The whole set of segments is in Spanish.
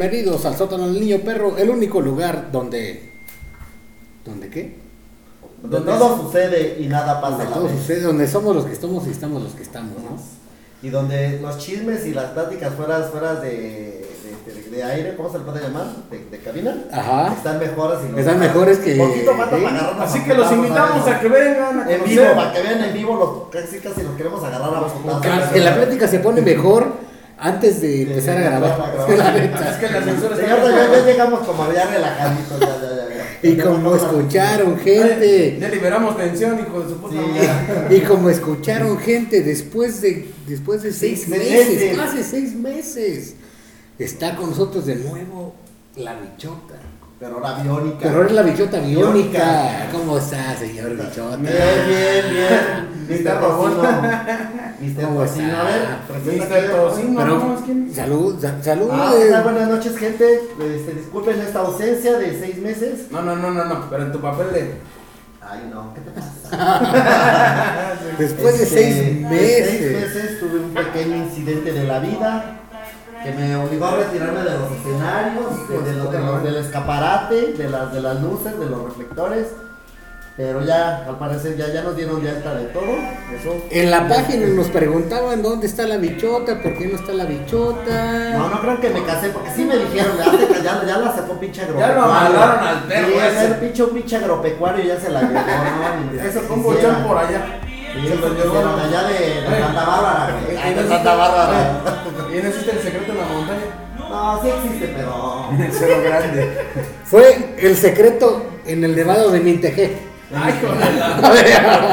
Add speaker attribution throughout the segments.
Speaker 1: Bienvenidos al sótano del niño perro, el único lugar donde. ¿Donde qué?
Speaker 2: Donde todo sucede y nada pasa. a
Speaker 1: Donde
Speaker 2: la
Speaker 1: todo
Speaker 2: vez.
Speaker 1: sucede, donde somos los que estamos y estamos los que estamos, ¿no?
Speaker 2: Y donde los chismes y las pláticas fuera, fuera de, de, de- de aire, ¿cómo se le puede llamar? De, de cabina.
Speaker 1: Ajá.
Speaker 2: Están mejores. Y los-
Speaker 1: Están mejores que-
Speaker 2: Poquito más
Speaker 1: ¿sí?
Speaker 2: para agarrarnos
Speaker 3: Así
Speaker 2: a
Speaker 3: que los
Speaker 2: putazos,
Speaker 3: invitamos
Speaker 2: ¿sabes?
Speaker 3: a que vengan a
Speaker 2: En vivo,
Speaker 3: conocer.
Speaker 2: para que vean en vivo, los, casi casi los queremos agarrar a putazos.
Speaker 1: Que la plática se pone mejor antes de empezar a grabar. La neta.
Speaker 3: Es que la censura
Speaker 2: Señor, ya,
Speaker 3: está.
Speaker 2: ya llegamos como ya relajaditos. Ya, ya, ya, ya.
Speaker 1: Y como escucharon
Speaker 3: Ay,
Speaker 1: gente,
Speaker 3: Ya liberamos tensión, hijo de su puta
Speaker 2: Sí,
Speaker 3: madre.
Speaker 2: ya.
Speaker 1: y como escucharon gente después de después de seis
Speaker 2: Seis
Speaker 1: meses,
Speaker 2: meses.
Speaker 1: hace seis meses, está con nosotros de nuevo la bichota.
Speaker 2: Pero la biónica.
Speaker 1: Pero es la bichota biónica.
Speaker 2: Biónica.
Speaker 1: ¿Cómo está, señor bichota?
Speaker 2: Bien, bien, bien. Mister Tocino. Mister
Speaker 1: ¿Cómo
Speaker 2: Tocino, a ver.
Speaker 1: está?
Speaker 2: preséntate.
Speaker 3: Mister Tocino,
Speaker 1: Pero-
Speaker 3: no, es que-
Speaker 1: Salud, sa- salud.
Speaker 2: Ah,
Speaker 1: eh.
Speaker 2: ¿qué tal? buenas noches, gente. Este, disculpen esta ausencia de seis meses.
Speaker 3: No, no, no, no, no, pero en tu papel de.
Speaker 2: Ay, no. ¿qué te pasa?
Speaker 1: Después de
Speaker 2: Este,
Speaker 1: seis
Speaker 2: de
Speaker 1: meses.
Speaker 2: seis meses tuve un pequeño incidente de la vida que me obligó a retirarme de los escenarios, de, de lo- de lo- del escaparate, de las, de las luces, de los reflectores. Pero ya, al parecer, ya, ya nos dieron ya esta de todo. Eso.
Speaker 1: En la página nos preguntaban dónde está la bichota, por qué no está la bichota.
Speaker 2: No, no creo que me casé, porque sí me dijeron, ya, se- ya, ya la sacó pinche agropecuario.
Speaker 3: mandaron al perro
Speaker 2: Sí,
Speaker 3: ese.
Speaker 2: ese pinche, pinche agropecuario ya se la llevó, no, ni-
Speaker 3: Eso
Speaker 2: ni
Speaker 3: con
Speaker 2: siquiera.
Speaker 3: bochón por allá. Eh,
Speaker 2: Sí,
Speaker 3: Se
Speaker 2: eso
Speaker 3: lo llevó.
Speaker 2: hicieron allá Ah, de, de
Speaker 3: Ay.
Speaker 2: Santa Bárbara, güey. de
Speaker 3: Ay, no
Speaker 2: Santa
Speaker 3: existe-
Speaker 2: Bárbara.
Speaker 3: Ay, Y no existe eh, el secreto en la montaña.
Speaker 2: No, sí existe, pero...
Speaker 3: Cero grande.
Speaker 1: Fue el secreto en el nevado de Mintejé.
Speaker 3: Ay, hijo de la.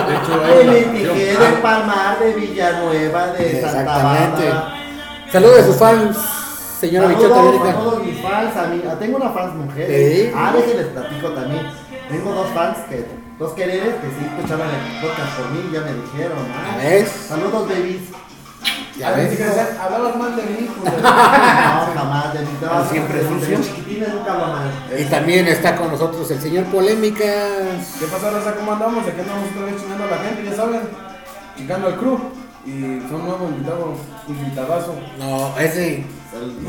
Speaker 3: De hecho,
Speaker 2: De
Speaker 3: ahí la-
Speaker 2: Litijé,
Speaker 3: yo-
Speaker 2: de Palmar, de Villanueva, de Santa
Speaker 1: Exactamente.
Speaker 2: Bárbara.
Speaker 1: Saludos a sus fans, señora bichota
Speaker 2: Saludos a
Speaker 1: biónica.
Speaker 2: todos mis fans, a mí- ah, tengo una fans mujer.
Speaker 1: Sí.
Speaker 2: Ah, déjenles platico también. Tengo dos fans que, dos quereres que sí escucharon el podcast por mí, ya me dijeron.
Speaker 1: ¿Ya
Speaker 2: ah.
Speaker 1: ves?
Speaker 2: Saludos babies.
Speaker 1: ¿Ya
Speaker 3: Ay, ni
Speaker 1: ves?
Speaker 3: siquiera sé, Hablabas mal de mi hijo.
Speaker 2: No, jamás, de mi trabajo.
Speaker 1: Siempre
Speaker 2: desde
Speaker 1: sucio.
Speaker 2: Chiquitines nunca hablo mal.
Speaker 1: Y también está con nosotros el señor Polémicas.
Speaker 3: ¿Qué pasa, Rosa? ¿Cómo andamos? Aquí andamos otra vez chingando a la gente, ya saben. Chingando al club. Y fue un nuevo invitado, invitadazo.
Speaker 1: No, ese.
Speaker 3: Y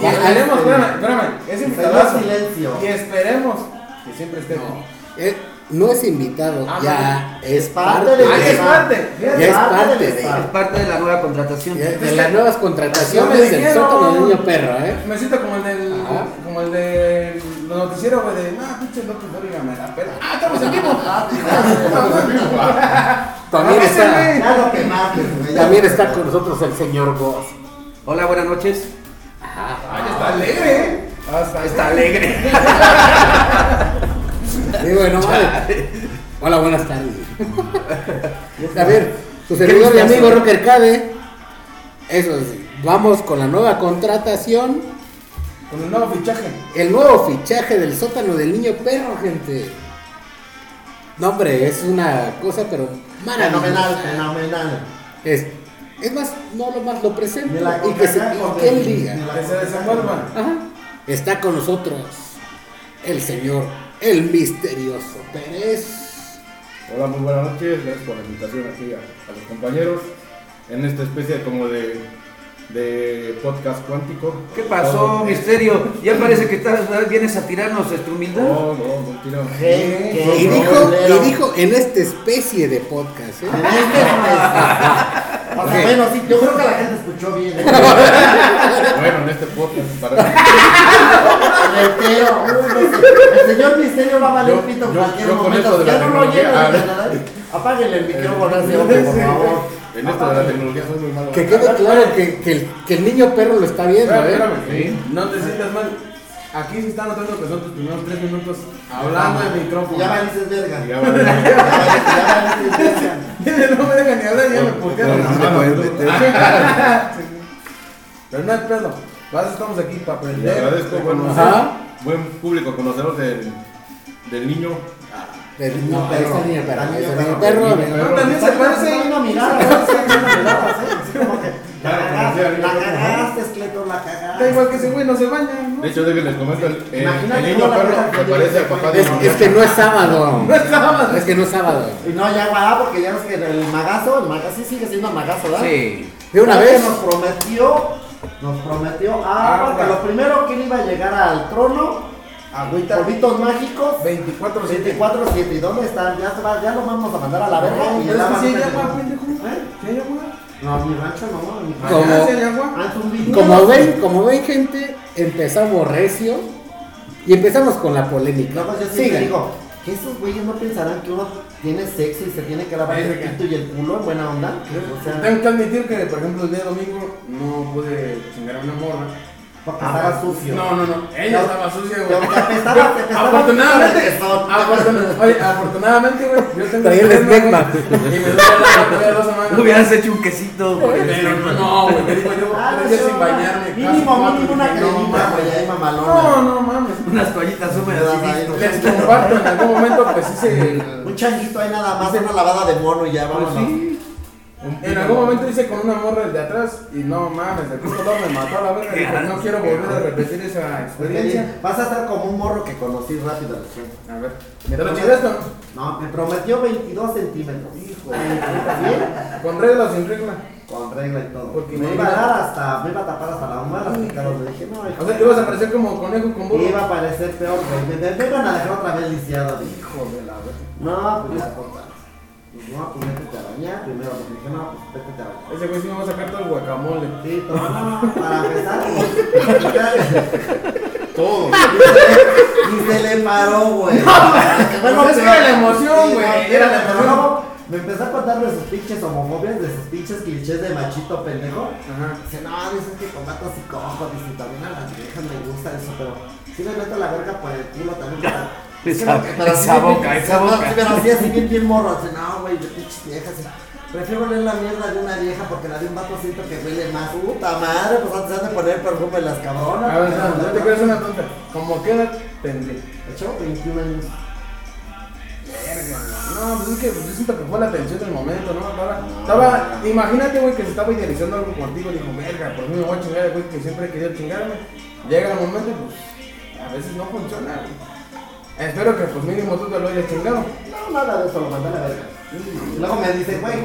Speaker 1: Ya,
Speaker 3: esperemos,
Speaker 2: Este,
Speaker 3: espérame, espérame. Es
Speaker 2: Señor
Speaker 3: invitadazo.
Speaker 2: silencio.
Speaker 3: Y esperemos que siempre esté.
Speaker 1: No, eh, no es invitado,
Speaker 3: Ah,
Speaker 1: ya es parte
Speaker 2: parte
Speaker 1: de,
Speaker 2: de-
Speaker 3: ¡Ay, es parte!
Speaker 1: ya es parte
Speaker 2: del
Speaker 1: de-
Speaker 2: staff.
Speaker 4: parte de la nueva contratación.
Speaker 3: este
Speaker 1: ya- de las nuevas
Speaker 3: Ya
Speaker 1: contrataciones
Speaker 3: me
Speaker 1: del
Speaker 3: dijeron.
Speaker 1: sótano del niño perro, ¿eh?
Speaker 3: Me siento como el del.
Speaker 1: Ajá.
Speaker 3: Como el del noticiero, güey, de. Nah, pinche loco, no dígame la pela. ¡Ah, estamos en vivo! Estamos en vivo.
Speaker 1: También
Speaker 3: Avísenme.
Speaker 1: está,
Speaker 2: Ya lo quemaste, güey, ya
Speaker 1: también
Speaker 2: lo
Speaker 1: está
Speaker 2: quemaste.
Speaker 1: con nosotros el señor Goss.
Speaker 4: Hola, buenas noches.
Speaker 3: ¡Ay, Ah, está alegre, eh! Hasta
Speaker 4: Está alegre.
Speaker 1: Sí, bueno, vale. Hola, buenas tardes. A ver, su servidor y
Speaker 4: gustazo.
Speaker 1: amigo Rocker Cabe. Eso es, vamos con la nueva contratación.
Speaker 3: Con el nuevo fichaje.
Speaker 1: El nuevo fichaje del sótano del niño perro, gente. No, hombre, es una cosa, pero
Speaker 2: Fenomenal,
Speaker 1: maravillosa.
Speaker 2: fenomenal.
Speaker 1: Es, es más, no lo más lo presento
Speaker 2: Me la
Speaker 1: y que, se,
Speaker 2: coca-cola
Speaker 1: y
Speaker 2: con
Speaker 1: que él
Speaker 2: el-
Speaker 1: diga.
Speaker 2: me la
Speaker 3: Que se
Speaker 2: coca-cola.
Speaker 3: desenvuelvan.
Speaker 1: Ajá. Está con nosotros el señor, el misterioso Pérez.
Speaker 5: Hola, muy buenas noches, gracias por la invitación aquí a, a los compañeros en esta especie como de, de podcast cuántico.
Speaker 4: ¿Qué pasó,
Speaker 5: Todo-
Speaker 4: misterio? Ya parece que estás, ah, vienes a tirarnos de tu humildad.
Speaker 5: No, no, no quiero.
Speaker 2: Hey,
Speaker 5: No,
Speaker 2: hey,
Speaker 1: Y
Speaker 5: no,
Speaker 1: dijo,
Speaker 2: bolero.
Speaker 1: y dijo en esta especie de podcast. ¿eh?
Speaker 2: En este mes. O sea,
Speaker 1: Ok.
Speaker 2: bueno, sí, yo creo que la gente escuchó bien. ¿eh?
Speaker 5: Bueno, en este podcast para
Speaker 2: Reitero, uy, el señor Misterio va a valer
Speaker 5: Yo-
Speaker 2: pito en
Speaker 5: yo-
Speaker 2: cualquier
Speaker 5: yo con esto
Speaker 2: momento.
Speaker 5: de
Speaker 2: Ya
Speaker 5: la
Speaker 2: no lo
Speaker 5: tecnología,
Speaker 2: llena
Speaker 5: ah. a
Speaker 2: de
Speaker 5: ver.
Speaker 2: verdad. Apáguenle el micrófono a ese hombre, por favor.
Speaker 5: en esto de la tecnología soy muy malo.
Speaker 1: Que quede claro que, que el, que el niño perro lo está viendo.
Speaker 3: Espérame,
Speaker 1: ¿eh?
Speaker 3: espérame. No te sientas mal. Aquí se está notando que son tus primeros tres minutos hablando de micrófono.
Speaker 2: Ya me dices verga.
Speaker 5: Ya vale.
Speaker 2: Ya me dices verga.
Speaker 3: no me dejan ni hablar, ya me putearon.
Speaker 5: No, no, no.
Speaker 3: Pero no hay pedo. Vas, estamos aquí para
Speaker 5: Le
Speaker 3: aprender.
Speaker 5: agradezco, bueno,
Speaker 1: Ajá.
Speaker 5: buen público conoceros del, del niño.
Speaker 1: Del- No, ahí está el niño perro.
Speaker 2: Al
Speaker 1: ahí está el
Speaker 2: este niño
Speaker 1: niño perro.
Speaker 5: perro.
Speaker 1: a ver.
Speaker 3: No, también se
Speaker 2: Está
Speaker 3: parece.
Speaker 2: una mirada, ¿eh? Sí, una mirada, ¿sí? Así como que, La cagaste, la cagaste, esqueleto, la
Speaker 3: Da
Speaker 2: cagaste.
Speaker 3: igual que ese güey no se baña. ¿no?
Speaker 5: De hecho, déjenles les comento, el, el-
Speaker 2: Imagínate
Speaker 5: el
Speaker 2: cómo
Speaker 5: niño
Speaker 2: la
Speaker 5: perro
Speaker 2: verdad
Speaker 5: se
Speaker 2: que
Speaker 5: parece
Speaker 2: yo-
Speaker 5: al papá de
Speaker 1: Es,
Speaker 5: mi
Speaker 1: es que no es sábado.
Speaker 3: No es sábado.
Speaker 1: Es que no es sábado.
Speaker 2: Y no hay agua, ah, porque ya ves que el magazo, el magazo sí sigue siendo magazo, ¿verdad?
Speaker 4: Sí.
Speaker 1: De una
Speaker 2: Ya que
Speaker 1: vez,
Speaker 2: nos prometió Nos prometió
Speaker 3: Ah,
Speaker 2: agua, que lo primero que él iba a llegar al trono,
Speaker 3: Agüita.
Speaker 2: polvitos mágicos,
Speaker 3: 24
Speaker 2: 24, 7, ¿y dónde están? Ya, se va- ya lo vamos a mandar a la verga. y
Speaker 3: Pero
Speaker 2: ya
Speaker 3: es que
Speaker 2: van
Speaker 3: si
Speaker 2: a
Speaker 3: hay
Speaker 2: tener-
Speaker 3: agua, pendejo.
Speaker 2: ¿Eh?
Speaker 3: Si hay agua.
Speaker 2: No, mi rancho no, mi rancho.
Speaker 1: Como-
Speaker 3: Allá sí hay agua.
Speaker 2: Ah, es un viñedo.
Speaker 1: Como ven, como ven gente, empezamos recio y empezamos con la polémica.
Speaker 2: Luego pues yo siempre
Speaker 1: Sigan.
Speaker 2: digo, que esos güeyes no pensarán que uno tiene sexo y se tiene que lavar el
Speaker 3: Verga.
Speaker 2: pito y el culo en buena onda. O sea,
Speaker 3: Tengo que admitir que, por ejemplo, el día domingo no pude chingar a una morra.
Speaker 2: porque estaba sucio.
Speaker 3: Ah, No, no, no. Ella estaba sucia,
Speaker 2: Te
Speaker 3: güey.
Speaker 2: apestaba, te apestaba. Ah,
Speaker 3: Afortunadamente,
Speaker 2: Son.
Speaker 3: afortun- oye, afortunadamente, güey, yo tengo
Speaker 1: Traía el estigma.
Speaker 3: estigma, güey, Y me duele la rodilla dos
Speaker 4: No
Speaker 3: semanas.
Speaker 4: hubieras hecho un quesito. güey.
Speaker 3: Pero no, no, güey, te digo yo,
Speaker 2: Ah,
Speaker 3: tres
Speaker 2: no,
Speaker 3: días sin bañarme. casi
Speaker 2: Mínimo,
Speaker 3: cuatro,
Speaker 2: mínimo una
Speaker 3: dije, no,
Speaker 2: cremita,
Speaker 3: mames.
Speaker 2: güey, ahí mamalona.
Speaker 3: No, no mames.
Speaker 4: Unas toallitas húmedas.
Speaker 2: Te das
Speaker 4: así,
Speaker 2: ahí,
Speaker 4: listo.
Speaker 2: ¿no?
Speaker 3: Les comparto, en algún momento pues hice el-
Speaker 2: Un changuito ahí nada más, una lavada de mono y ya
Speaker 3: Pues
Speaker 2: vámonos.
Speaker 3: En algún momento hice con una morra el de atrás y no mames, el puto lado me mató a la verga.
Speaker 4: Qué
Speaker 3: dije, No
Speaker 4: asco,
Speaker 3: quiero volver a repetir esa experiencia.
Speaker 2: Vas a estar como un morro que conocí rápido.
Speaker 3: A ver,
Speaker 2: Me
Speaker 3: ¿te lo
Speaker 2: promet-
Speaker 3: chingaste?
Speaker 2: No, me prometió 22 centímetros. Hijo, de puta, ¿bien?
Speaker 3: ¿Con regla o sin regla?
Speaker 2: Con regla y todo.
Speaker 3: Porque
Speaker 2: me
Speaker 3: me
Speaker 2: iba a
Speaker 3: iba-
Speaker 2: dar hasta, me iba a tapar hasta la humana, hasta Carlos le dije, no, hijo
Speaker 3: O sea,
Speaker 2: de-
Speaker 3: te ibas a parecer como conejo con burro.
Speaker 2: Iba a parecer peor, güey. Me, me, me iban a dejar otra vez lisiado, hijo de la verga. No, pues ya, corta. Pues no, pues métete a bañar. Primero me dije, no, pues métete a bañar.
Speaker 3: Ese güey sí me va a sacar todo el guacamole.
Speaker 2: Sí, toma, para empezar. güey.
Speaker 5: Todo.
Speaker 2: Y se le paró, güey.
Speaker 3: Bueno, es que era la emoción,
Speaker 2: Sí,
Speaker 3: güey,
Speaker 2: no,
Speaker 3: era la
Speaker 2: pero
Speaker 3: emoción.
Speaker 2: luego Me empezó a contar de sus pinches homofobias, de sus pinches clichés de machito pendejo.
Speaker 3: Ajá.
Speaker 2: Dice, no, dices que combato así cojo, dice, también a las viejas me gusta eso, pero si me meto la verga por el culo también. para- Es que
Speaker 4: esa-
Speaker 2: no, pero
Speaker 4: esa
Speaker 2: así bien-
Speaker 4: boca, esa
Speaker 2: no,
Speaker 4: boca.
Speaker 2: Pero así, así bien, bien morro, dice, no, güey, de pinches viejas. sí. Prefiero oler la mierda de una vieja porque la de un vato siento que huele más. Puta madre, pues antes han de poner perfume en las cabronas.
Speaker 3: A ver, no, no te
Speaker 2: ¿De
Speaker 3: creas una tonta. Como qué edad tendré.
Speaker 2: hecho, 21 años.
Speaker 3: No, pues es que pues, yo siento que fue la atención del momento, ¿no? Estaba, estaba imagínate, güey, que se estaba idealizando algo contigo. Dijo, verga, por mí me voy a chingar, al güey, que siempre he querido chingarme. Llega el momento y pues a veces no funciona, güey. Espero que pues mínimo tú te lo hayas chingado.
Speaker 2: No, nada de eso, lo mandé a la verga. Y luego me dice, güey,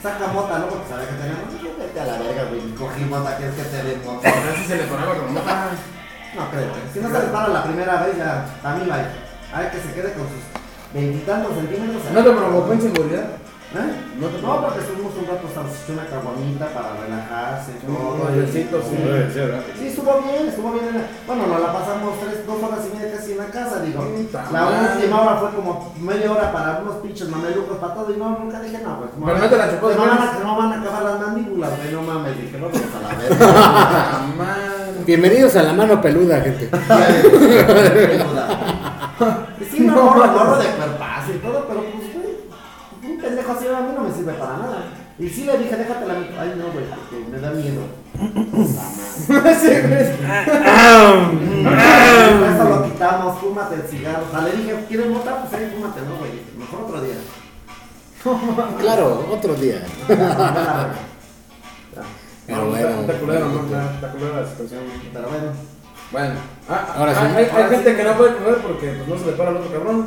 Speaker 2: saca mota, ¿no? Porque sabe que tenemos. Yo, Vete a la verga, güey, cogí mota, que es que te dé mota.
Speaker 3: A ver si se le "Ah, paraba con moja.
Speaker 2: No creo, güey. Si no se les para la primera vez, ya, a mí vaya. A ver que se quede con sus veintitantos centímetros.
Speaker 3: ¿No te provocó inseguridad?
Speaker 2: ¿Eh?
Speaker 3: No te
Speaker 2: No,
Speaker 3: provocó.
Speaker 2: porque estuvimos un rato hasta nos echó una carbonita para relajarse, todo.
Speaker 3: un
Speaker 2: y-
Speaker 3: bailecito,
Speaker 5: Como debe ser, ¿verdad?
Speaker 2: Sí, estuvo bien, estuvo bien. en la- Bueno, nos la pasamos tres, dos horas y media casi en la casa, digo.
Speaker 3: Puta
Speaker 2: La
Speaker 3: madre.
Speaker 2: última hora fue como media hora para unos pinches mamelucos para todo y no, nunca dije no, pues.
Speaker 3: Pero no te la chupó,
Speaker 2: No van a,
Speaker 3: ¿no?
Speaker 2: no van a acabar las mandíbulas, güey, no mames, dije, no, pues a la verga.
Speaker 3: Ah, man.
Speaker 1: Bienvenidos a la mano peluda, gente.
Speaker 2: Sí, no, morro, morro de cuerpazo y todo, pero pues, güey, un pendejo así a mí no me sirve para nada. Y sí le dije, déjate la mitad. Ay, no, güey, porque me da miedo.
Speaker 3: Sí, güey.
Speaker 2: Eso lo quitamos, fúmate el cigarro. O sea, le dije, ¿quieres mota? Pues ahí fúmate, no, güey. Mejor otro día.
Speaker 1: Claro, otro día. Pero
Speaker 3: No,
Speaker 1: bueno.
Speaker 3: está- está culero, ¿no? Está- está culera la situación.
Speaker 2: Pero bueno,
Speaker 3: Bueno, ah,
Speaker 1: Ahora
Speaker 3: ah,
Speaker 1: sí.
Speaker 3: hay, hay
Speaker 2: Ahora
Speaker 3: gente que no puede comer porque pues, no se le para al otro cabrón.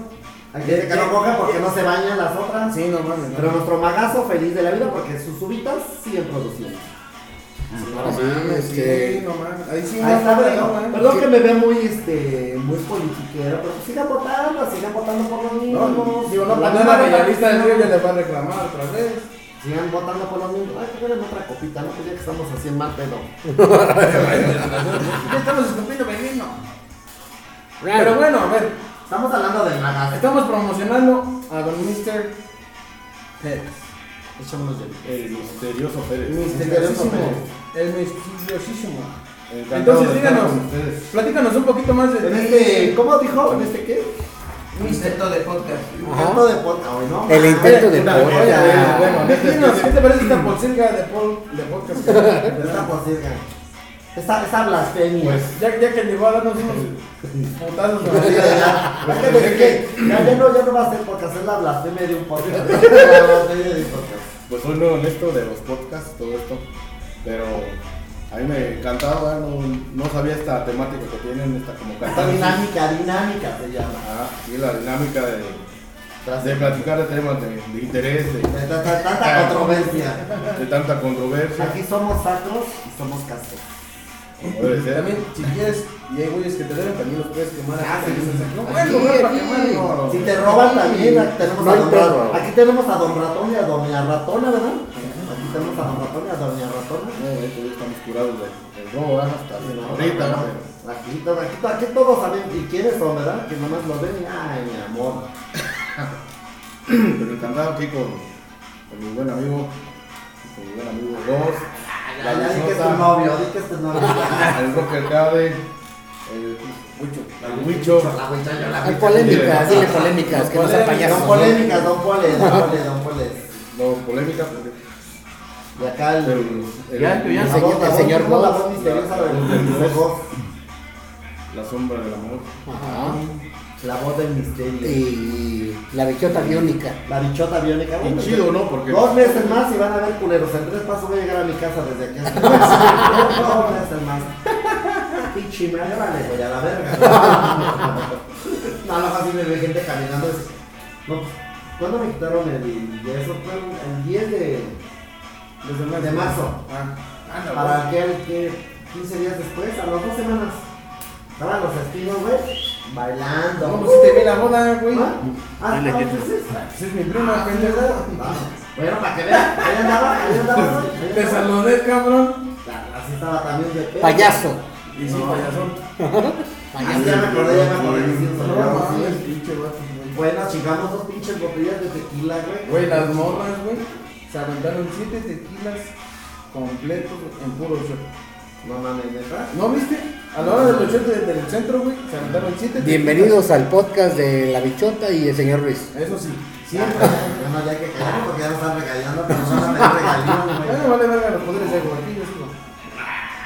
Speaker 2: hay gente que no coja porque no se bañan las otras.
Speaker 3: Sí, no mames.
Speaker 2: Pero nuestro magazo feliz de la vida porque sus subitas siguen produciendo.
Speaker 1: No mames,
Speaker 2: pues,
Speaker 3: sí,
Speaker 1: que-
Speaker 3: no mames. Ahí sí,
Speaker 2: Ahí está,
Speaker 3: no,
Speaker 2: perdón,
Speaker 3: no, no,
Speaker 2: perdón que me vea muy, este, muy politiquero, pero sigan votando, sigan votando por los mismos.
Speaker 3: No, digo, no,
Speaker 2: La
Speaker 3: la nada,
Speaker 2: misma
Speaker 3: la lista del
Speaker 2: relación.
Speaker 3: río ya le va a reclamar otra vez.
Speaker 2: Sigan votando por los mismos. Ay, que quieren otra copita, ¿no? Pues ya que estamos así en mal pedo.
Speaker 3: Ya estamos escupiendo veneno. Pero bueno, a ver,
Speaker 2: Estamos hablando del magazo.
Speaker 3: estamos promocionando a Don Mr. Pérez.
Speaker 2: Echémonos del.
Speaker 5: El misterioso Pérez.
Speaker 3: Misteriosísimo.
Speaker 2: Pérez.
Speaker 3: El misteriosísimo.
Speaker 5: Encantado
Speaker 3: Entonces,
Speaker 5: de estar
Speaker 3: díganos.
Speaker 5: con ustedes.
Speaker 3: Platícanos un poquito más de
Speaker 2: En este, ¿cómo dijo? ¿En este qué?
Speaker 4: Intento de podcast.
Speaker 2: Intento de podcast, hoy, ¿no?
Speaker 1: El intento de
Speaker 2: Una
Speaker 1: podcast.
Speaker 2: joya,
Speaker 1: Ah,
Speaker 2: güey.
Speaker 3: Bueno, dinos, ¿qué te parece esta pocilga de, pol- de podcast?
Speaker 2: Esta posterga. Esta, esta blasfemia.
Speaker 3: Ya, ya que llegó a darnos unos putazos a la
Speaker 2: Ya,
Speaker 3: vida.
Speaker 2: ya, ya, que me dije, ya, ya no, ya no va a ser podcast, es la blasfemia de un podcast. La blasfemia de un podcast.
Speaker 5: Pues soy nuevo en esto de los podcasts, todo esto. Pero a mí me encantaba, no, no sabía esta temática que tienen, esta como
Speaker 2: Esta
Speaker 5: cantar.
Speaker 2: dinámica, dinámica se llama.
Speaker 5: Ah, sí, la dinámica de
Speaker 2: Tras-
Speaker 5: de platicar de temas de, de interés, de,
Speaker 2: de ta- ta- Tanta controversia.
Speaker 5: de tanta controversia,
Speaker 2: Aquí somos sacros y somos castos.
Speaker 5: como debe ser.
Speaker 3: También, si quieres, y hay güeyes que te deben, también los puedes quemar.
Speaker 2: Ah, sí, sí, sí.
Speaker 3: No,
Speaker 2: Aquí,
Speaker 3: bueno, bueno, para
Speaker 1: aquí.
Speaker 3: quemarlo.
Speaker 2: Si te roban también, aquí tenemos
Speaker 1: No
Speaker 2: a
Speaker 1: hay
Speaker 2: Don
Speaker 1: pedo.
Speaker 2: Ratón. Aquí tenemos a Don Ratón y a Doña Ratona, ¿verdad? Aquí tenemos a Don Ratón y a Doña Ratona.
Speaker 5: No, de hecho, ya estamos curados de, de droga hasta ahorita, ¿no?
Speaker 2: Aquí, to- aquí, to- aquí todos saben y quiénes son, ¿verdad? Que nomás los ven y, ay, mi amor.
Speaker 5: Pero, pero encantado aquí con, con mi buen amigo, con mi buen amigo Ross,
Speaker 2: Ya,
Speaker 5: la
Speaker 2: ya, di que es tu
Speaker 5: Luzota,
Speaker 2: novio, di que es tu novio.
Speaker 5: el Rocker Cade, el Huicho, el Huicho,
Speaker 2: La güey, yo la
Speaker 1: Hay
Speaker 2: güey.
Speaker 1: polémicas, dile polémicas, que nos
Speaker 3: Polémicas,
Speaker 1: apañaron.
Speaker 2: Don Polémicas, Don Poles, Don Poles, Don Poles.
Speaker 5: no, polémica, porque-
Speaker 2: Y acá el...
Speaker 5: pero el-
Speaker 4: Ya, tú ya
Speaker 2: la
Speaker 1: señor-
Speaker 2: voz- la
Speaker 1: el
Speaker 2: voz-
Speaker 1: señor
Speaker 2: ¿cómo la
Speaker 1: Bob?
Speaker 2: voz misteriosa
Speaker 5: La-
Speaker 2: del-
Speaker 5: la-
Speaker 2: del
Speaker 5: la-
Speaker 2: Bob?
Speaker 5: la sombra del amor.
Speaker 1: Ajá.
Speaker 2: La voz del misterio.
Speaker 1: Y la bichota biónica.
Speaker 2: La bichota biónica.
Speaker 5: Y
Speaker 2: bueno, pues,
Speaker 5: chido, ¿no? Porque
Speaker 2: Dos meses más y van a ver culeros. En tres pasos voy a llegar a mi casa desde aquí hasta Dos meses más. Pinche madre, vale, güey, a la verga. No, no, así me ve gente caminando. es- No, ¿cuándo me quitaron el de eso? Fue el 10 de,
Speaker 3: Desde marzo.
Speaker 2: de marzo.
Speaker 3: Ah, ah, no,
Speaker 2: Para aquel que 15 días después, a las dos semanas. Estaban los espinos, güey, bailando.
Speaker 3: No, pues si te ve la boda, güey.
Speaker 2: ¿Ah? Ah,
Speaker 4: Dile que-
Speaker 2: entonces,
Speaker 3: Esa es mi prima, pendejo.
Speaker 2: Bueno, para que vean, ahí andaba, ahí andaba. ahí
Speaker 3: Te
Speaker 2: andaba. Ah,
Speaker 3: saludé, cabrón.
Speaker 2: Así estaba también de pedo.
Speaker 1: Payaso.
Speaker 3: Y sí,
Speaker 2: No.
Speaker 3: payasón.
Speaker 2: Ah, ya me acordé, ya me acordé. sí, sí,
Speaker 3: No mames,
Speaker 2: sí.
Speaker 3: pinche vato,
Speaker 2: Bueno, chingamos dos pinches botellas de tequila, güey.
Speaker 3: güey. Güey, las morras, güey, se aventaron siete tequilas completos en puro shot.
Speaker 2: No mames, neta.
Speaker 3: ¿No viste? A la hora de los shots de- del centro, güey, se aventaron siete tequilas.
Speaker 1: Bienvenidos al podcast de la bichota y el señor Luis.
Speaker 3: Eso sí, siempre.
Speaker 2: Siempre. Ah, Ya no había que callar porque ya nos están regañando, pero no me regañaron,
Speaker 3: Bueno,
Speaker 2: güey.
Speaker 3: vale verga los poderes de güey, aquí yo sigo.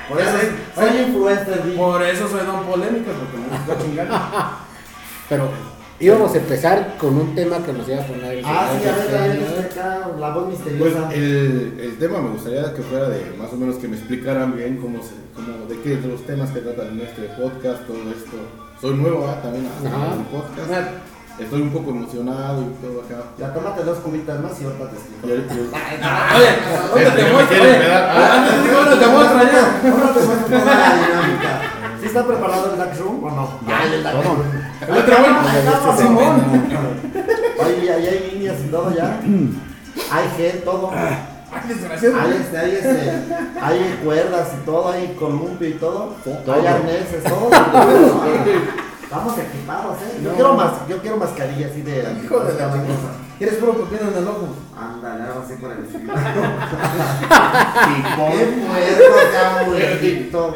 Speaker 2: Por eso soy
Speaker 3: Oye.
Speaker 2: influencer, güey.
Speaker 3: Por eso soy don polémica, porque me gusta chingar.
Speaker 1: Pero íbamos a empezar con un tema que nos iba a poner. el
Speaker 2: Ah,
Speaker 1: señor Luis
Speaker 2: sí, a ver, a ver,
Speaker 1: Caño.
Speaker 2: este acá, la voz
Speaker 5: Pues
Speaker 2: misteriosa.
Speaker 5: el, el tema me gustaría que fuera de más o menos que me explicaran bien cómo se, cómo, de qué de los temas que tratan en este podcast, todo esto. Soy nuevo ah, también
Speaker 1: Ajá.
Speaker 5: en el podcast. Estoy un poco emocionado y todo
Speaker 3: Ah,
Speaker 5: acá.
Speaker 2: Ya tómate dos cubitas más y ahorita te explico.
Speaker 5: Y ahorita yo-
Speaker 3: Oye, ahorita te
Speaker 5: me
Speaker 3: muestro,
Speaker 5: quieren
Speaker 3: oye.
Speaker 5: pegar.
Speaker 3: Ah, Antes digo, ahorita te muestro allá.
Speaker 2: Ahora te muestro toda la dinámica. ¿Sí está preparado el Dark Room o no? Ah, el Dark Room.
Speaker 3: El otro güey,
Speaker 2: Ahí
Speaker 3: Simón.
Speaker 2: está. Oye, ahí hay líneas y todo ya. Hay gel, todo.
Speaker 3: Ay, desgraciado.
Speaker 2: Hay, este, hay, este, hay cuerdas y todo, hay columpio y todo. Hay arneses, todo. Estamos equipados, ¿eh? Yo,
Speaker 3: No.
Speaker 2: quiero, mas, yo quiero mascarilla así de...
Speaker 3: Hijo de la
Speaker 2: Ándale,
Speaker 3: chingada. ¿Quieres puro pepino en el ojo?
Speaker 2: algo así por el estilo. ¡Qué muerto ya, muertito!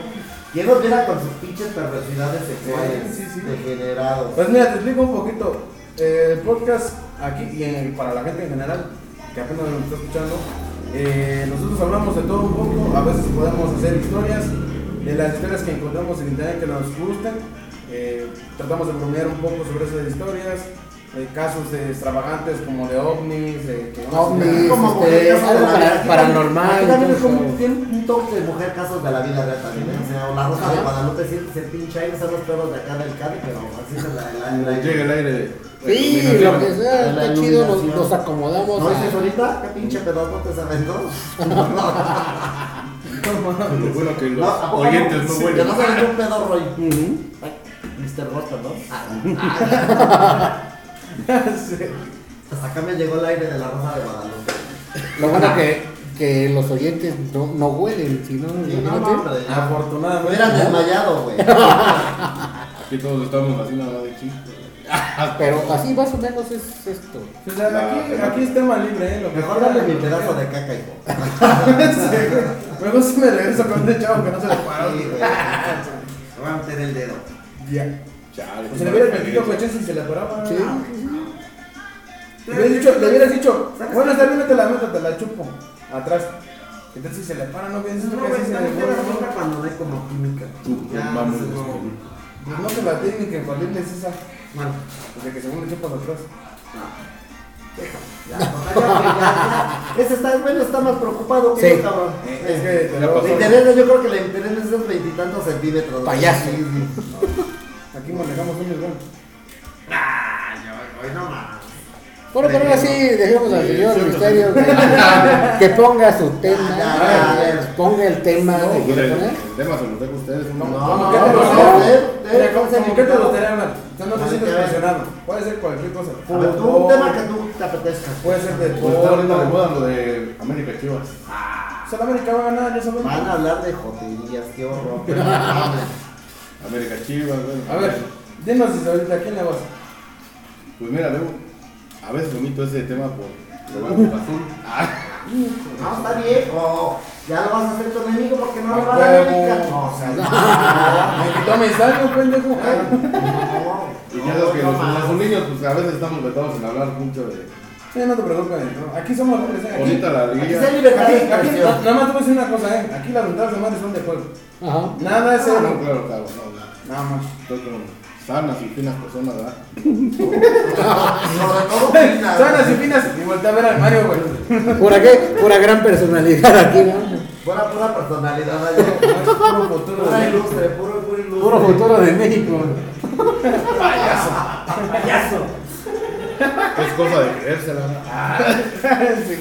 Speaker 2: ¿Quién nos viera con sus pinches perversidades sexuales
Speaker 3: Sí, sí, sí.
Speaker 2: degenerados?
Speaker 3: Pues mira, te explico un poquito. Eh, el podcast aquí y en- para la gente en general que apenas nos está escuchando, eh, nosotros hablamos de todo un poco. A veces podemos hacer historias de las historias que encontramos en internet que nos gustan. Eh, tratamos de bromear un poco sobre esas historias. eh, casos de extravagantes como de ovnis, de que no
Speaker 1: Ovnis.
Speaker 3: sé,
Speaker 2: Como
Speaker 1: Este,
Speaker 2: mujer, casos
Speaker 1: algo
Speaker 2: de la
Speaker 1: para-
Speaker 2: vida. Aquí
Speaker 1: paranormal,
Speaker 2: también- Aquí también es
Speaker 1: entonces,
Speaker 2: como
Speaker 1: ¿no?
Speaker 2: tiene un toque de mujer casos de la vida real también. ¿eh? O sea, la rosa de Guadalupe siempre se pincha ahí, no son los perros de acá del Cali, pero así se la. la, la-
Speaker 5: Llega el aire de.
Speaker 1: Sí,
Speaker 5: de-
Speaker 1: lo que sea,
Speaker 2: La
Speaker 1: Eh, está chido, nos,
Speaker 2: iluminación.
Speaker 1: nos acomodamos.
Speaker 2: ¿No
Speaker 1: a-
Speaker 2: dices ahorita? ¿Qué pinche pedote se aventó?
Speaker 5: Lo bueno que los
Speaker 2: No, ¿a poco no?
Speaker 5: oyentes no
Speaker 2: Sí, Que
Speaker 5: vuelven.
Speaker 2: no se aventó un pedo, Roy. Ay, Mr. Ross, perdón. Ah, ah. Hasta acá me llegó el aire de la rosa de Guadalupe.
Speaker 1: Lo bueno que, que los oyentes no, no huelen, sino.
Speaker 2: Sí, no, no, hombre, ya. Me
Speaker 3: Afortunadamente.
Speaker 2: hubieran desmayado, güey.
Speaker 5: Que todos estamos así nada más de chiste.
Speaker 1: Pero así más o menos es esto.
Speaker 3: O sea, aquí, aquí es tema libre, ¿eh? Lo
Speaker 2: Mejor dale mi pedazo de caca, hijo.
Speaker 3: Sí, Mejor si me regreso con este chavo que no se le paró.
Speaker 2: Sí, güey. Rómpete el dedo.
Speaker 3: Ya.
Speaker 5: Chale, eh,
Speaker 3: Pues se le hubiera metido coche si se le paraba.
Speaker 1: Sí.
Speaker 3: Le hubieras dicho, le hubieras dicho, bueno, está bien, no te la meto, te la chupo. Atrás. Entonces si se le para, no pienses
Speaker 2: No,
Speaker 3: que
Speaker 2: güey,
Speaker 3: así se
Speaker 2: está
Speaker 3: le
Speaker 2: muy la
Speaker 3: borra.
Speaker 2: boca cuando no hay como química.
Speaker 5: Tú,
Speaker 2: Ya,
Speaker 5: vamos.
Speaker 2: sí, güey.
Speaker 3: Pues no que la técnica infalible es esa.
Speaker 2: Bueno,
Speaker 3: Pues de que según le chupas atrás.
Speaker 2: ya, total, ya, ya, ya. Ese está, bueno, está más preocupado que
Speaker 1: Sí.
Speaker 2: yo, cabrón.
Speaker 3: Eh, es que te
Speaker 5: Ya
Speaker 3: lo-
Speaker 5: pasó.
Speaker 2: Le interesa, yo creo que le interesa esos veintitantos centímetros. güey.
Speaker 1: Payaso.
Speaker 2: Sí, sí.
Speaker 3: Aquí manejamos un millón.
Speaker 2: Ah, ya, güey, no mames.
Speaker 1: Bueno, pero ahora sí, dejemos al
Speaker 5: Sí,
Speaker 1: señor
Speaker 5: sí, sí.
Speaker 1: Misterio que, que ponga su tema,
Speaker 2: Ya, ya,
Speaker 1: que ponga el tema
Speaker 5: No,
Speaker 1: que
Speaker 5: pues,
Speaker 1: quiere
Speaker 5: el,
Speaker 1: poner.
Speaker 5: el tema se lo dejo a ustedes.
Speaker 3: ¿eh? No,
Speaker 5: No,
Speaker 3: no,
Speaker 2: no,
Speaker 3: ¿qué te
Speaker 2: no,
Speaker 3: gustaría?
Speaker 2: no, eh,
Speaker 3: Mira,
Speaker 2: eh,
Speaker 3: ¿cómo-
Speaker 2: ¿cómo
Speaker 3: cómo qué te
Speaker 2: no?
Speaker 3: gustaría hablar? Tú no te
Speaker 2: Vale,
Speaker 3: sientes
Speaker 2: que-
Speaker 3: presionado. Puede ser cualquier cosa.
Speaker 2: A ver, tú un
Speaker 3: Fútbol,
Speaker 2: tema que tú te apetezca.
Speaker 3: Pues, Puede ser de
Speaker 5: pues está ahorita de
Speaker 3: todo.
Speaker 5: moda lo de América y Chivas.
Speaker 3: Solamente va a ganar, ya sabemos.
Speaker 2: Van a hablar de joterías, qué horror. pero no mames.
Speaker 5: América Chivas, güey.
Speaker 3: A ver, dinos desde ahorita, ¿a quién le vas?
Speaker 5: Pues mira, luego, a veces omito ese tema por Roberto Azul. Ah,
Speaker 2: No, está viejo. Ya lo vas a hacer tu enemigo porque no lo va a
Speaker 3: Huevo.
Speaker 2: dar América. No, o sea, no.
Speaker 3: Me quitó mis años, pendejo.
Speaker 5: y ya los que
Speaker 2: no,
Speaker 5: los
Speaker 2: no, no.
Speaker 5: azulinos, pues a veces estamos vetados en hablar mucho de.
Speaker 3: Sí, no te preocupes. ¿no? Aquí somos libres, ¿eh? Aquí,
Speaker 5: Ahorita la
Speaker 2: Aquí está el
Speaker 5: liga.
Speaker 3: aquí-
Speaker 2: libertad de
Speaker 3: aquí-
Speaker 2: expresión.
Speaker 3: nada más te voy a decir una cosa, ¿eh? Aquí las ventajas de madre son de juego.
Speaker 1: Ajá.
Speaker 3: Nada es
Speaker 5: Ah, No,
Speaker 3: cero.
Speaker 5: claro, claro, no, no.
Speaker 3: Nada más.
Speaker 5: Estoy con sanas y finas personas, ¿verdad?
Speaker 2: Sobre todo, Pina.
Speaker 3: Son las finas y volteé a ver al Mario, güey.
Speaker 1: Pura, qué? pura gran personalidad aquí, ¿no?
Speaker 2: Fuera pura personalidad. ¿vale?
Speaker 3: Puro futuro de
Speaker 2: Pura
Speaker 3: México.
Speaker 2: ilustre, puro, puro ilustre.
Speaker 1: Puro futuro de México.
Speaker 2: Payaso.
Speaker 5: Es cosa de creérsela.
Speaker 3: Sí.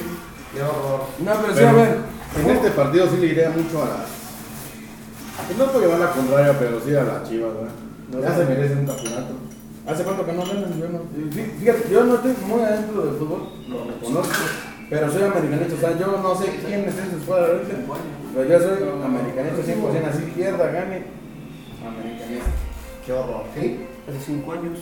Speaker 2: Qué horror.
Speaker 3: No, pero Ah, sí, a
Speaker 5: Pero
Speaker 3: ver.
Speaker 5: en este partido sí le iría mucho a las. pues No por llevar la contraria, pero sí a las chivas, ¿verdad? Ya se merece un campeonato.
Speaker 3: ¿Hace cuánto que no ganan? Yo no. Fí- Fíjate, yo no estoy muy adentro del fútbol, lo reconozco, pero soy americanista, o sea, yo no sé quién está en su escuadra ahorita, pero yo soy americanista 100%, así pierda, gane, americanista.
Speaker 2: Qué horror. ¿Sí?
Speaker 4: Hace cinco años.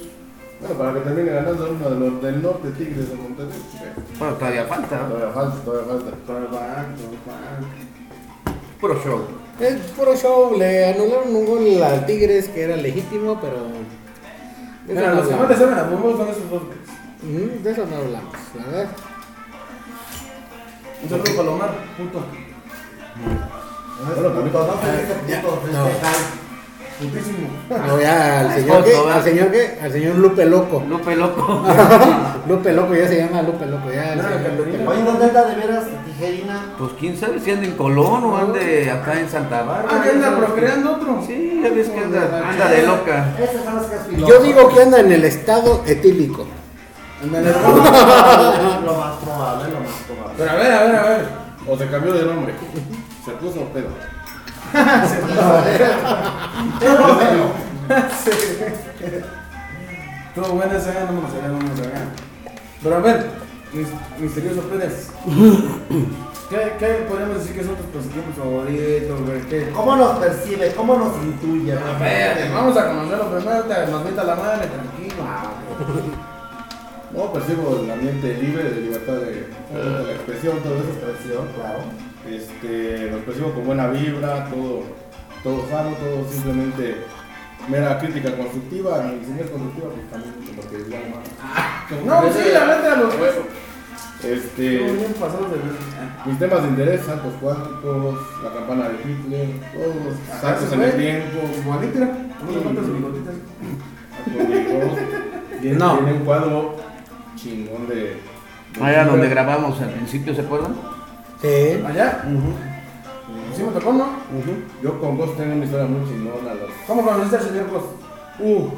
Speaker 5: Bueno, para que termine ganando uno de los del norte, Tigres o Monterrey. Sí.
Speaker 4: Bueno, todavía falta.
Speaker 5: Todavía falta, todavía falta.
Speaker 3: Todo el banco, todo el
Speaker 4: Puro show.
Speaker 1: Es puro show, le anularon un gol al Tigres que era legítimo, pero. De
Speaker 3: banco. Mira,
Speaker 1: eso no
Speaker 3: los que más le
Speaker 1: hablamos.
Speaker 3: saben a fútbol son esos dos.
Speaker 1: Ujú, de eso no hablamos, la verdad.
Speaker 3: Un saludo Palomar, puto.
Speaker 5: Bueno,
Speaker 2: No,
Speaker 5: bonito.
Speaker 2: no se dice puto, se
Speaker 1: No.
Speaker 2: dice high.
Speaker 3: Putísimo.
Speaker 1: No, ya Ah, al señor que, al señor que, al señor Lupe Loco.
Speaker 4: Lupe loco.
Speaker 1: Lupe Loco, ya se llama Lupe Loco, ya. el
Speaker 3: No,
Speaker 1: señor
Speaker 3: Cantorino.
Speaker 1: Lupe Loco.
Speaker 2: Oye, ¿dónde anda de veras tijerina?
Speaker 4: Pues quién sabe si anda en Colón o ande acá en Santa Bárbara.
Speaker 3: Ah, que anda procreando otro.
Speaker 4: Sí, ya ves que anda, anda de loca.
Speaker 2: Esas son las que has
Speaker 1: Yo digo que anda en el estado etílico.
Speaker 3: Anda en el-
Speaker 2: lo más probable, lo más probable.
Speaker 3: Pero a ver, a ver, a ver.
Speaker 5: O se cambió de nombre. Se puso pedo.
Speaker 3: Todo buena esa, no me sabía, no me sabía. Pero a ver, mis- misterioso Pérez. ¿Qué, ¿Qué podríamos decir que son tus positivos favoritos, güey? ¿Qué?
Speaker 2: ¿Cómo nos percibe? ¿Cómo nos intuye?
Speaker 3: A ver, vamos a conocerlo primero, te nos meta la madre, tranquilo.
Speaker 5: No, pues percibo el ambiente libre, de libertad de, de la expresión, todo eso.
Speaker 2: Expresión, claro.
Speaker 5: Este, los percibo con buena vibra, todo, todo sano, todo simplemente mera crítica constructiva. Y si no es constructiva, pues también como que es la
Speaker 3: No, pues sí, la neta, los güeyes.
Speaker 5: Este,
Speaker 3: Bien pasados de ver.
Speaker 5: mis temas de interés, santos cuánticos, la campana de Hitler, todos los
Speaker 3: Ajá,
Speaker 5: santos
Speaker 3: se
Speaker 5: en el
Speaker 3: fue.
Speaker 5: tiempo.
Speaker 3: Igualito, mira, unos cuantos bigotitas.
Speaker 1: No.
Speaker 5: No. Tiene un cuadro chingón de. de
Speaker 4: Allá donde grabamos al principio, ¿se acuerdan?
Speaker 1: Sí.
Speaker 3: Allá, sí me tocó, ¿no?
Speaker 5: Yo con vos tengo una historia muy chingona. Los...
Speaker 3: ¿Cómo conociste al señor Cos?
Speaker 5: Uh,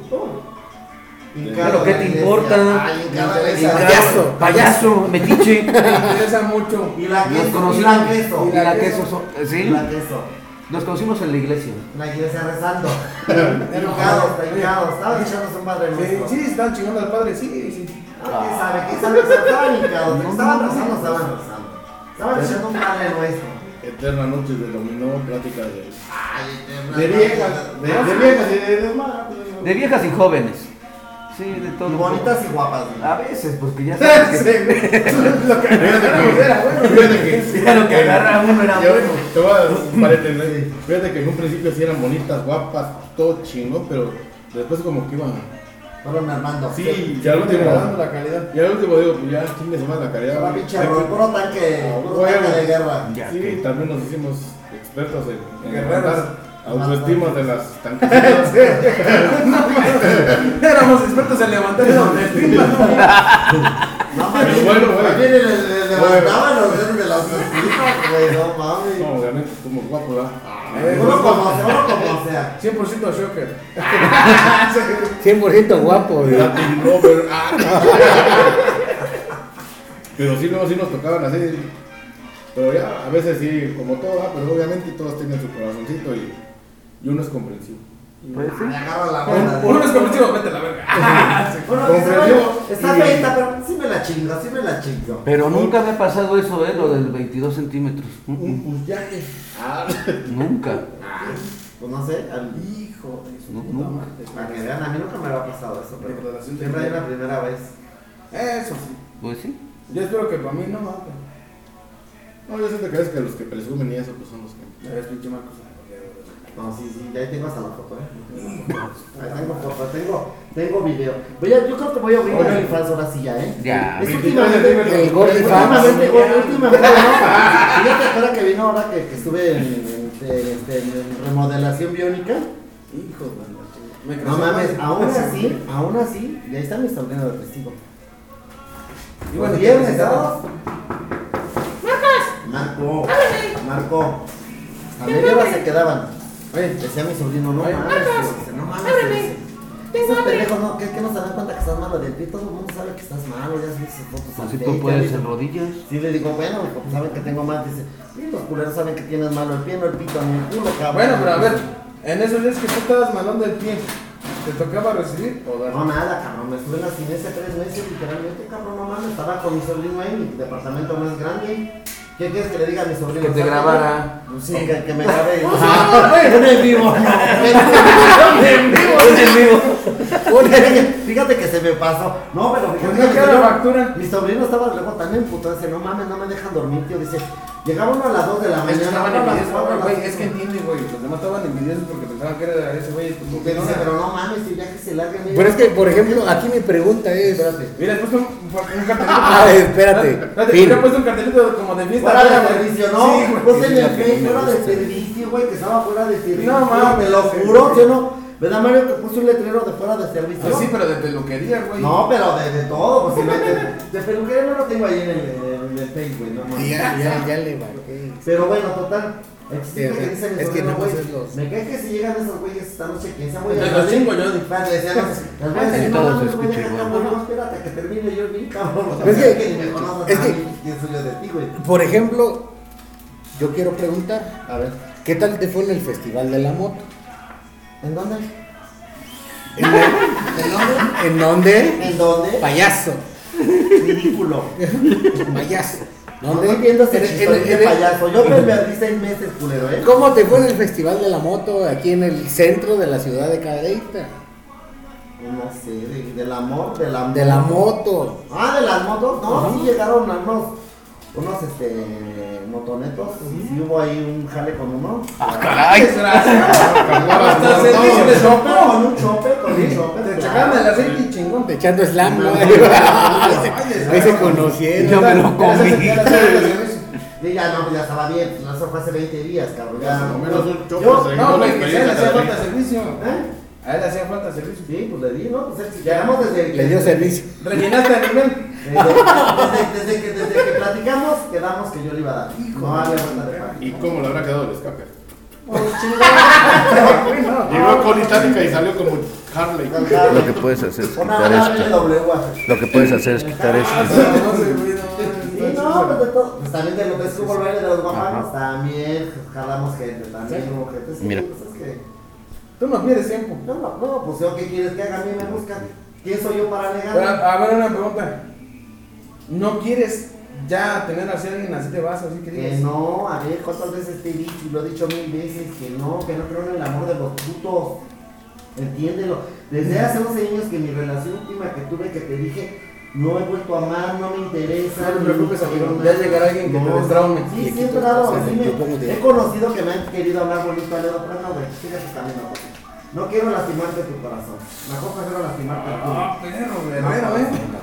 Speaker 4: Pero ¿qué te importa?
Speaker 2: Ay, en cada
Speaker 3: Ay,
Speaker 2: vez.
Speaker 3: cada-
Speaker 1: Payaso.
Speaker 4: Payaso, metiche.
Speaker 3: Me interesa mucho.
Speaker 2: Y la
Speaker 4: Nos
Speaker 2: queso, y la
Speaker 4: conocimos.
Speaker 2: queso.
Speaker 4: Y la queso, so-
Speaker 2: Y
Speaker 4: sí.
Speaker 2: la queso.
Speaker 4: Nos conocimos en la iglesia.
Speaker 2: La iglesia rezando. Educados, educados. Estaban echándose un padre
Speaker 3: Sí,
Speaker 2: nuestro.
Speaker 3: sí, están chingando al padre, sí, sí.
Speaker 2: Ah, ¿Qué sabe? ¿Qué sabe? Estaban hincados. Estaban rezando, estaban rezando. Estaban echando un padre nuestro.
Speaker 5: Eterna Noche de Dominó, plática de.
Speaker 2: Ay,
Speaker 5: De viejas, de, de viejas y de desmadre.
Speaker 4: De viejas y jóvenes. Sí, de todo.
Speaker 2: Y bonitas y guapas. güey.
Speaker 4: A veces, porque ya sabes que
Speaker 3: Lo que era bueno.
Speaker 5: Fíjate que.
Speaker 4: ya lo que agarra uno era
Speaker 5: Ya,
Speaker 4: bueno.
Speaker 5: Te voy a dar- para entender. Fíjate que en un principio sí eran bonitas, guapas, todo chingón, pero después como que iban.
Speaker 2: Fueron armando.
Speaker 5: Sí, ya al
Speaker 3: Degradando
Speaker 5: último.
Speaker 3: la calidad.
Speaker 5: Y al último digo, pues ya chingue su madre la caridad.
Speaker 2: Era
Speaker 5: güey.
Speaker 2: pinche error, puro tanque,
Speaker 5: Ah,
Speaker 2: puro
Speaker 5: huevo.
Speaker 2: tanque de guerra.
Speaker 4: Ya,
Speaker 5: Sí, también nos hicimos expertos en, en
Speaker 3: Guerreros.
Speaker 5: levantar autoestimas de las tanquecitas.
Speaker 3: Éramos expertos en levantar el autoestima.
Speaker 2: No,
Speaker 5: Pero
Speaker 2: mames,
Speaker 5: bueno, güey.
Speaker 2: más bien le- le- le levantaban los dedos de las cositas, güey, no mames.
Speaker 5: No, obviamente como guapo, ¿verdad?
Speaker 3: Eh,
Speaker 2: Uno como sea, uno como sea.
Speaker 3: 100% shocker.
Speaker 1: 100% guapo. güey.
Speaker 5: Latin Lover. Ah, Pero sí, luego sí nos tocaban así. Pero ya, a veces sí, como todo, ¿verdad? pero obviamente todos tienen su corazoncito y, y uno es comprensivo.
Speaker 4: Pues sí.
Speaker 2: Me agarra la banda.
Speaker 3: Uno es comprensivo, vete a la verga. Sí.
Speaker 2: Uno dice,
Speaker 5: comprensivo
Speaker 2: "Oye, pues, Está
Speaker 5: y-
Speaker 2: feita, pero sí me la chingo, sí me la chingo.
Speaker 4: Pero nunca me ha pasado eso, ¿eh? Lo del 22 centímetros.
Speaker 5: Un
Speaker 4: Mm,
Speaker 5: puyaje.
Speaker 4: mm, Nunca.
Speaker 2: Pues no sé, al hijo de su
Speaker 4: No,
Speaker 2: puta
Speaker 4: no.
Speaker 2: madre. Para que vean, a mí nunca me había pasado eso, pero
Speaker 3: Declaración de
Speaker 2: siempre hay
Speaker 3: guerra.
Speaker 2: una primera vez.
Speaker 3: Eso sí.
Speaker 4: Pues sí.
Speaker 3: Yo espero que para mí no mames.
Speaker 5: No, yo siento que es que los que presumen y eso, pues son los que.
Speaker 3: Ya ves, pinche Marcos.
Speaker 2: No, sí, sí, ya ahí tengo hasta la foto, ¿eh? Ahí tengo foto, tengo, tengo video. Voy a, yo creo que voy a abrir
Speaker 3: Oye.
Speaker 2: mi fans ahora sí ya, ¿eh?
Speaker 4: Ya.
Speaker 2: Es
Speaker 5: 23
Speaker 2: últimamente,
Speaker 1: El Gordy Fans.
Speaker 2: últimamente, bueno, últimamente, no. Fíjate, ahora que vino ahora que, que estuve en, en- este, en remodelación biónica.
Speaker 3: Hijo de la chingada. Me
Speaker 2: No
Speaker 3: creció
Speaker 2: mames,
Speaker 3: más.
Speaker 2: aún así, aún así, y ahí está mi sobrino de testigo.
Speaker 3: Y bueno,
Speaker 2: viernes,
Speaker 3: ¿no?
Speaker 2: ¿no? Marco, Marco, a media hora se quedaban. Oye, decía mi sobrino, no
Speaker 3: Ay,
Speaker 2: mames, dice, no mames, dice. Esos pendejos, no, ¿qué, qué no se dan cuenta que estás malo del pie? Todo el mundo sabe que estás malo, ya has visto fotos
Speaker 4: Así
Speaker 2: al
Speaker 4: tú
Speaker 2: Facebook,
Speaker 4: puedes
Speaker 2: ya
Speaker 4: en rodillas.
Speaker 2: Sí, le digo, bueno, pues saben que tengo más. Dice, "Sí, los culeros saben que tienes malo el pie, no el pito, ni el culo, cabrón.
Speaker 3: Bueno, pero a ver, en esos días que tú estabas malando el pie, ¿te tocaba recibir o dar?
Speaker 2: No, nada, cabrón. Me estuve en la cinesia tres meses, literalmente, cabrón, no mames. Estaba con mi sobrino ahí, mi departamento más grande. ¿Qué quieres que le diga a mi sobrino?
Speaker 4: Que te
Speaker 2: ¿Sabes?
Speaker 4: grabara.
Speaker 2: Pues sí, que, que me grabe.
Speaker 3: Ah,
Speaker 2: en el vivo, no. En vivo, en vivo. Fíjate que se me pasó. No, pero
Speaker 3: ¿Por
Speaker 2: fíjate
Speaker 3: qué no
Speaker 2: que
Speaker 3: queda
Speaker 2: yo-
Speaker 3: la factura?
Speaker 2: Mi sobrino estaba luego tan emputado, dice, no mames, no me dejan dormir, tío. Dice, llegaba uno a las 2 de la mañana.
Speaker 3: Estaban
Speaker 2: no, a las cuatro,
Speaker 3: envidiosos,
Speaker 2: a las
Speaker 3: güey, es que entiende, güey, los demás estaban envidiosos porque pensaban que era ese güey. pues,
Speaker 2: cinco. Te
Speaker 3: ¿por qué no?
Speaker 2: dice, pero no mames, si ya que se larga. mira".
Speaker 1: Pero es que, por ejemplo, aquí mi pregunta es.
Speaker 2: Espérate.
Speaker 3: Mira, he puesto un, un cartelito.
Speaker 1: Ah, espérate,
Speaker 3: Espérate,
Speaker 1: fin.
Speaker 3: le he puesto un cartelito como de fiesta.
Speaker 2: Fuera
Speaker 3: güey,
Speaker 2: de
Speaker 3: güey.
Speaker 2: servicio, no,
Speaker 3: Sí, güey.
Speaker 2: puse en el
Speaker 1: Es la que
Speaker 2: Facebook,
Speaker 1: no me
Speaker 2: fuera de
Speaker 1: gusta.
Speaker 2: servicio, güey, que estaba fuera de servicio.
Speaker 3: No mames,
Speaker 2: te lo
Speaker 3: sí.
Speaker 2: juro, yo no. ¿Verdad, Mario? Que puse un letrero de fuera de servicio.
Speaker 3: Pues sí, pero de peluquería, güey.
Speaker 2: No, pero de, de todo, pues si no te- De peluquería no lo tengo ahí en el, en el Facebook, güey, no mames.
Speaker 1: Ya, ya, ya le marqué.
Speaker 2: Pero bueno, total. existe
Speaker 1: Sí,
Speaker 2: que dice mi
Speaker 1: es que
Speaker 2: sobrino,
Speaker 1: nada más
Speaker 2: güey,
Speaker 1: es los-
Speaker 2: Me cae que si llegan esos güeyes esta noche, quién sabe, güey.
Speaker 3: Te
Speaker 2: a
Speaker 3: los
Speaker 2: la-
Speaker 3: chingo yo, dije.
Speaker 2: Padre, decían, las voy a decir, no,
Speaker 4: Todos
Speaker 2: mames, güey,
Speaker 4: escuchan
Speaker 2: ya
Speaker 4: igual.
Speaker 2: acabo, no, espérate que termine yo bien, cabrón. o sea,
Speaker 1: Es que-
Speaker 2: ni me conoces
Speaker 1: es
Speaker 2: a
Speaker 1: que-
Speaker 2: mí, ¿Quién soy yo de ti, güey?
Speaker 1: Por ejemplo, yo quiero preguntar,
Speaker 2: A ver.
Speaker 1: ¿qué tal te fue en el Festival de la Moto?
Speaker 2: ¿En dónde?
Speaker 1: ¿En, dónde?
Speaker 2: ¿En dónde?
Speaker 1: ¿En dónde?
Speaker 2: ¿En dónde?
Speaker 1: Payaso,
Speaker 2: Ridículo.
Speaker 1: payaso.
Speaker 2: No
Speaker 1: ¿Dónde?
Speaker 2: estoy viendo ese
Speaker 1: En- en-
Speaker 2: chistorín de
Speaker 1: en- en-
Speaker 2: payaso. Yo me perdí seis meses, culero, ¿eh?
Speaker 1: ¿Cómo te fue en el Festival de la Moto aquí en el centro de la ciudad de Cadereyta?
Speaker 2: No sé, de- del amor, del amor.
Speaker 1: De la moto.
Speaker 2: Ah, de las motos, no,
Speaker 1: Ajá.
Speaker 2: sí llegaron a unos, unos este, motonetos, y sí hubo ahí un jale con uno.
Speaker 4: Caray.
Speaker 3: Hasta
Speaker 5: No,
Speaker 3: servicio
Speaker 5: no,
Speaker 3: de
Speaker 2: Con un
Speaker 3: sopa.
Speaker 2: chope, con un chope, con un chope.
Speaker 3: Te
Speaker 2: claro.
Speaker 3: checaban el aceite y chingón.
Speaker 1: Echando slam, ¿no?
Speaker 2: No,
Speaker 1: Ahí se- ahí se
Speaker 4: Yo
Speaker 1: conocieron.
Speaker 4: me lo
Speaker 3: Te hace
Speaker 4: comí.
Speaker 3: sentir la sangre de servicio.
Speaker 2: Y ya no, pues ya estaba bien, pues, eso fue hace 20 días, cabrón. Ya,
Speaker 5: Por lo menos un chope
Speaker 2: yo-
Speaker 5: se-
Speaker 3: No, güey, que sí, le hacía falta servicio.
Speaker 2: ¿eh?
Speaker 3: pues, A él le hacía falta servicio.
Speaker 2: Sí, pues le di, ¿no? Pues es- llegamos desde
Speaker 1: Le dio servicio.
Speaker 3: Rellenaste a nivel.
Speaker 2: Desde, desde- desde que, desde que platicamos, quedamos que yo le iba a dar. no había falta de pan.
Speaker 5: ¿Y cómo le habrá quedado el escape?
Speaker 3: Güey, no.
Speaker 5: Llegó con Itálica y salió como Harley.
Speaker 4: Lo que puedes hacer es quitar
Speaker 2: Una
Speaker 4: esto.
Speaker 2: W a
Speaker 4: Lo que puedes hacer es quitar esto.
Speaker 3: No se
Speaker 2: Sí, no, pues de todo. Pues también de lo que estuvo el baile de los guapagos,
Speaker 4: Ajá.
Speaker 2: también jalamos gente, también hubo gente. Sí,
Speaker 4: Mira.
Speaker 2: pues es que,
Speaker 3: Tú nos mides tiempo.
Speaker 2: no, no, no, pues yo qué quieres que haga, a mí me buscan. ¿Quién soy yo para negar?
Speaker 3: Pero, a ver, una pregunta. ¿No quieres ya tener así a alguien así te vas, así
Speaker 2: que
Speaker 3: que digas?
Speaker 2: Eh, no, a ver, ¿cuántas veces te he dicho y lo he dicho mil veces? Que no, que no creo en el amor de los putos. Entiéndelo. Desde hace 11 años que mi relación última que tuve, que te dije, no he vuelto a amar, no me interesa.
Speaker 3: No te
Speaker 2: ni
Speaker 3: preocupes,
Speaker 2: quiero
Speaker 3: amigo,
Speaker 2: nada.
Speaker 3: ya llegará alguien que te destraume.
Speaker 2: Sí,
Speaker 1: Y aquí
Speaker 2: siempre
Speaker 1: todo
Speaker 2: he dado,
Speaker 1: se
Speaker 2: sí
Speaker 1: le-
Speaker 2: me-
Speaker 1: yo pongo de-
Speaker 2: He conocido que me han querido hablar bonito al dedo, pero no, pues, güey, fíjate también, no. No quiero lastimarte tu corazón. Mejor prefiero lastimarte el tuyo.
Speaker 3: Ah, perro, guerrero, eh.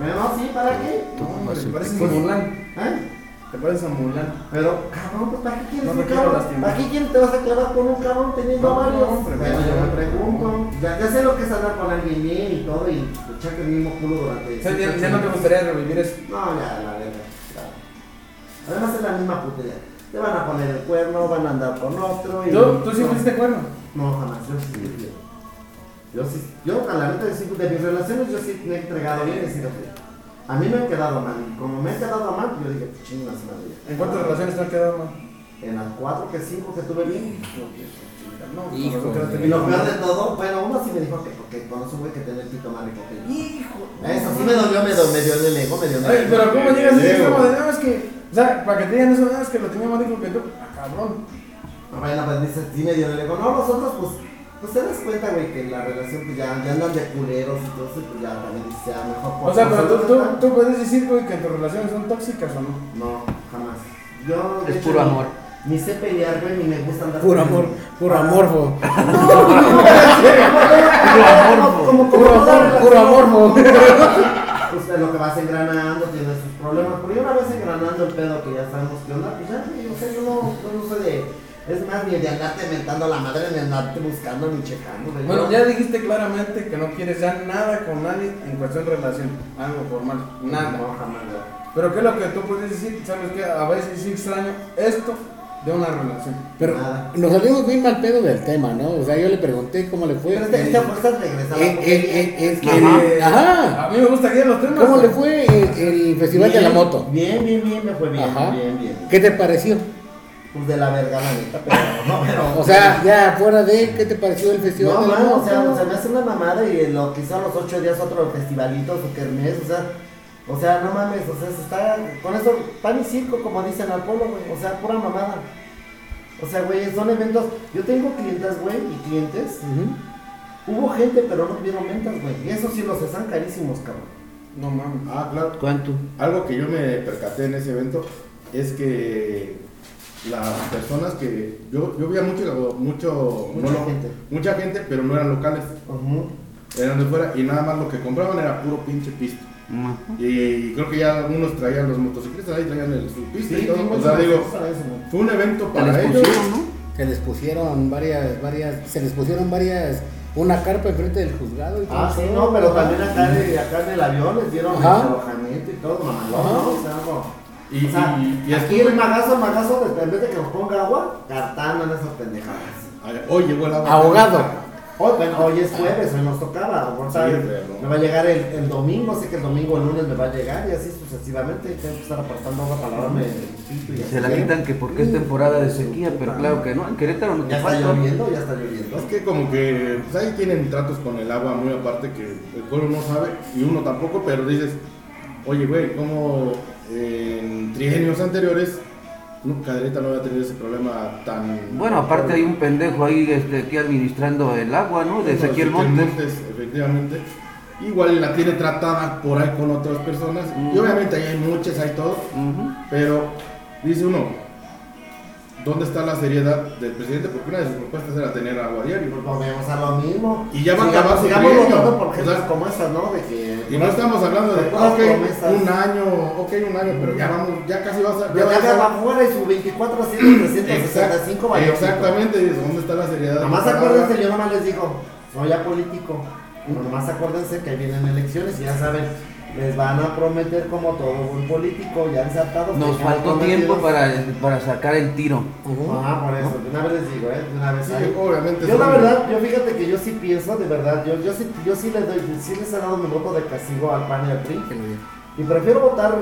Speaker 2: No, sí, ¿para qué?
Speaker 3: No, hombre, te pareces a Pues, Mulan.
Speaker 2: ¿Eh?
Speaker 3: Te pareces a Mulan.
Speaker 2: Pero, cabrón, pues ¿para qué quieres
Speaker 3: No
Speaker 2: un
Speaker 3: me quiero
Speaker 2: cabrón?
Speaker 3: lastimar.
Speaker 2: ¿Para qué quieres te vas a clavar con un cabrón teniendo
Speaker 3: No,
Speaker 2: varios?
Speaker 3: no, hombre,
Speaker 2: bueno,
Speaker 3: no.
Speaker 2: yo me pregunto. Ya, ya sé lo que es andar con alguien bien y todo y echarte el mismo culo durante.
Speaker 3: O sea, ya,
Speaker 2: 18
Speaker 3: ya no te
Speaker 2: años.
Speaker 3: gustaría revivir eso.
Speaker 2: No, ya, la verga. ya. Además es la misma putería. Te van a poner el cuerno, van a andar con otro y.
Speaker 3: ¿Tú, tú sí
Speaker 2: no.
Speaker 3: fuiste cuerno?
Speaker 2: No, jamás, yo sí. fui. Yo sí, yo a la neta de, de mis relaciones yo sí me he entregado bien y sí lo fui. A mí me han quedado mal. Y como me han quedado mal, yo dije, chingas madre.
Speaker 3: ¿En cuántas relaciones te han quedado mal?
Speaker 2: En las cuatro que cinco que tuve bien.
Speaker 3: No,
Speaker 1: Hijo,
Speaker 3: por eso
Speaker 1: güey.
Speaker 2: Y lo peor
Speaker 3: quedaste
Speaker 2: de todo, bueno, uno sí me dijo que porque conoce un güey que tiene el pito más rico que yo. Hijo. Eso sí me dolió, me dolió, me dio en el ego, me dio en el
Speaker 3: Ay,
Speaker 2: ego.
Speaker 3: pero ¿cómo llegas a ese
Speaker 5: Diego.
Speaker 3: extremo de nada? Es que, o sea, para que te digan eso, nada, es que lo tenía más rico que tú. Ah, cabrón.
Speaker 2: Bueno, pues dice, sí me dio en el ego. No, nosotros pues, pues te das cuenta, güey, que la relación pues ya, ya andan de culeros y todo eso, pues ya también dices, ya mejor por
Speaker 3: O sea, pero tú, tú,
Speaker 2: por-
Speaker 3: tú puedes decir, güey, que tus relaciones son tóxicas o no.
Speaker 2: No, jamás. Yo, de
Speaker 4: Es
Speaker 2: hecho,
Speaker 4: puro
Speaker 2: ni-
Speaker 4: amor.
Speaker 2: Ni sé pelear, güey, ni me gusta andar
Speaker 1: Puro
Speaker 2: peleando.
Speaker 1: amor, puro amorfo.
Speaker 2: Ah, Como- como- como
Speaker 1: Puro
Speaker 2: toda
Speaker 1: amor,
Speaker 2: relación,
Speaker 1: puro amorfo.
Speaker 2: Pues lo que vas engranando tiene sus problemas. Pero yo una vez engranando el pedo que ya sabemos que onda, pues ya, güey, o sea, yo no, yo no sé de. Es más, ni de andarte mentando a la madre, ni andarte buscando, ni checando, güey.
Speaker 3: Bueno,
Speaker 2: Yo-
Speaker 3: ya dijiste claramente que no quieres ya nada con nadie en cuestión de relación, algo formal, nada.
Speaker 2: No, jamás, güey.
Speaker 3: Pero ¿qué es lo que tú puedes decir? ¿Sabes qué? A veces sí extraño esto de una relación.
Speaker 1: Pero
Speaker 2: Nada.
Speaker 1: nos salimos muy mal pedo del tema, ¿no? O sea, yo le pregunté cómo le fue.
Speaker 2: Pero este,
Speaker 1: Eh,
Speaker 2: esta fuerza regresa a la
Speaker 1: eh, eh, eh, es que-
Speaker 3: Eh,
Speaker 1: Ajá.
Speaker 3: A mí me gusta que ya los temas.
Speaker 1: ¿Cómo le fue el, el festival de la moto?
Speaker 2: Bien, bien, bien, me fue bien,
Speaker 1: Ajá.
Speaker 2: bien, bien.
Speaker 1: ¿Qué te pareció?
Speaker 2: Pues de la verga, la neta, pero no, pero.
Speaker 1: O sea, ya fuera de ¿qué te pareció el festival
Speaker 2: No,
Speaker 1: de la
Speaker 2: mano,
Speaker 1: moto?
Speaker 2: o sea, se me hace una mamada y lo que hizo a los ocho días otro festivalito, su kermés, o sea, o sea, no mames, o sea, se está, con eso, pan y circo, como dicen al pueblo, güey, o sea, pura mamada. O sea, güey, son eventos, yo tengo clientes, güey, y clientes,
Speaker 1: Ujú.
Speaker 2: hubo gente, pero no tuvieron ventas, güey, y esos sí los están carísimos, cabrón.
Speaker 3: No mames.
Speaker 5: Ah, claro.
Speaker 4: ¿Cuánto?
Speaker 5: Algo que yo me percaté en ese evento es que las personas que. Yo, yo veía mucho, mucho
Speaker 2: Mucha
Speaker 5: no lo-
Speaker 2: gente.
Speaker 5: mucha gente, pero no eran locales,
Speaker 2: Ujú.
Speaker 5: eran de fuera y nada más lo que compraban era puro pinche pisto. Y creo que ya algunos traían los motociclistas, ahí traían el, su pista y todo. O sea, digo, fue un evento
Speaker 4: Te les
Speaker 5: para ellos.
Speaker 4: pusieron, ¿no?
Speaker 1: Se les pusieron varias, varias, se les pusieron varias, una carpa enfrente del juzgado y todo
Speaker 2: Ah,
Speaker 1: eso.
Speaker 2: sí, no, pero también acá, de- acá en el avión les dieron el
Speaker 1: Ajá.
Speaker 2: alojamiento y todo, mamalón,
Speaker 1: Ajá.
Speaker 2: ¿no? O sea, algo-
Speaker 5: Y,
Speaker 2: O sea,
Speaker 5: y- y
Speaker 2: aquí
Speaker 5: estuve-
Speaker 2: el magazo, magazo, pues, en vez de que nos ponga agua, cartana en esas pendejadas.
Speaker 5: Ay, Hoy llegó el agua.
Speaker 1: Ahogado.
Speaker 2: Hoy, bueno, hoy es jueves, hoy nos tocaba. o sea,
Speaker 5: Sí, pero-
Speaker 2: me va a llegar el, el domingo, sé que el domingo o el lunes me va a llegar y así sucesivamente. Tengo que estar apartando agua para lavarme el pito y así.
Speaker 4: Se la quitan que porque es temporada de sequía, pero claro que no. En Querétaro no te
Speaker 2: Ya está
Speaker 4: falta.
Speaker 2: lloviendo, ya está lloviendo.
Speaker 5: Es que como que pues ahí tienen tratos con el agua muy aparte que el pueblo no sabe y uno tampoco, pero dices, oye güey, como en trienios anteriores, nunca Cadereta no había tenido ese problema tan...
Speaker 4: Bueno, aparte hay un pendejo ahí este, aquí administrando el agua, ¿no? De
Speaker 5: Bueno,
Speaker 4: Ezequiel
Speaker 5: Ezequiel
Speaker 4: Montes.
Speaker 5: Montes, efectivamente. Igual la tiene tratada por ahí con otras personas. Y
Speaker 4: Ujú.
Speaker 5: obviamente ahí hay muchas, hay todo.
Speaker 4: Ujú.
Speaker 5: Pero dice uno, ¿dónde está la seriedad del presidente? Porque una de sus propuestas era tener agua diario.
Speaker 2: Volvemos a lo mismo.
Speaker 5: Y ya va a
Speaker 2: Sigamos-
Speaker 5: acabar su
Speaker 2: Sigamos
Speaker 5: trienio.
Speaker 2: votando por
Speaker 5: O
Speaker 2: gente
Speaker 5: sea,
Speaker 2: como esas, ¿no? De que.
Speaker 5: Y no estamos hablando de,
Speaker 2: Puras
Speaker 5: ok,
Speaker 2: promesas.
Speaker 5: un año, ok, un año, pero ya vamos, ya casi vas a...
Speaker 2: Ya
Speaker 5: vas
Speaker 2: va
Speaker 5: a-
Speaker 2: afuera y su 24 365
Speaker 5: Exact-
Speaker 2: valió pito.
Speaker 5: Exactamente, dices, ¿dónde está la seriedad?
Speaker 2: Nomás
Speaker 5: de la
Speaker 2: acuérdense,
Speaker 5: palabra?
Speaker 2: yo nomás les digo, soy apolítico. Pero Nomás acuérdense que vienen elecciones y ya saben, les van a prometer como todo buen político, ya ensartados.
Speaker 4: Nos
Speaker 2: que ya
Speaker 4: faltó
Speaker 2: prometidos.
Speaker 4: tiempo para, para sacar el tiro.
Speaker 1: Ujú.
Speaker 2: Ajá, por eso, de una vez les digo, ¿eh? De una vez.
Speaker 5: Sí,
Speaker 2: ahí.
Speaker 5: obviamente.
Speaker 2: Yo la
Speaker 5: son-
Speaker 2: verdad, yo fíjate que yo sí pienso, de verdad, yo, yo sí, yo sí les doy, sí les he dado mi voto de castigo al PAN y al PRI.
Speaker 1: Que lo vi.
Speaker 2: Y prefiero votar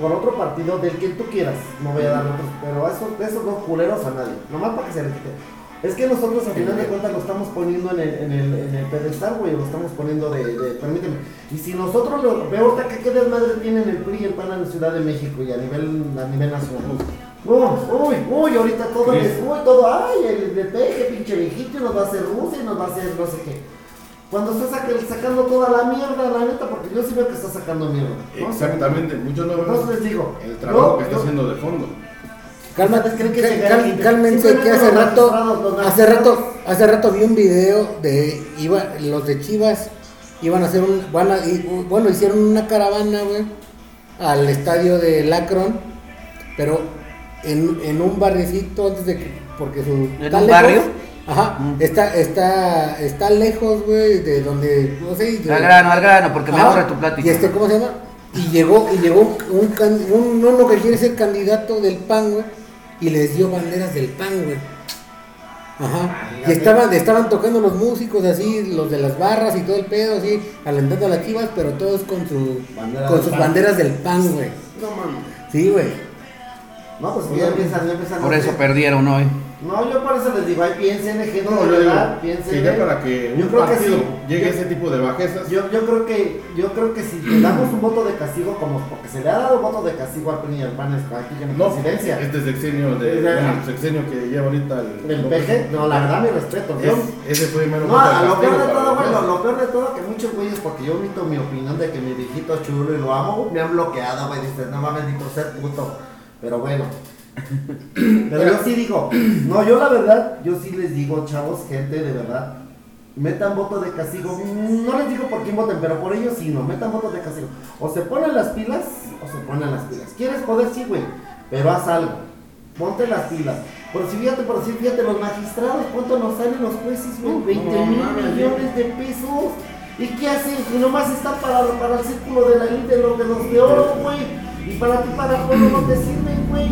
Speaker 2: por otro partido del que tú quieras. No voy a dar otros, pero a esos, de esos dos culeros a nadie. Nomás para que se les quite. Es que nosotros al final de cuentas lo estamos poniendo en el, en el, en el pedestal, güey. Lo estamos poniendo de, de- Permíteme. Y si nosotros lo. Veo ahorita que qué desmadre tienen el PRI y el PAN en la Ciudad de México y a nivel, a nivel nacional. No, uy, uy, ahorita todo
Speaker 5: Sí.
Speaker 2: es, uy, todo, ay, el DP, que pinche viejito, y nos va a hacer Rusia, y nos va a hacer no sé qué. Cuando está saca- sacando toda la mierda, la neta, porque yo sí veo que está sacando mierda. ¿no?
Speaker 5: Exactamente, muchos no
Speaker 2: Entonces
Speaker 5: vemos
Speaker 2: les digo,
Speaker 5: el trabajo
Speaker 2: yo-
Speaker 5: que está
Speaker 2: yo-
Speaker 5: haciendo de fondo.
Speaker 1: Cálmate,
Speaker 2: ¿Ustedes creen que se
Speaker 1: cal-
Speaker 2: gana
Speaker 1: cal-
Speaker 2: el-
Speaker 1: cálmense que
Speaker 2: simplemente
Speaker 1: hace
Speaker 2: los
Speaker 1: rato,
Speaker 2: magistrados, los
Speaker 1: hace
Speaker 2: magistrados?
Speaker 1: rato, hace rato vi un video de iba, los de Chivas iban a hacer un, van a- y- bueno hicieron una caravana, güey, al estadio de Lacron, pero en, en un barriecito antes de que, porque su
Speaker 4: ¿En
Speaker 1: está
Speaker 4: un
Speaker 1: lejos.
Speaker 4: barrio?
Speaker 1: Ajá,
Speaker 4: Mm.
Speaker 1: está, está, está lejos, güey, de donde, no sé, de-
Speaker 4: Al grano, al grano, porque me
Speaker 1: Ajá.
Speaker 4: ahorra tu plática.
Speaker 1: Y este, ¿cómo se llama? Y llegó, y llegó un, can- un- uno que quiere ser candidato del PAN, güey, y les dio banderas del PAN, güey.
Speaker 4: Ah,
Speaker 1: Ajá. Y estaban, estaban tocando los músicos así, los de las barras y todo el pedo, así, alentando a las chivas, pero todos con, su,
Speaker 2: Bandera
Speaker 1: con
Speaker 2: del
Speaker 1: sus
Speaker 2: PAN.
Speaker 1: banderas del pan, güey.
Speaker 3: No mames.
Speaker 1: Sí, güey.
Speaker 2: No, pues que ya empiezan, ya empiezan.
Speaker 4: Por
Speaker 2: a-
Speaker 4: eso perdieron hoy.
Speaker 2: No, yo por eso les digo, ahí piensen, ejemplo,
Speaker 5: No, yo digo,
Speaker 2: ¿verdad? Piensen.
Speaker 5: que ya para que
Speaker 2: Yo
Speaker 5: un
Speaker 2: creo que
Speaker 5: partido
Speaker 2: sí.
Speaker 5: llegue
Speaker 2: Yo-
Speaker 5: a ese tipo de bajezas,
Speaker 2: Yo, yo creo que yo creo que si le damos un voto de castigo como porque se le ha dado voto de castigo al PRI y al PAN es aquí en la
Speaker 5: no,
Speaker 2: presidencia.
Speaker 5: este sexenio, de,
Speaker 2: Ajá.
Speaker 5: bueno, el sexenio que lleva ahorita el,
Speaker 2: El PG, no, la verdad mi respeto, yo-
Speaker 5: es- ese fue el mero
Speaker 2: No, a lo
Speaker 5: castigo
Speaker 2: peor de
Speaker 5: para
Speaker 2: todo,
Speaker 5: los
Speaker 2: bueno,
Speaker 5: dos.
Speaker 2: lo peor de todo que muchos güeyes, porque yo omito mi opinión de que mi viejito chulo y lo amo, me han bloqueado, güey, dices, no mames, ni por ser puto. Pero bueno. Pero yo sí digo, no, yo la verdad, yo sí les digo, chavos, gente, de verdad, metan voto de castigo. No les digo por quién voten, pero por ellos sí, no, metan voto de castigo. O se ponen las pilas, o se ponen las pilas. ¿Quieres poder? Sí, güey, pero haz algo. Ponte las pilas. Por si fíjate, por si fíjate, los magistrados, ¿cuánto nos salen los jueces, güey? 20 mil
Speaker 3: mames,
Speaker 2: millones de pesos. ¿Y qué hacen? Que nomás está para, para el círculo de la élite, los de los de oro, güey. Y para ti, para juego no te sirven, güey.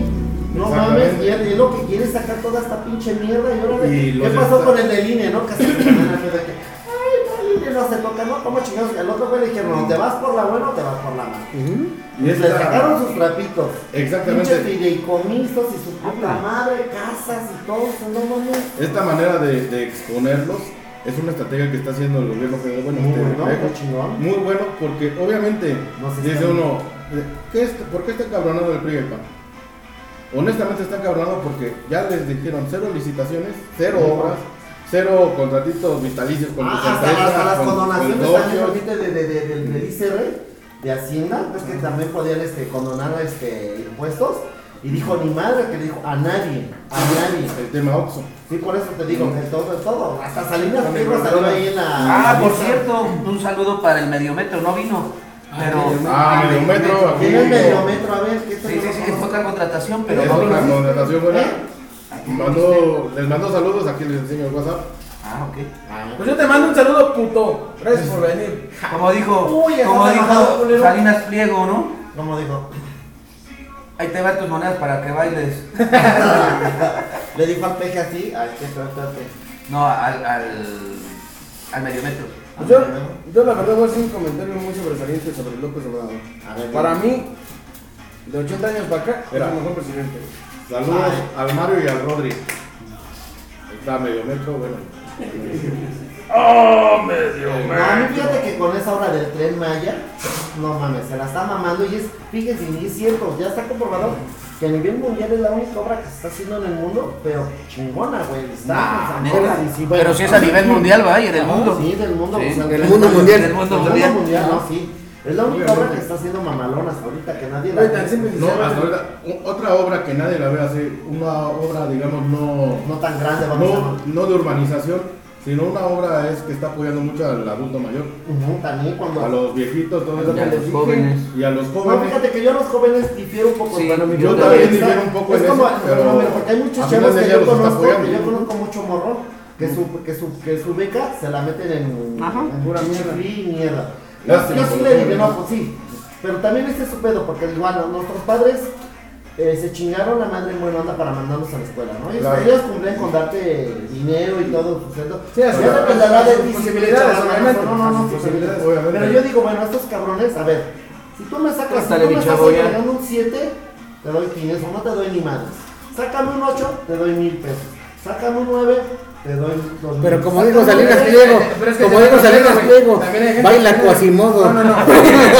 Speaker 2: No mames,
Speaker 5: Exactamente.
Speaker 2: y es lo que quiere es sacar toda esta pinche mierda y ahora
Speaker 5: Y
Speaker 2: ¿Qué
Speaker 5: los
Speaker 2: pasó
Speaker 5: esta-
Speaker 2: con el del INE, no? Casi que me da miedo de que, ay, no, el INE no se toca, ¿no? ¿Cómo chingados? El otro güey le dijeron, no, te vas por la buena o te vas por la mala.
Speaker 5: Y
Speaker 2: Les
Speaker 5: esta-
Speaker 2: sacaron sus trapitos.
Speaker 5: Exactamente.
Speaker 2: Pinches fideicomisos y su puta madre, casas y todo eso, no mames.
Speaker 5: Esta manera de, de exponerlos es una estrategia que está haciendo el gobierno federal. Bueno,
Speaker 2: Muy
Speaker 5: este,
Speaker 2: bueno,
Speaker 5: eh,
Speaker 2: muy chingón.
Speaker 5: muy bueno, porque obviamente
Speaker 2: No se
Speaker 5: dice
Speaker 2: están-
Speaker 5: uno, ¿qué es- ¿por qué está cabronado el PRI y el PAN? Honestamente está cabronado porque ya les dijeron cero licitaciones, cero
Speaker 2: Ajá.
Speaker 5: obras, cero contratitos vitalicios con tus
Speaker 2: Ah, hasta, las- hasta las
Speaker 5: con- con
Speaker 2: condonaciones también
Speaker 5: socios.
Speaker 2: ahorita de, de, de- del- del ICR, de Hacienda, pues que también podían este, condonar este, impuestos. Y dijo, ni madre, que le dijo, a nadie, a nadie.
Speaker 5: El tema Oxxo.
Speaker 2: Sí, por eso te digo, que todo es todo. Hasta Salinas
Speaker 3: Con
Speaker 2: Pliego
Speaker 3: el
Speaker 2: salió
Speaker 3: gobernador.
Speaker 2: ahí en la.
Speaker 4: Ah,
Speaker 2: la
Speaker 4: por
Speaker 2: mesa.
Speaker 4: cierto, un saludo para el mediometro, no vino. Pero.
Speaker 5: Ah, medio metro. aquí.
Speaker 2: ¿Quién es Mediometro? A ver, ¿qué
Speaker 4: Sí, sí, sí, fue otra contratación, pero
Speaker 5: Es
Speaker 4: no
Speaker 5: una
Speaker 4: vino.
Speaker 5: contratación buena.
Speaker 2: ¿Eh?
Speaker 5: Mandó- les mando saludos, aquí les enseño el WhatsApp.
Speaker 4: Ah, ok.
Speaker 3: Pues yo te mando un saludo, puto. Gracias por venir.
Speaker 4: Como dijo,
Speaker 2: Uy, estás
Speaker 4: como
Speaker 2: enojado,
Speaker 4: dijo
Speaker 2: culero.
Speaker 4: Salinas Pliego, ¿no?
Speaker 2: Como dijo,
Speaker 4: Ahí te van tus monedas para que bailes.
Speaker 2: le dijo al peje así, ay, qué trátate.
Speaker 4: No, al, al, al mediometro.
Speaker 3: Pues yo, yo la verdad voy a hacer un comentario muy sobresaliente sobre López Obrador.
Speaker 2: A ver,
Speaker 3: Para
Speaker 2: dime.
Speaker 3: mí, de 80 años para acá, era
Speaker 5: Era.
Speaker 3: el mejor presidente.
Speaker 5: Saludos al Mario y al Rodri. Está medio metro, bueno.
Speaker 2: A mí fíjate que con esa obra del tren Maya, no mames, se la está mamando y es, fíjense, y es cierto, ya está comprobado que a nivel mundial es la única obra que se está haciendo en el mundo, pero chingona, güey. Está
Speaker 4: Nah,
Speaker 2: Ah, con Zamora,
Speaker 4: Ah, neta.
Speaker 2: y sí, bueno.
Speaker 4: Pero si es a nivel mundial, va, y en el mundo.
Speaker 2: Ah, Sí, del mundo.
Speaker 4: Sí.
Speaker 2: o sea,
Speaker 1: Del mundo mundial.
Speaker 4: Del
Speaker 2: Del
Speaker 4: mundo
Speaker 2: mundo
Speaker 4: mundial.
Speaker 2: mundial, no, sí. Es la única obra que está haciendo mamalona hasta ahorita que nadie la
Speaker 3: Oye, tan simple y
Speaker 5: No, hasta
Speaker 3: sencillo.
Speaker 5: ahorita, o- otra obra que nadie la ve hacer, una obra, digamos, no,
Speaker 2: No tan grande, vamos a
Speaker 5: no, no de urbanización, sino una obra es que está apoyando mucho al adulto mayor,
Speaker 2: Ujú, También cuando.
Speaker 5: a los viejitos, todo eso.
Speaker 4: Y a los jóvenes.
Speaker 5: Y a los
Speaker 2: No,
Speaker 5: jóvenes.
Speaker 3: Ah,
Speaker 2: fíjate que yo a los jóvenes difiero un poco.
Speaker 4: Sí,
Speaker 2: bueno, mi
Speaker 4: yo
Speaker 2: punto
Speaker 4: también
Speaker 2: de vista
Speaker 5: difiero un poco
Speaker 2: es
Speaker 5: en
Speaker 2: como,
Speaker 5: eso,
Speaker 2: pero,
Speaker 5: pero
Speaker 2: porque hay
Speaker 5: a
Speaker 2: muchos
Speaker 5: final
Speaker 2: chavos
Speaker 5: de
Speaker 2: que
Speaker 5: día
Speaker 2: yo
Speaker 5: los está
Speaker 2: conozco,
Speaker 5: apoyando.
Speaker 2: que yo conozco mucho morro, que su, que su, que su beca se la meten en,
Speaker 4: Ajá.
Speaker 2: en pura mierda. y mierda.
Speaker 5: Lástima
Speaker 2: yo sí
Speaker 5: por
Speaker 2: le
Speaker 5: los
Speaker 2: digo, no,
Speaker 5: jóvenes.
Speaker 2: pues sí. Pero también este es su pedo, porque igual a nuestros padres eh, se chingaron la madre en buena onda para mandarnos a la escuela, ¿no? Ellos,
Speaker 5: Claro.
Speaker 2: ellos cumplían con darte dinero y todo, sustento.
Speaker 3: Sí, a
Speaker 2: Ya
Speaker 3: su-
Speaker 2: dependerá de
Speaker 3: a sus
Speaker 2: ti, si
Speaker 3: posibilidades,
Speaker 2: le echas la mano,
Speaker 3: obviamente.
Speaker 2: No, no,
Speaker 3: A
Speaker 2: no,
Speaker 3: sus posibilidades.
Speaker 5: Obviamente.
Speaker 2: pero yo digo, bueno, estos cabrones, a ver, si tú me sacas, si tú
Speaker 4: Pásale,
Speaker 2: me
Speaker 4: mi
Speaker 2: estás
Speaker 4: chavo, ya.
Speaker 2: entregando un 7, te doy 500, no te doy ni madres. Sácame un 8, te doy 1000 pesos. Sácame un 9, te doy 2000.
Speaker 1: Pero como dijo
Speaker 3: Pero
Speaker 1: Salinas
Speaker 3: es que-
Speaker 1: Pliego,
Speaker 3: pero es que
Speaker 1: como
Speaker 3: también
Speaker 1: dijo
Speaker 3: hay gente,
Speaker 1: Salinas
Speaker 3: güey,
Speaker 1: Pliego,
Speaker 3: también hay gente
Speaker 1: baila
Speaker 3: que-
Speaker 1: Quasimodo.
Speaker 3: No, no, no.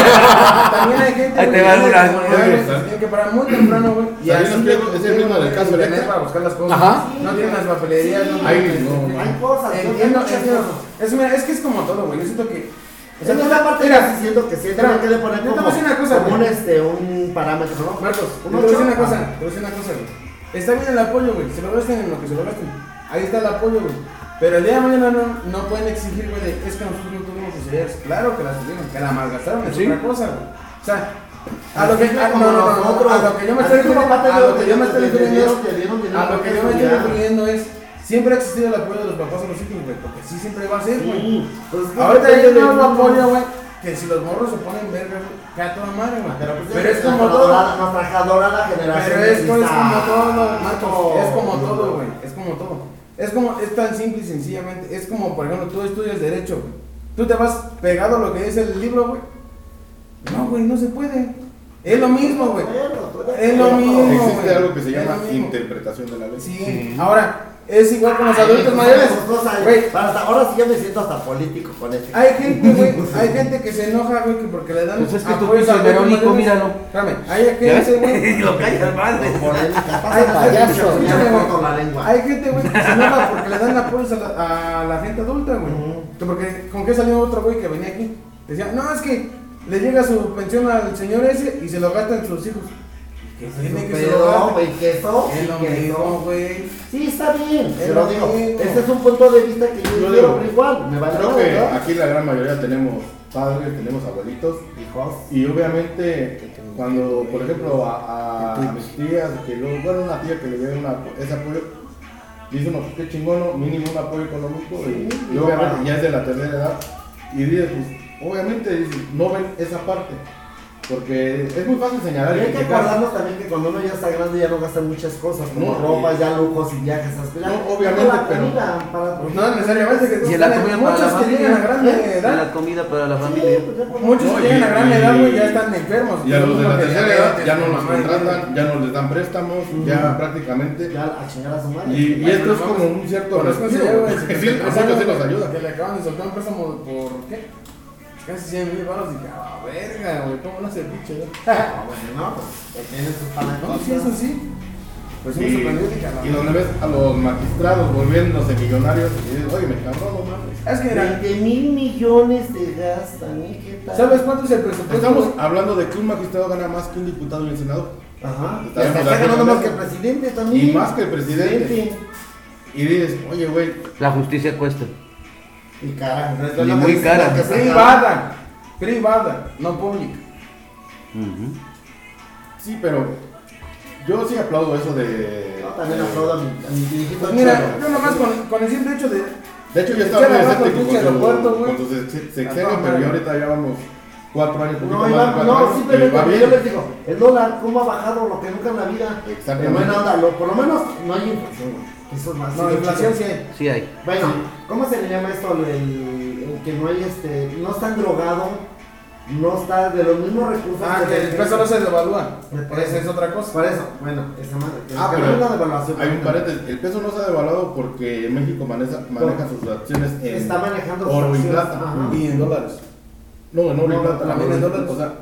Speaker 3: También hay gente.
Speaker 4: Ahí te
Speaker 3: güey,
Speaker 4: va
Speaker 3: que
Speaker 4: una-
Speaker 3: se
Speaker 4: una-
Speaker 3: mueve,
Speaker 5: una-
Speaker 3: tiene que parar muy temprano, güey. Y
Speaker 5: Salinas
Speaker 3: así
Speaker 5: Pliego es el mismo del
Speaker 3: güey,
Speaker 5: caso
Speaker 3: internet
Speaker 5: ahorita.
Speaker 3: para buscar las cosas.
Speaker 1: Ajá.
Speaker 3: No tienen las papelerías, no.
Speaker 5: Ahí no, no.
Speaker 2: Hay cosas, yo-
Speaker 3: Entiendo,
Speaker 2: hay muchas
Speaker 3: entiendo.
Speaker 2: cosas.
Speaker 3: Es, mira, es que es como todo, güey. Yo siento que.
Speaker 2: O sea, no es la parte
Speaker 3: mira,
Speaker 2: que siento que sí,
Speaker 3: mira,
Speaker 2: tengo que le poner
Speaker 3: yo te voy a
Speaker 2: como,
Speaker 3: decir una cosa,
Speaker 2: como un,
Speaker 3: güey.
Speaker 2: este, un parámetro, ¿no?
Speaker 3: Marcos,
Speaker 2: Un
Speaker 3: yo te voy a decir
Speaker 2: ocho.
Speaker 3: una cosa, te voy a decir una cosa, güey. Está bien el apoyo, güey. Se lo gasten en lo que se lo gasten. Ahí está el apoyo, güey. Pero el día de mañana no, no pueden exigir, güey, de, es que nosotros no tuvimos posibilidades. Claro que las tuvieron, que la malgastaron, es
Speaker 4: Sí.
Speaker 3: otra cosa, güey. O sea, a lo que, a, no,
Speaker 2: Ah, Como
Speaker 3: no, no, no,
Speaker 2: nosotros.
Speaker 3: a lo que yo me
Speaker 2: Así
Speaker 3: estoy
Speaker 2: como
Speaker 3: refiriendo,
Speaker 2: papá te
Speaker 3: a
Speaker 2: dio-
Speaker 3: lo que
Speaker 2: te
Speaker 3: yo me
Speaker 2: dio-
Speaker 3: estoy
Speaker 2: te
Speaker 3: refiriendo
Speaker 2: dieron- te dieron dinero
Speaker 3: a lo que
Speaker 2: para
Speaker 3: yo me estoy
Speaker 2: estudiar.
Speaker 3: refiriendo es, siempre ha existido el apoyo de los papás a los hijos, güey, porque sí siempre va a ser, güey.
Speaker 2: Sí, pues, es que
Speaker 3: Ahorita
Speaker 2: depende
Speaker 3: hay
Speaker 2: del
Speaker 3: un nuevo
Speaker 2: mundo.
Speaker 3: apoyo, güey, que si los morros se ponen verga, güey, queda toda madre, güey.
Speaker 2: Pero, pues,
Speaker 3: Pero es
Speaker 2: nuestra
Speaker 3: como todo.
Speaker 2: dorada- nuestra dorada generación
Speaker 3: Pero esto es como
Speaker 2: está-
Speaker 3: todo, Marcos. Es como todo, güey. Es como todo. Es como, es tan simple y sencillamente, es como, por ejemplo, tú estudias Derecho, güey. Tú te vas pegado a lo que dice el libro, güey. No, güey, no se puede. Es lo mismo, güey. Es lo mismo.
Speaker 5: Existe
Speaker 3: güey.
Speaker 5: algo que se
Speaker 3: Es
Speaker 5: llama
Speaker 3: lo mismo.
Speaker 5: interpretación de la ley.
Speaker 3: Sí. Ahora, es igual con los adultos mayores. Güey,
Speaker 2: Ahora sí ya me siento hasta político con este.
Speaker 3: hay gente, güey, hay gente que se enoja, güey, que porque le dan
Speaker 4: Pues es que tú
Speaker 3: apoyos
Speaker 4: fuiste
Speaker 3: a adultos
Speaker 4: Verónico,
Speaker 3: mayores.
Speaker 4: míralo.
Speaker 3: Espérame, hay
Speaker 4: ¿Ya
Speaker 3: gente,
Speaker 4: ves?
Speaker 3: güey.
Speaker 4: Y lo callas madre.
Speaker 2: Polémica, pasa
Speaker 3: Ay,
Speaker 2: la
Speaker 1: payaso,
Speaker 2: lengua,
Speaker 3: ya
Speaker 2: ya me
Speaker 3: me
Speaker 2: corto la lengua.
Speaker 3: Hay gente, güey, que se enoja porque le dan apoyos a la, a la gente adulta, güey.
Speaker 2: Ujú.
Speaker 3: Que Porque, ¿con qué salió otro güey que venía aquí? Decía, no, es que le llega su pensión al señor ese y se lo gastan sus hijos. Que tiene que se lo
Speaker 2: Pero,
Speaker 3: gasten.
Speaker 2: güey, queso.
Speaker 3: Es lo mismo, güey.
Speaker 2: Sí, está bien.
Speaker 3: Es
Speaker 2: Pero
Speaker 3: lo
Speaker 2: digo,
Speaker 3: mismo.
Speaker 2: este es un punto de vista que
Speaker 5: Yo
Speaker 2: yo quiero,
Speaker 5: digo,
Speaker 2: pero igual. Me vale
Speaker 5: Creo
Speaker 2: todo,
Speaker 5: que
Speaker 2: ¿verdad?
Speaker 5: aquí la gran mayoría tenemos padres, tenemos abuelitos.
Speaker 2: Hijos.
Speaker 5: Y obviamente, cuando, por ejemplo, a, a, a mis tías, que luego, bueno, una tía que le dé una- ese apoyo, dice uno, qué chingón, ¿no? mínimo un apoyo económico, y,
Speaker 2: Sí,
Speaker 5: y obviamente
Speaker 2: claro.
Speaker 5: ya es de la tercera edad, y dices, pues, obviamente dices, no ven esa parte, porque es muy fácil señalar
Speaker 2: Pero
Speaker 5: y
Speaker 2: hay que
Speaker 5: criticar.
Speaker 2: acordarnos también que cuando uno ya está grande ya no gasta muchas cosas, como
Speaker 5: No,
Speaker 2: ropa,
Speaker 5: y-
Speaker 2: ya lujos y viajes. esas cosas.
Speaker 5: No, obviamente,
Speaker 2: La
Speaker 5: pero-
Speaker 2: comida para-
Speaker 3: Pues no necesariamente que
Speaker 4: Y en la comida para la
Speaker 3: muchos que llegan a
Speaker 4: familia.
Speaker 3: gran
Speaker 4: Y en la
Speaker 3: edad,
Speaker 4: comida para la
Speaker 2: Sí,
Speaker 4: familia.
Speaker 2: pues ya por-
Speaker 3: muchos
Speaker 5: No,
Speaker 3: que llegan a
Speaker 5: y-
Speaker 3: gran edad, güey, ya
Speaker 5: y-
Speaker 3: están enfermos.
Speaker 5: Y a los de
Speaker 3: Uno
Speaker 5: la
Speaker 3: que
Speaker 5: tercera
Speaker 3: diabetes,
Speaker 5: edad ya no los
Speaker 3: mamá,
Speaker 5: contratan, ya no les dan préstamos, ya prácticamente
Speaker 2: Ya a chingar a su madre.
Speaker 5: Y, y esto es como un cierto
Speaker 3: Pero es que sí,
Speaker 5: respiro,
Speaker 3: güey,
Speaker 5: güey.
Speaker 3: si
Speaker 5: Sí,
Speaker 3: te
Speaker 5: sí,
Speaker 3: estás
Speaker 5: eso sí
Speaker 3: pensando
Speaker 5: nos ayuda.
Speaker 3: Que le acaban de soltar un préstamo por ¿qué? Casi 100 mil baros. Dije, ah, verga, güey, ¿cómo no se pinche?
Speaker 2: Ah, bueno, no, pues, que tienen sus
Speaker 3: No,
Speaker 2: panacotas.
Speaker 3: sí, eso sí. Pues sí, me sorprendió. Dije,
Speaker 5: Y, y donde ves a los magistrados volviéndose millonarios y dices, oye, me cabrón, no mames.
Speaker 3: Es que era,
Speaker 2: 20 mil millones de gastan, ¿eh? ¿Qué tal?
Speaker 3: ¿sabes cuánto es el presupuesto?
Speaker 5: Estamos
Speaker 3: güey?
Speaker 5: hablando de que un magistrado gana más que un diputado y un senador.
Speaker 2: Ajá.
Speaker 5: Está
Speaker 2: Y hasta
Speaker 5: bien,
Speaker 2: está ganando
Speaker 5: la-
Speaker 2: más que el presidente también.
Speaker 5: Y más que el presidente. Y dices, oye, güey,
Speaker 4: La justicia cuesta.
Speaker 2: Y cara. no es
Speaker 4: Y
Speaker 2: la
Speaker 4: muy
Speaker 2: medicina
Speaker 4: cara.
Speaker 2: que se acaba.
Speaker 3: Privada. Privada, no pública.
Speaker 4: Ujú.
Speaker 5: sí, pero yo sí aplaudo eso de.
Speaker 2: Yo también aplaudo a mi, a mi viejito
Speaker 3: Pues mira,
Speaker 2: Cholo.
Speaker 3: yo nomás con, con el simple hecho de.
Speaker 5: De hecho, yo
Speaker 3: Ya
Speaker 5: estaba muy
Speaker 3: agarraste el
Speaker 5: escéptico con
Speaker 3: pinche
Speaker 5: su,
Speaker 3: aeropuerto, güey.
Speaker 5: con su se-
Speaker 3: A
Speaker 5: sexenio,
Speaker 3: toda
Speaker 5: pero
Speaker 3: madre.
Speaker 5: ya ahorita ya vamos cuatro años. poquito
Speaker 2: Ah, No,
Speaker 5: más de
Speaker 2: Iván,
Speaker 5: cuatro
Speaker 2: no,
Speaker 5: años, y
Speaker 2: simplemente
Speaker 5: va
Speaker 2: porque
Speaker 5: bien.
Speaker 2: yo les digo, el dólar, ¿cómo ha bajado lo que nunca en la vida?
Speaker 5: Exactamente.
Speaker 2: En buena onda, lo- por lo menos no hay inflación. güey. Eso es más.
Speaker 3: No, la inflación sí.
Speaker 4: Sí hay.
Speaker 2: Bueno, ¿cómo se le llama esto? El, el que no hay este, no están drogado, no está de los mismos recursos.
Speaker 3: Ah, que el
Speaker 2: depende.
Speaker 3: peso no se devalúa.
Speaker 2: Me parece.
Speaker 3: Esa es otra cosa.
Speaker 2: Por eso, bueno, esa madre.
Speaker 5: Ah,
Speaker 2: que
Speaker 5: pero
Speaker 2: no es la devaluación.
Speaker 5: Hay un paréntesis, el peso no se ha devaluado porque México maneja, maneja sus acciones en
Speaker 2: Está manejando sus
Speaker 5: oro y
Speaker 2: acciones,
Speaker 5: plata.
Speaker 2: ajá.
Speaker 3: Y en dólares.
Speaker 5: No, en oro
Speaker 2: No,
Speaker 5: y plata.
Speaker 2: también en
Speaker 3: dólares.
Speaker 5: O sea,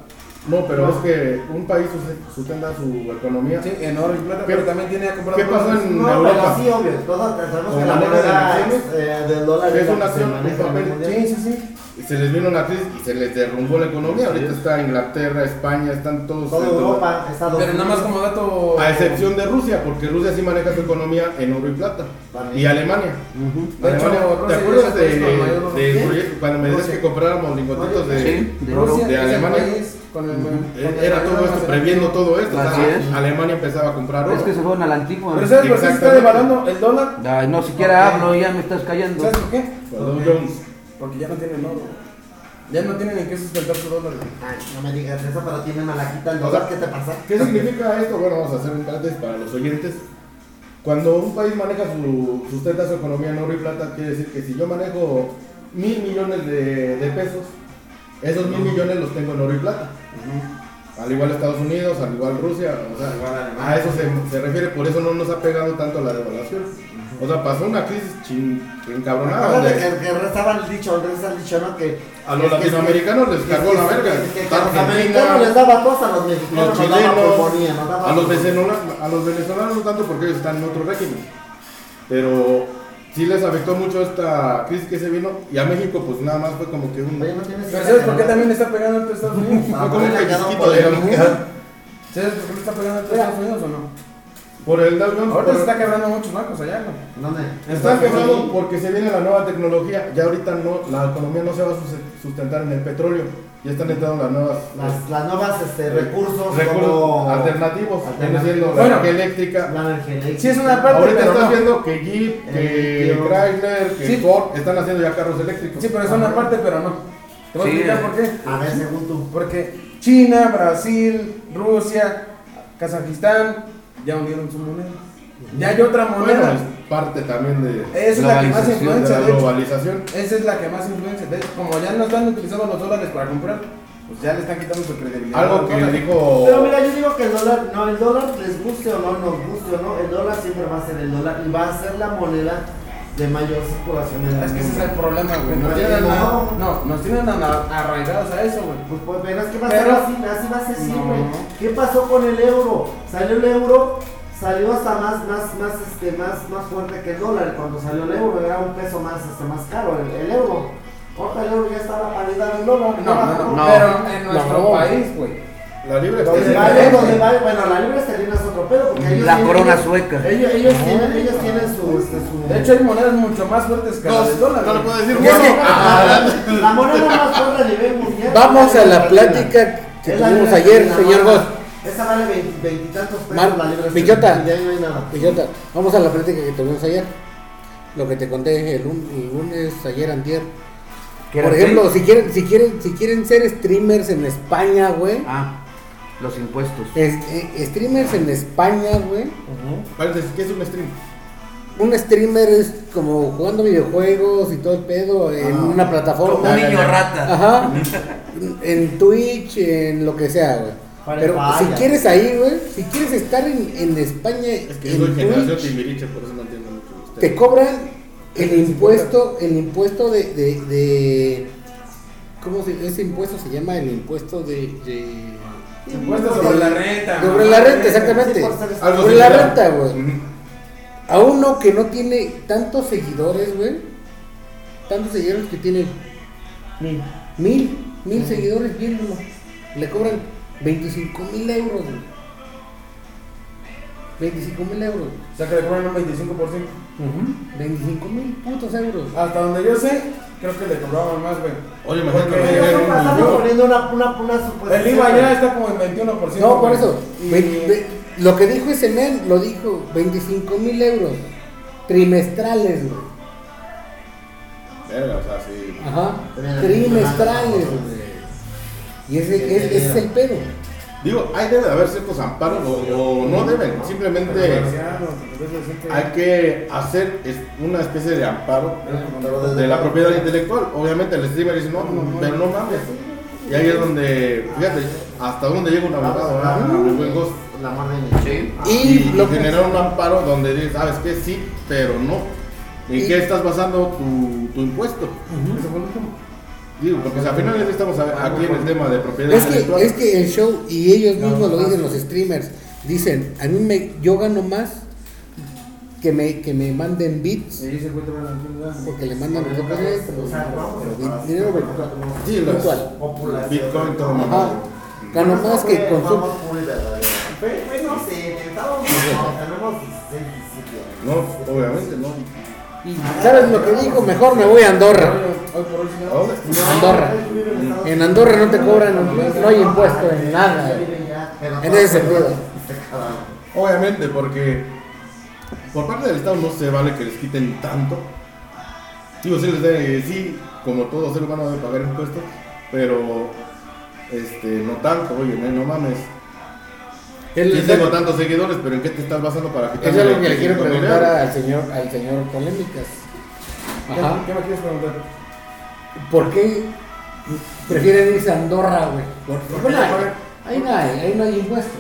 Speaker 5: no, pero
Speaker 2: No.
Speaker 5: es que un país sust- sustenta su economía.
Speaker 3: Sí, en oro y plata,
Speaker 5: ¿Qué-
Speaker 3: pero también tiene que comprar
Speaker 5: qué pasó
Speaker 3: dólares.
Speaker 5: en
Speaker 2: No,
Speaker 5: Europa?
Speaker 2: pero sí, obvio. Todos sabemos
Speaker 5: Con
Speaker 2: que
Speaker 5: la
Speaker 2: la
Speaker 5: moneda
Speaker 2: moneda
Speaker 5: de
Speaker 2: es, eh, del dólar
Speaker 5: Es
Speaker 2: la
Speaker 5: una
Speaker 2: que se
Speaker 5: acción,
Speaker 2: maneja
Speaker 5: un papel.
Speaker 2: en el mundo.
Speaker 3: Sí, sí, sí.
Speaker 5: Y se les vino una crisis y se les derrumbó la economía.
Speaker 4: Así
Speaker 5: Ahorita
Speaker 4: es.
Speaker 5: está Inglaterra, España, están todos.
Speaker 2: Toda
Speaker 5: en-
Speaker 2: Europa, Estados
Speaker 3: Pero nada más
Speaker 2: Unidos.
Speaker 3: como dato.
Speaker 5: A excepción de Rusia, porque Rusia sí maneja su economía en oro y plata.
Speaker 2: También.
Speaker 5: Y Alemania.
Speaker 3: De hecho,
Speaker 5: Alemania, ¿Te
Speaker 3: Rusia
Speaker 5: acuerdas
Speaker 3: ya
Speaker 5: de,
Speaker 3: se puso mayor
Speaker 5: del
Speaker 3: oro.
Speaker 2: ¿Sí?
Speaker 5: proyecto cuando me decías
Speaker 2: Rusia.
Speaker 5: que compráramos lingotitos de,
Speaker 4: Sí, de oro.
Speaker 3: Rusia
Speaker 5: de
Speaker 3: es el
Speaker 5: Alemania.
Speaker 3: país con el- con
Speaker 5: Eh,
Speaker 3: el
Speaker 5: Era
Speaker 3: mayor
Speaker 5: todo esto,
Speaker 3: almacenamiento.
Speaker 5: previendo todo esto. O sea,
Speaker 4: Así es.
Speaker 5: Alemania empezaba a comprar oro.
Speaker 4: Es que se fueron a la antigua.
Speaker 3: Pero ¿sabes por qué se está
Speaker 5: Exactamente.
Speaker 3: devaluando el dólar?
Speaker 4: Ay, no siquiera hablo, ya me estás callando.
Speaker 3: ¿Sabes por qué?
Speaker 5: Por Dow Jones.
Speaker 3: Porque ya no tienen oro. Ya no tienen en qué sustentar su dólar.
Speaker 2: Ay, no me digas eso, pero tiene malajita el
Speaker 5: O
Speaker 2: dólar.
Speaker 5: sea,
Speaker 2: ¿Qué te pasa?
Speaker 5: ¿Qué significa esto? Bueno, vamos a hacer un paréntesis para los oyentes. Cuando un país maneja su, sustenta su economía en oro y plata, quiere decir que si yo manejo mil millones de, de pesos, esos mil millones los tengo en oro y plata. Al igual Estados Unidos, al igual Rusia, o sea,
Speaker 2: Igual Alemania.
Speaker 5: a eso se, se refiere, por eso no nos ha pegado tanto la devaluación. O sea, pasó una crisis chin, encabronada.
Speaker 2: Acuérdate
Speaker 5: donde
Speaker 2: que, que rezaba el dicho, reza el dicho, ¿no? Que
Speaker 5: Ah, A los
Speaker 2: que- que-
Speaker 5: latinoamericanos les
Speaker 2: que-
Speaker 5: cargó
Speaker 2: que-
Speaker 5: la verga.
Speaker 2: que- que- que a los
Speaker 5: Argentina,
Speaker 2: americanos les daba tos, a los mexicanos
Speaker 5: los
Speaker 2: nos daba
Speaker 5: chilenos,
Speaker 2: pulmonía, nos daba
Speaker 5: a los,
Speaker 2: pulmonía.
Speaker 5: venezolanos, a los venezolanos no tanto porque ellos están en otro régimen, pero sí les afectó mucho esta crisis que se vino y a México pues nada más fue como que un...
Speaker 2: Oye, ¿no tienes
Speaker 3: Pero
Speaker 2: idea,
Speaker 3: ¿sabes por qué
Speaker 2: ¿no?
Speaker 3: también le está pegando a Estados Unidos?
Speaker 5: fue como un
Speaker 2: Ah,
Speaker 5: pellizquito,
Speaker 2: por el-
Speaker 5: digamos,
Speaker 3: ¿Sabes por qué le está pegando a Estados Unidos o no?
Speaker 5: por el Dow Jones,
Speaker 3: Ahorita
Speaker 5: por-
Speaker 3: se está quebrando muchos bancos allá, ¿no?
Speaker 2: ¿Dónde? Pues,
Speaker 5: Están quebrados porque se viene la nueva tecnología, ya ahorita no, la economía no se va a sus- sustentar en el petróleo, ya están entrando las nuevas...
Speaker 2: Las, las nuevas este,
Speaker 5: eh,
Speaker 2: recursos,
Speaker 5: recursos
Speaker 2: como
Speaker 5: alternativos, viene
Speaker 2: alternativos.
Speaker 5: siendo la
Speaker 3: Bueno.
Speaker 5: energía eléctrica,
Speaker 2: la energía
Speaker 3: Sí, es una parte,
Speaker 5: Ahorita
Speaker 3: pero
Speaker 5: estás
Speaker 3: no.
Speaker 5: viendo que Jeep, que
Speaker 2: Eh, tío.
Speaker 5: Chrysler, que
Speaker 3: Sí.
Speaker 5: Ford están haciendo ya carros eléctricos.
Speaker 3: Sí, pero es una parte, pero no. Te voy a
Speaker 4: Sí.
Speaker 3: explicar por qué.
Speaker 2: A ver, según tú.
Speaker 3: Porque China, Brasil, Rusia, Kazajistán ya hundieron su moneda. Ya hay otra
Speaker 5: Bueno,
Speaker 3: moneda.
Speaker 5: es parte también de,
Speaker 3: Esa es la que más
Speaker 5: globalización, de
Speaker 3: influencia,
Speaker 5: la
Speaker 3: de hecho.
Speaker 5: globalización.
Speaker 3: Esa es la que más influencia. ¿ves? Como ya no están utilizando los dólares para comprar, pues ya le están quitando su credibilidad.
Speaker 5: Algo que dijo...
Speaker 2: Pero mira, yo digo que el dólar, no, el dólar les guste o no nos guste o no, el dólar siempre va a ser el dólar y va a ser la moneda de mayor circulación en el
Speaker 3: Es que ese es el
Speaker 2: mundo.
Speaker 3: problema, güey. Nos
Speaker 2: No,
Speaker 3: tienen,
Speaker 2: no.
Speaker 3: a- no, nos tienen a- arraigados a eso, güey.
Speaker 2: Pues, pues, pero es que va a
Speaker 3: Pero-
Speaker 2: ser así, así va a ser
Speaker 3: No.
Speaker 2: siempre. ¿Qué pasó con el euro? Salió el euro, salió hasta más, más, más, este, más, más fuerte que el dólar. Cuando salió el euro era un peso más, este, más caro el, el euro. Ahorita el euro ya está a la paridad del dólar.
Speaker 3: No, no,
Speaker 4: no.
Speaker 3: Pero en nuestro
Speaker 1: No.
Speaker 3: país, güey.
Speaker 5: La libre
Speaker 2: Donde
Speaker 5: expresión.
Speaker 2: vaya, donde vaya, bueno, la libra esterlina es otro pedo porque ellos
Speaker 4: La
Speaker 2: tienen-
Speaker 4: corona sueca.
Speaker 2: Ellos, ellos tienen, ellos tienen su, este, su-
Speaker 3: De hecho, hay monedas mucho más fuertes que las del dólar.
Speaker 5: No le
Speaker 3: güey.
Speaker 5: puedo decir
Speaker 1: Y es que-
Speaker 5: bueno.
Speaker 2: Ah, la moneda más fuerte a nivel mundial.
Speaker 1: Vamos a la
Speaker 2: esterlina.
Speaker 1: plática que
Speaker 2: Es la
Speaker 1: tuvimos
Speaker 2: libra
Speaker 1: ayer,
Speaker 2: esterlina,
Speaker 1: señor
Speaker 2: vale-
Speaker 1: Goss.
Speaker 2: Esa vale veinti- veintitantos pesos
Speaker 1: Mar-
Speaker 2: la libra
Speaker 1: Villota.
Speaker 2: esterlina, y Ya no hay nada.
Speaker 1: Villota, vamos a la plática que tuvimos ayer. Lo que te conté el, lun- el lunes, ayer, antier. Por ejemplo, si quieren, si quieren, si quieren ser streamers en España, güey.
Speaker 4: Ah, los impuestos.
Speaker 1: es- eh, streamers en España, güey.
Speaker 5: Parece que es un stream.
Speaker 1: Un streamer es como jugando videojuegos y todo el pedo en
Speaker 5: Ah,
Speaker 1: una
Speaker 4: Como
Speaker 1: plataforma.
Speaker 4: un niño rata.
Speaker 1: Ajá. En Twitch, en lo que sea, güey.
Speaker 2: Para
Speaker 1: Pero
Speaker 2: el
Speaker 1: si
Speaker 2: Bayern.
Speaker 1: quieres ahí, güey, si quieres estar en, en España,
Speaker 5: Es que
Speaker 1: en
Speaker 5: soy generación
Speaker 1: Twitch,
Speaker 5: timbiriche, por eso no entiendo mucho. usted.
Speaker 1: te cobran el impuesto, el impuesto de, de, de- ¿cómo se, ese impuesto se llama? El impuesto de, de-
Speaker 3: Impuestos sobre la renta.
Speaker 1: sobre
Speaker 3: ¿no?
Speaker 1: la renta,
Speaker 2: Sí,
Speaker 1: exactamente.
Speaker 2: por ser esterlina.
Speaker 5: Algo
Speaker 1: Por la
Speaker 5: similar.
Speaker 1: renta, güey.
Speaker 5: Ujú.
Speaker 1: A uno que no tiene tantos seguidores, güey, tantos seguidores que tiene
Speaker 2: Mil.
Speaker 1: mil, mil seguidores viéndolo, le cobran 25 mil euros, güey. 25 mil euros.
Speaker 3: O sea, que le cobran un 25%.
Speaker 1: 25 mil putos euros.
Speaker 3: Hasta donde yo sé, creo que le cobraban más, güey.
Speaker 5: Oye, imagínate
Speaker 3: Porque
Speaker 5: que
Speaker 2: Pero
Speaker 5: llegue
Speaker 2: eso
Speaker 5: un-
Speaker 2: pasaba
Speaker 3: yo-
Speaker 2: poniendo una, una, una supuesta-
Speaker 3: El IVA ya está como en 21%.
Speaker 1: No, por
Speaker 3: güey.
Speaker 1: eso.
Speaker 3: Y-
Speaker 1: ve- ve- lo que dijo ese men, lo dijo, 25 mil euros trimestrales, güey.
Speaker 5: Verga, o sea, sí.
Speaker 1: Ajá. Trimestrales, güey. Y ese, ese- ese es el pedo.
Speaker 5: Digo, ahí debe de haber ciertos amparos o, o no deben. Simplemente
Speaker 3: Demasiado, entonces, sí que-
Speaker 5: hay que hacer es- una especie de amparo
Speaker 2: Pero desde-
Speaker 5: de la propiedad intelectual. Obviamente el streamer dice, no, no, pero no mames. Y ahí es donde, fíjate, hasta dónde llega un abogado,
Speaker 2: Ah,
Speaker 5: ¿verdad? Muy buen gozo.
Speaker 2: La madre de mi-
Speaker 4: Sí.
Speaker 1: Y,
Speaker 5: Y,
Speaker 1: lo que-
Speaker 5: generar un amparo donde dices, ¿sabes qué? Sí, pero no. ¿En
Speaker 1: Y-
Speaker 5: qué estás basando tu, tu impuesto?
Speaker 3: Eso fue lo último.
Speaker 5: Digo, porque al final ya estamos a- aquí en el tema de propiedad
Speaker 1: Es
Speaker 5: intelectual.
Speaker 1: que, es que el show, y ellos mismos lo dicen los streamers, dicen, a mí me, yo gano más que me, que me manden beats,
Speaker 3: Sí, ese güey también lo entiendo, ¿verdad?
Speaker 1: porque le mandan los otros, pero-
Speaker 2: O sea, vamos
Speaker 1: pero
Speaker 2: a-
Speaker 1: bit- dinero virtual.
Speaker 5: Sí, los
Speaker 1: virtual.
Speaker 2: Populación.
Speaker 5: Bitcoin, todo mamá.
Speaker 1: Ajá. Gano más que consumo.
Speaker 2: Vamos muy verdadero. Fue- fue, no sé, estábamos- no, tenemos 16, 17 años.
Speaker 5: No, obviamente no.
Speaker 1: Y sabes lo que digo, mejor me voy a Andorra.
Speaker 3: Hoy por hoy, sí, ¿no?
Speaker 5: Ahora,
Speaker 1: Andorra. En Andorra no te cobran, no hay impuesto en nada. En ese sentido.
Speaker 5: Obviamente, porque por parte del Estado no se vale que les quiten tanto. Digo, sí, les debe, sí como todo ser humano debe pagar impuestos, pero este, no tanto, oye, no, no mames.
Speaker 1: El-
Speaker 5: Sí
Speaker 1: el-
Speaker 5: tengo tantos seguidores, pero ¿en qué te estás basando para quitarme
Speaker 1: es algo que le quiero
Speaker 5: 25 mil
Speaker 1: preguntar
Speaker 5: euros?
Speaker 1: al señor, al señor Polémicas.
Speaker 3: ¿Qué-
Speaker 1: Ajá.
Speaker 3: ¿Qué me quieres preguntar?
Speaker 1: ¿Por qué prefieren irse a Andorra, güey?
Speaker 3: por
Speaker 1: Bueno,
Speaker 3: qué? Por-
Speaker 1: Ahí no hay, ahí no hay impuesto.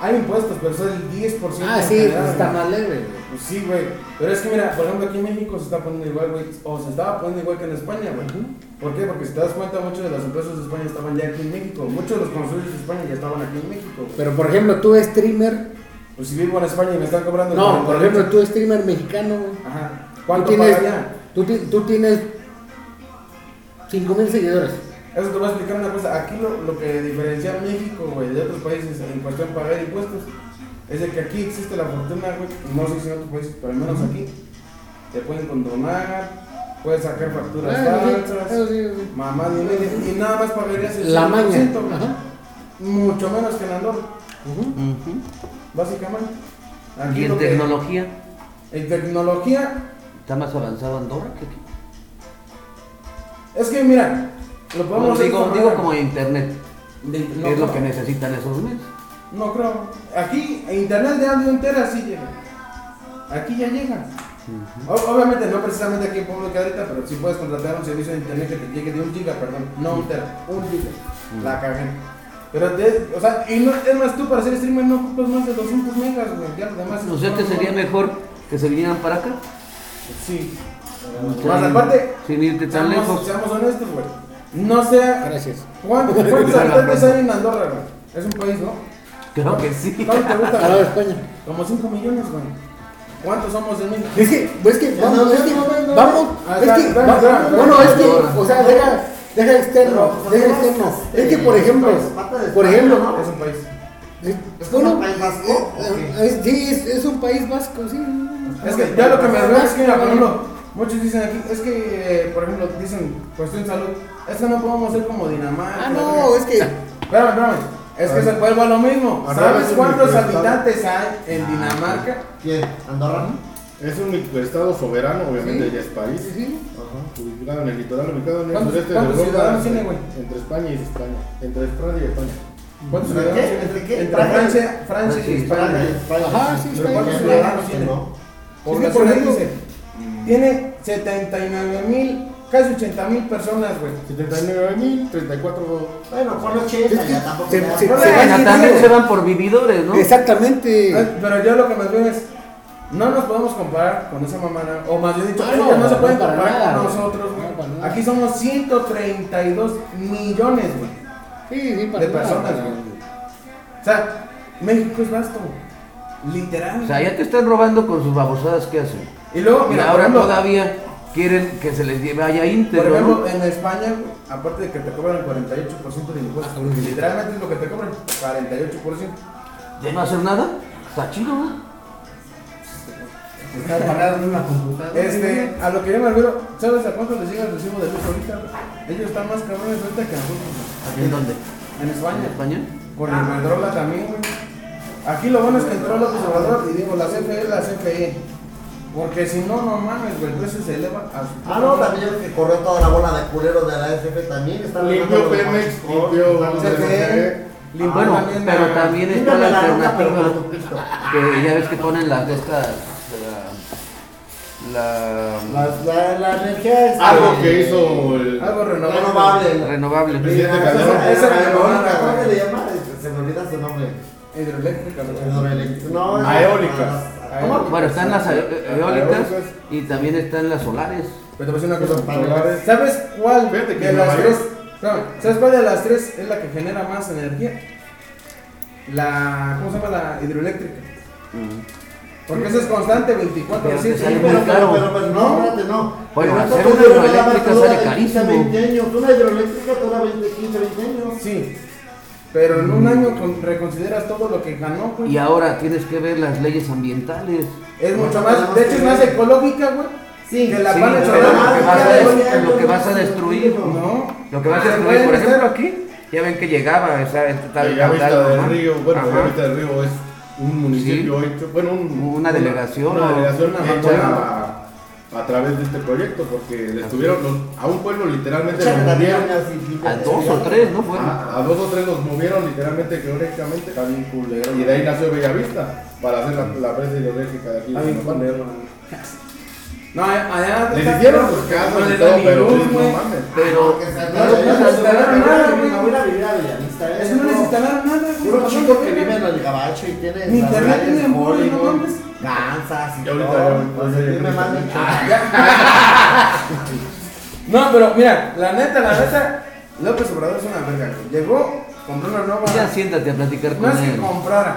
Speaker 3: Hay impuestos, pero son el 10%.
Speaker 1: Ah,
Speaker 3: en
Speaker 1: sí,
Speaker 3: general,
Speaker 1: pues está
Speaker 3: güey.
Speaker 1: más leve, güey.
Speaker 3: Pues sí, güey. Pero es que mira, por ejemplo, aquí en México se está poniendo igual, güey. O se estaba poniendo igual que en España, güey. ¿Por qué? Porque si te das cuenta, muchas de las empresas de España estaban ya aquí en México. Muchos de los consumidores de España ya estaban aquí en México, güey.
Speaker 1: Pero por ejemplo, tú streamer,
Speaker 3: Pues si vivo en España y me están cobrando. el
Speaker 1: no, por
Speaker 3: 48,
Speaker 1: ejemplo, tú streamer mexicano, güey.
Speaker 3: Ajá.
Speaker 1: Tú
Speaker 3: ¿Cuánto
Speaker 1: tienes,
Speaker 3: pagaría?
Speaker 1: tú, ti- tú tienes 5 mil seguidores.
Speaker 3: Eso te voy a explicar una cosa. Aquí lo, lo que diferencia a México, güey, de otros países en cuestión de pagar impuestos, es de que aquí existe la fortuna, güey. No sé si en otros países, pero al menos aquí. Te pueden condonar, puedes sacar facturas
Speaker 1: Ah, sí,
Speaker 3: falsas.
Speaker 1: eso sí, eso sí.
Speaker 3: Mamá de media. Y nada más pagarías el
Speaker 1: La maña.
Speaker 3: 100%, güey.
Speaker 1: Ajá.
Speaker 3: Mucho menos que en Andorra,
Speaker 1: Ujú.
Speaker 3: básicamente.
Speaker 4: Y
Speaker 3: lo
Speaker 4: en
Speaker 3: que-
Speaker 4: tecnología,
Speaker 3: En tecnología,
Speaker 4: está más avanzado Andorra que aquí.
Speaker 3: es que mira, lo podemos
Speaker 4: No,
Speaker 3: hacer
Speaker 4: digo,
Speaker 3: como-
Speaker 4: digo como internet,
Speaker 3: de- no,
Speaker 4: es lo
Speaker 3: no.
Speaker 4: que necesitan esos meses.
Speaker 3: No creo. Aquí, internet de audio entera sí llega. Aquí ya llega. O- Obviamente no precisamente aquí en Pueblo de Cadrita, pero si puedes contratar un servicio de internet que te llegue de un giga, perdón, no un tera, un giga.
Speaker 4: Mm.
Speaker 3: La cagué. Pero, te- o sea, y no, es más, tú para ser streamer no ocupas más de 200 megas, güey, ya lo demás es
Speaker 4: O sea que
Speaker 3: puro-
Speaker 4: sería mejor que se vinieran para acá.
Speaker 3: Sí. Más aparte,
Speaker 4: Sin irte tan
Speaker 3: seamos,
Speaker 4: lejos.
Speaker 3: seamos honestos, güey. No sea.
Speaker 1: Gracias.
Speaker 3: ¿Cuántos cuántos habitantes hay en Andorra, güey? Es un país, ¿no?
Speaker 4: Claro que sí.
Speaker 3: ¿Cuánto te gusta?
Speaker 1: Al lado de
Speaker 3: güey?
Speaker 1: España.
Speaker 3: Como 5 millones, güey. ¿Cuántos somos en México?
Speaker 1: Es que, es que,
Speaker 2: Ya
Speaker 1: vamos,
Speaker 2: no,
Speaker 1: es
Speaker 2: ya
Speaker 1: que,
Speaker 2: no, no, no.
Speaker 1: vamos,
Speaker 3: Ah,
Speaker 1: es
Speaker 3: espera,
Speaker 1: que,
Speaker 3: espera,
Speaker 1: va-
Speaker 3: espera, espera,
Speaker 1: bueno, es que,
Speaker 3: espera.
Speaker 1: o sea, deja, deja externo,
Speaker 3: Pero,
Speaker 1: deja
Speaker 3: pues,
Speaker 1: externo.
Speaker 3: no,
Speaker 1: Es que, por
Speaker 2: eh,
Speaker 1: ejemplo,
Speaker 2: pues, parte de
Speaker 1: por
Speaker 2: España,
Speaker 1: ejemplo,
Speaker 2: ¿no?
Speaker 3: Es un país.
Speaker 1: es-
Speaker 2: ¿Es
Speaker 1: bueno,
Speaker 2: un país vasco,
Speaker 1: eh,
Speaker 2: o
Speaker 1: eh, sí, es, es un país vasco, sí.
Speaker 3: Es que ya lo que me duele es que, mira, por ejemplo, muchos dicen aquí, es que, eh, por ejemplo, dicen cuestión de salud, es que no podemos ser como Dinamarca.
Speaker 1: Ah, no, es que,
Speaker 3: Espérame, espérame. Es que se vuelve a lo mismo.
Speaker 5: Ahora
Speaker 3: ¿Sabes
Speaker 5: es un
Speaker 3: cuántos
Speaker 5: microestado.
Speaker 3: habitantes hay en Dinamarca?
Speaker 2: ¿Quién? ¿Andorra?
Speaker 5: Es un estado soberano, obviamente ya es país.
Speaker 1: sí, sí,
Speaker 5: Ubicado en el litoral, ubicado en el
Speaker 3: ¿Cuántos-
Speaker 5: sureste de
Speaker 3: cuántos
Speaker 5: Europa.
Speaker 3: ciudadanos tiene, güey?
Speaker 5: Entre España y España. Entre España y España.
Speaker 3: ¿Cuántos
Speaker 2: ¿Entre
Speaker 3: ciudadanos
Speaker 2: qué?
Speaker 3: tiene?
Speaker 2: ¿Entre qué?
Speaker 3: Entre Francia, Francia y
Speaker 4: Francia y
Speaker 3: España.
Speaker 1: Ajá, sí,
Speaker 2: Pero
Speaker 1: España.
Speaker 2: ¿cuántos ciudadanos tiene? No.
Speaker 3: Por
Speaker 1: Sí, sí,
Speaker 3: por
Speaker 1: por
Speaker 3: ejemplo,
Speaker 1: ejemplo.
Speaker 3: tiene 79 mil, casi 80 mil personas, güey.
Speaker 5: 79.034
Speaker 2: Bueno, ponlo 80,
Speaker 1: Es que
Speaker 2: ya tampoco
Speaker 1: se-
Speaker 2: ya.
Speaker 1: se-
Speaker 2: Ponle-
Speaker 1: se-
Speaker 4: Bueno, también se van por vividores, ¿no?
Speaker 3: Ay,
Speaker 1: exactamente.
Speaker 3: Pero yo lo que más veo es, no nos podemos comparar con esa mamada, o más bien dicho,
Speaker 1: Ah,
Speaker 3: ellos
Speaker 1: no,
Speaker 3: no, se
Speaker 1: no,
Speaker 3: pueden
Speaker 1: para
Speaker 3: comparar
Speaker 1: nada,
Speaker 3: con
Speaker 1: güey.
Speaker 3: nosotros, güey.
Speaker 1: No, para nada.
Speaker 3: Aquí somos 132 millones, güey.
Speaker 1: Sí, sí, para
Speaker 3: de
Speaker 1: nada,
Speaker 3: personas,
Speaker 1: para-
Speaker 3: güey. O sea, México es vasto, güey. literal.
Speaker 4: O sea, ya te están robando con sus babosadas que hacen.
Speaker 3: y luego,
Speaker 4: Y
Speaker 3: mira,
Speaker 4: ahora
Speaker 3: por ejemplo,
Speaker 4: todavía quieren que se les lleve allá
Speaker 3: por
Speaker 4: íntegro. ¿no?
Speaker 3: ejemplo, eh, en España, güey, aparte de que te cobran el 48% de impuestos,
Speaker 1: cabrón.
Speaker 3: literalmente es lo que te cobran, 48%.
Speaker 4: ¿De no hacer nada? Está chido, ¿no?
Speaker 2: Está parado en una computadora.
Speaker 3: Este, a lo que yo me refiero, ¿sabes a cuánto les llega el recibo de luz ahorita? güey? Ellos están más cabrones ahorita que nosotros. güey.
Speaker 4: ¿En dónde?
Speaker 3: En
Speaker 4: ¿En
Speaker 3: España.
Speaker 4: España?
Speaker 3: Por el Iberdrola también, güey. Aquí lo bueno es que entró López Obrador y digo, la CFE, la CFE. Porque si no, no mames, güey, el precio se eleva a su...
Speaker 2: Ah, no, también el que corrió toda la bola de culeros de la SF también está
Speaker 5: Limpio Pemex, limpio
Speaker 3: CFE.
Speaker 4: Ah,
Speaker 3: Limpio
Speaker 4: bueno,
Speaker 3: también
Speaker 4: pero
Speaker 3: la-
Speaker 4: también está la alternativa
Speaker 2: alternativa.
Speaker 4: que ya ves que ponen las de estas. La, la,
Speaker 2: La, la, la energía es
Speaker 5: Algo que hizo el.
Speaker 3: Algo renovable.
Speaker 2: renovable.
Speaker 4: renovable.
Speaker 5: Presidente
Speaker 2: Ah,
Speaker 5: Calderón.
Speaker 2: Esa- esa
Speaker 3: Esa
Speaker 2: era la
Speaker 3: renovable,
Speaker 2: mamada,
Speaker 3: güey.
Speaker 2: ah, ¿cómo se le llama? Se me olvida su nombre.
Speaker 3: Hidroeléctrica, güey.
Speaker 2: Hidroeléctrica. No, es- Ah,
Speaker 5: Aeólicas.
Speaker 2: ¿Cómo?
Speaker 4: Bueno, están las ae- eh, eólicas
Speaker 5: Eólicas.
Speaker 4: y también están las solares.
Speaker 3: Pero te voy a decir una cosa.
Speaker 2: Esos paneles.
Speaker 3: ¿Sabes cuál
Speaker 5: Fíjate que
Speaker 3: de
Speaker 5: en
Speaker 3: las
Speaker 5: Nueva
Speaker 3: tres?
Speaker 5: York-
Speaker 3: espérame, ¿Sabes cuál de las tres es la que genera más energía? La. ¿Cómo se llama la hidroeléctrica? Porque esa es constante 24
Speaker 4: Pero te
Speaker 3: sí,
Speaker 4: sale
Speaker 3: sí,
Speaker 2: Pero,
Speaker 3: pero-
Speaker 4: muy
Speaker 2: pero,
Speaker 4: caro.
Speaker 2: pero, pero, no, espérate, no.
Speaker 4: Bueno,
Speaker 2: Pero
Speaker 4: hacer
Speaker 2: esto
Speaker 4: una
Speaker 2: tú dura
Speaker 4: hidroeléctrica
Speaker 2: nada más, dura de
Speaker 4: sale
Speaker 2: 15 a
Speaker 4: carísimo.
Speaker 2: 20 años. Una hidroeléctrica dura 20, 15, 20 años.
Speaker 3: Sí. Pero en un año con- reconsideras todo lo que ganó, güey.
Speaker 4: Y ahora tienes que ver las leyes ambientales.
Speaker 3: Es mucho más. De hecho, es más ecológica, güey. Sí, que la
Speaker 4: Sí,
Speaker 3: van a
Speaker 4: pero
Speaker 3: echar
Speaker 4: lo que vas a-
Speaker 3: a la-
Speaker 4: es lo que vas a destruir.
Speaker 3: No.
Speaker 4: Lo que va a ser,
Speaker 3: Pueden
Speaker 4: por
Speaker 3: estar-
Speaker 4: ejemplo, aquí, ya ven que llegaba esa esta
Speaker 5: La
Speaker 4: tal-
Speaker 5: Bellavista
Speaker 4: tal-
Speaker 5: del
Speaker 4: ajá,
Speaker 5: Río, bueno,
Speaker 4: ajá,
Speaker 5: Bellavista del Río es un municipio hecho, bueno, un-
Speaker 4: Una delegación,
Speaker 5: Una,
Speaker 4: ¿no?
Speaker 5: delegación
Speaker 3: Ajá,
Speaker 5: hecha
Speaker 3: bueno.
Speaker 5: a, a través de este proyecto, porque le estuvieron los- a un pueblo literalmente
Speaker 2: Échale
Speaker 5: lo
Speaker 2: la
Speaker 5: movieron.
Speaker 2: mierda, así,
Speaker 4: A dos o tres, ¿no? Fueron.
Speaker 5: A, a dos o tres los movieron literalmente geológicamente. Está bien culero. Y de ahí nació Bellavista, para hacer la, la presa hidroeléctrica de aquí. de
Speaker 3: Está bien
Speaker 5: Sinopal.
Speaker 3: culero, No, eh, allá.
Speaker 5: Les hicieron sus casas y todo, pero sí, no mames.
Speaker 4: Pero pues,
Speaker 2: Porque se-
Speaker 3: no, no, no, instalaron nada, güey.
Speaker 2: Me voy a vivir a Bellavista,
Speaker 3: Es
Speaker 2: ¿eh?
Speaker 3: que no les instalaron nada, güey.
Speaker 2: Puro chico que
Speaker 3: No,
Speaker 2: vive en el gabacho y tiene
Speaker 3: Ni
Speaker 2: las
Speaker 3: internet
Speaker 2: calles
Speaker 3: tiene, güey,
Speaker 2: Hollywood,
Speaker 3: no mames.
Speaker 2: Kansas y
Speaker 5: Ya ahorita
Speaker 2: todo. O
Speaker 5: ya,
Speaker 2: sea,
Speaker 5: ya, ya,
Speaker 2: tiene
Speaker 5: ya,
Speaker 2: más
Speaker 5: ya.
Speaker 2: de-
Speaker 3: No, pero mira, la neta, la neta, López Obrador es una verga, güey. Llegó, compró una nueva.
Speaker 4: ya siéntate a platicar
Speaker 3: No
Speaker 4: con
Speaker 3: es que
Speaker 4: él.
Speaker 3: comprara.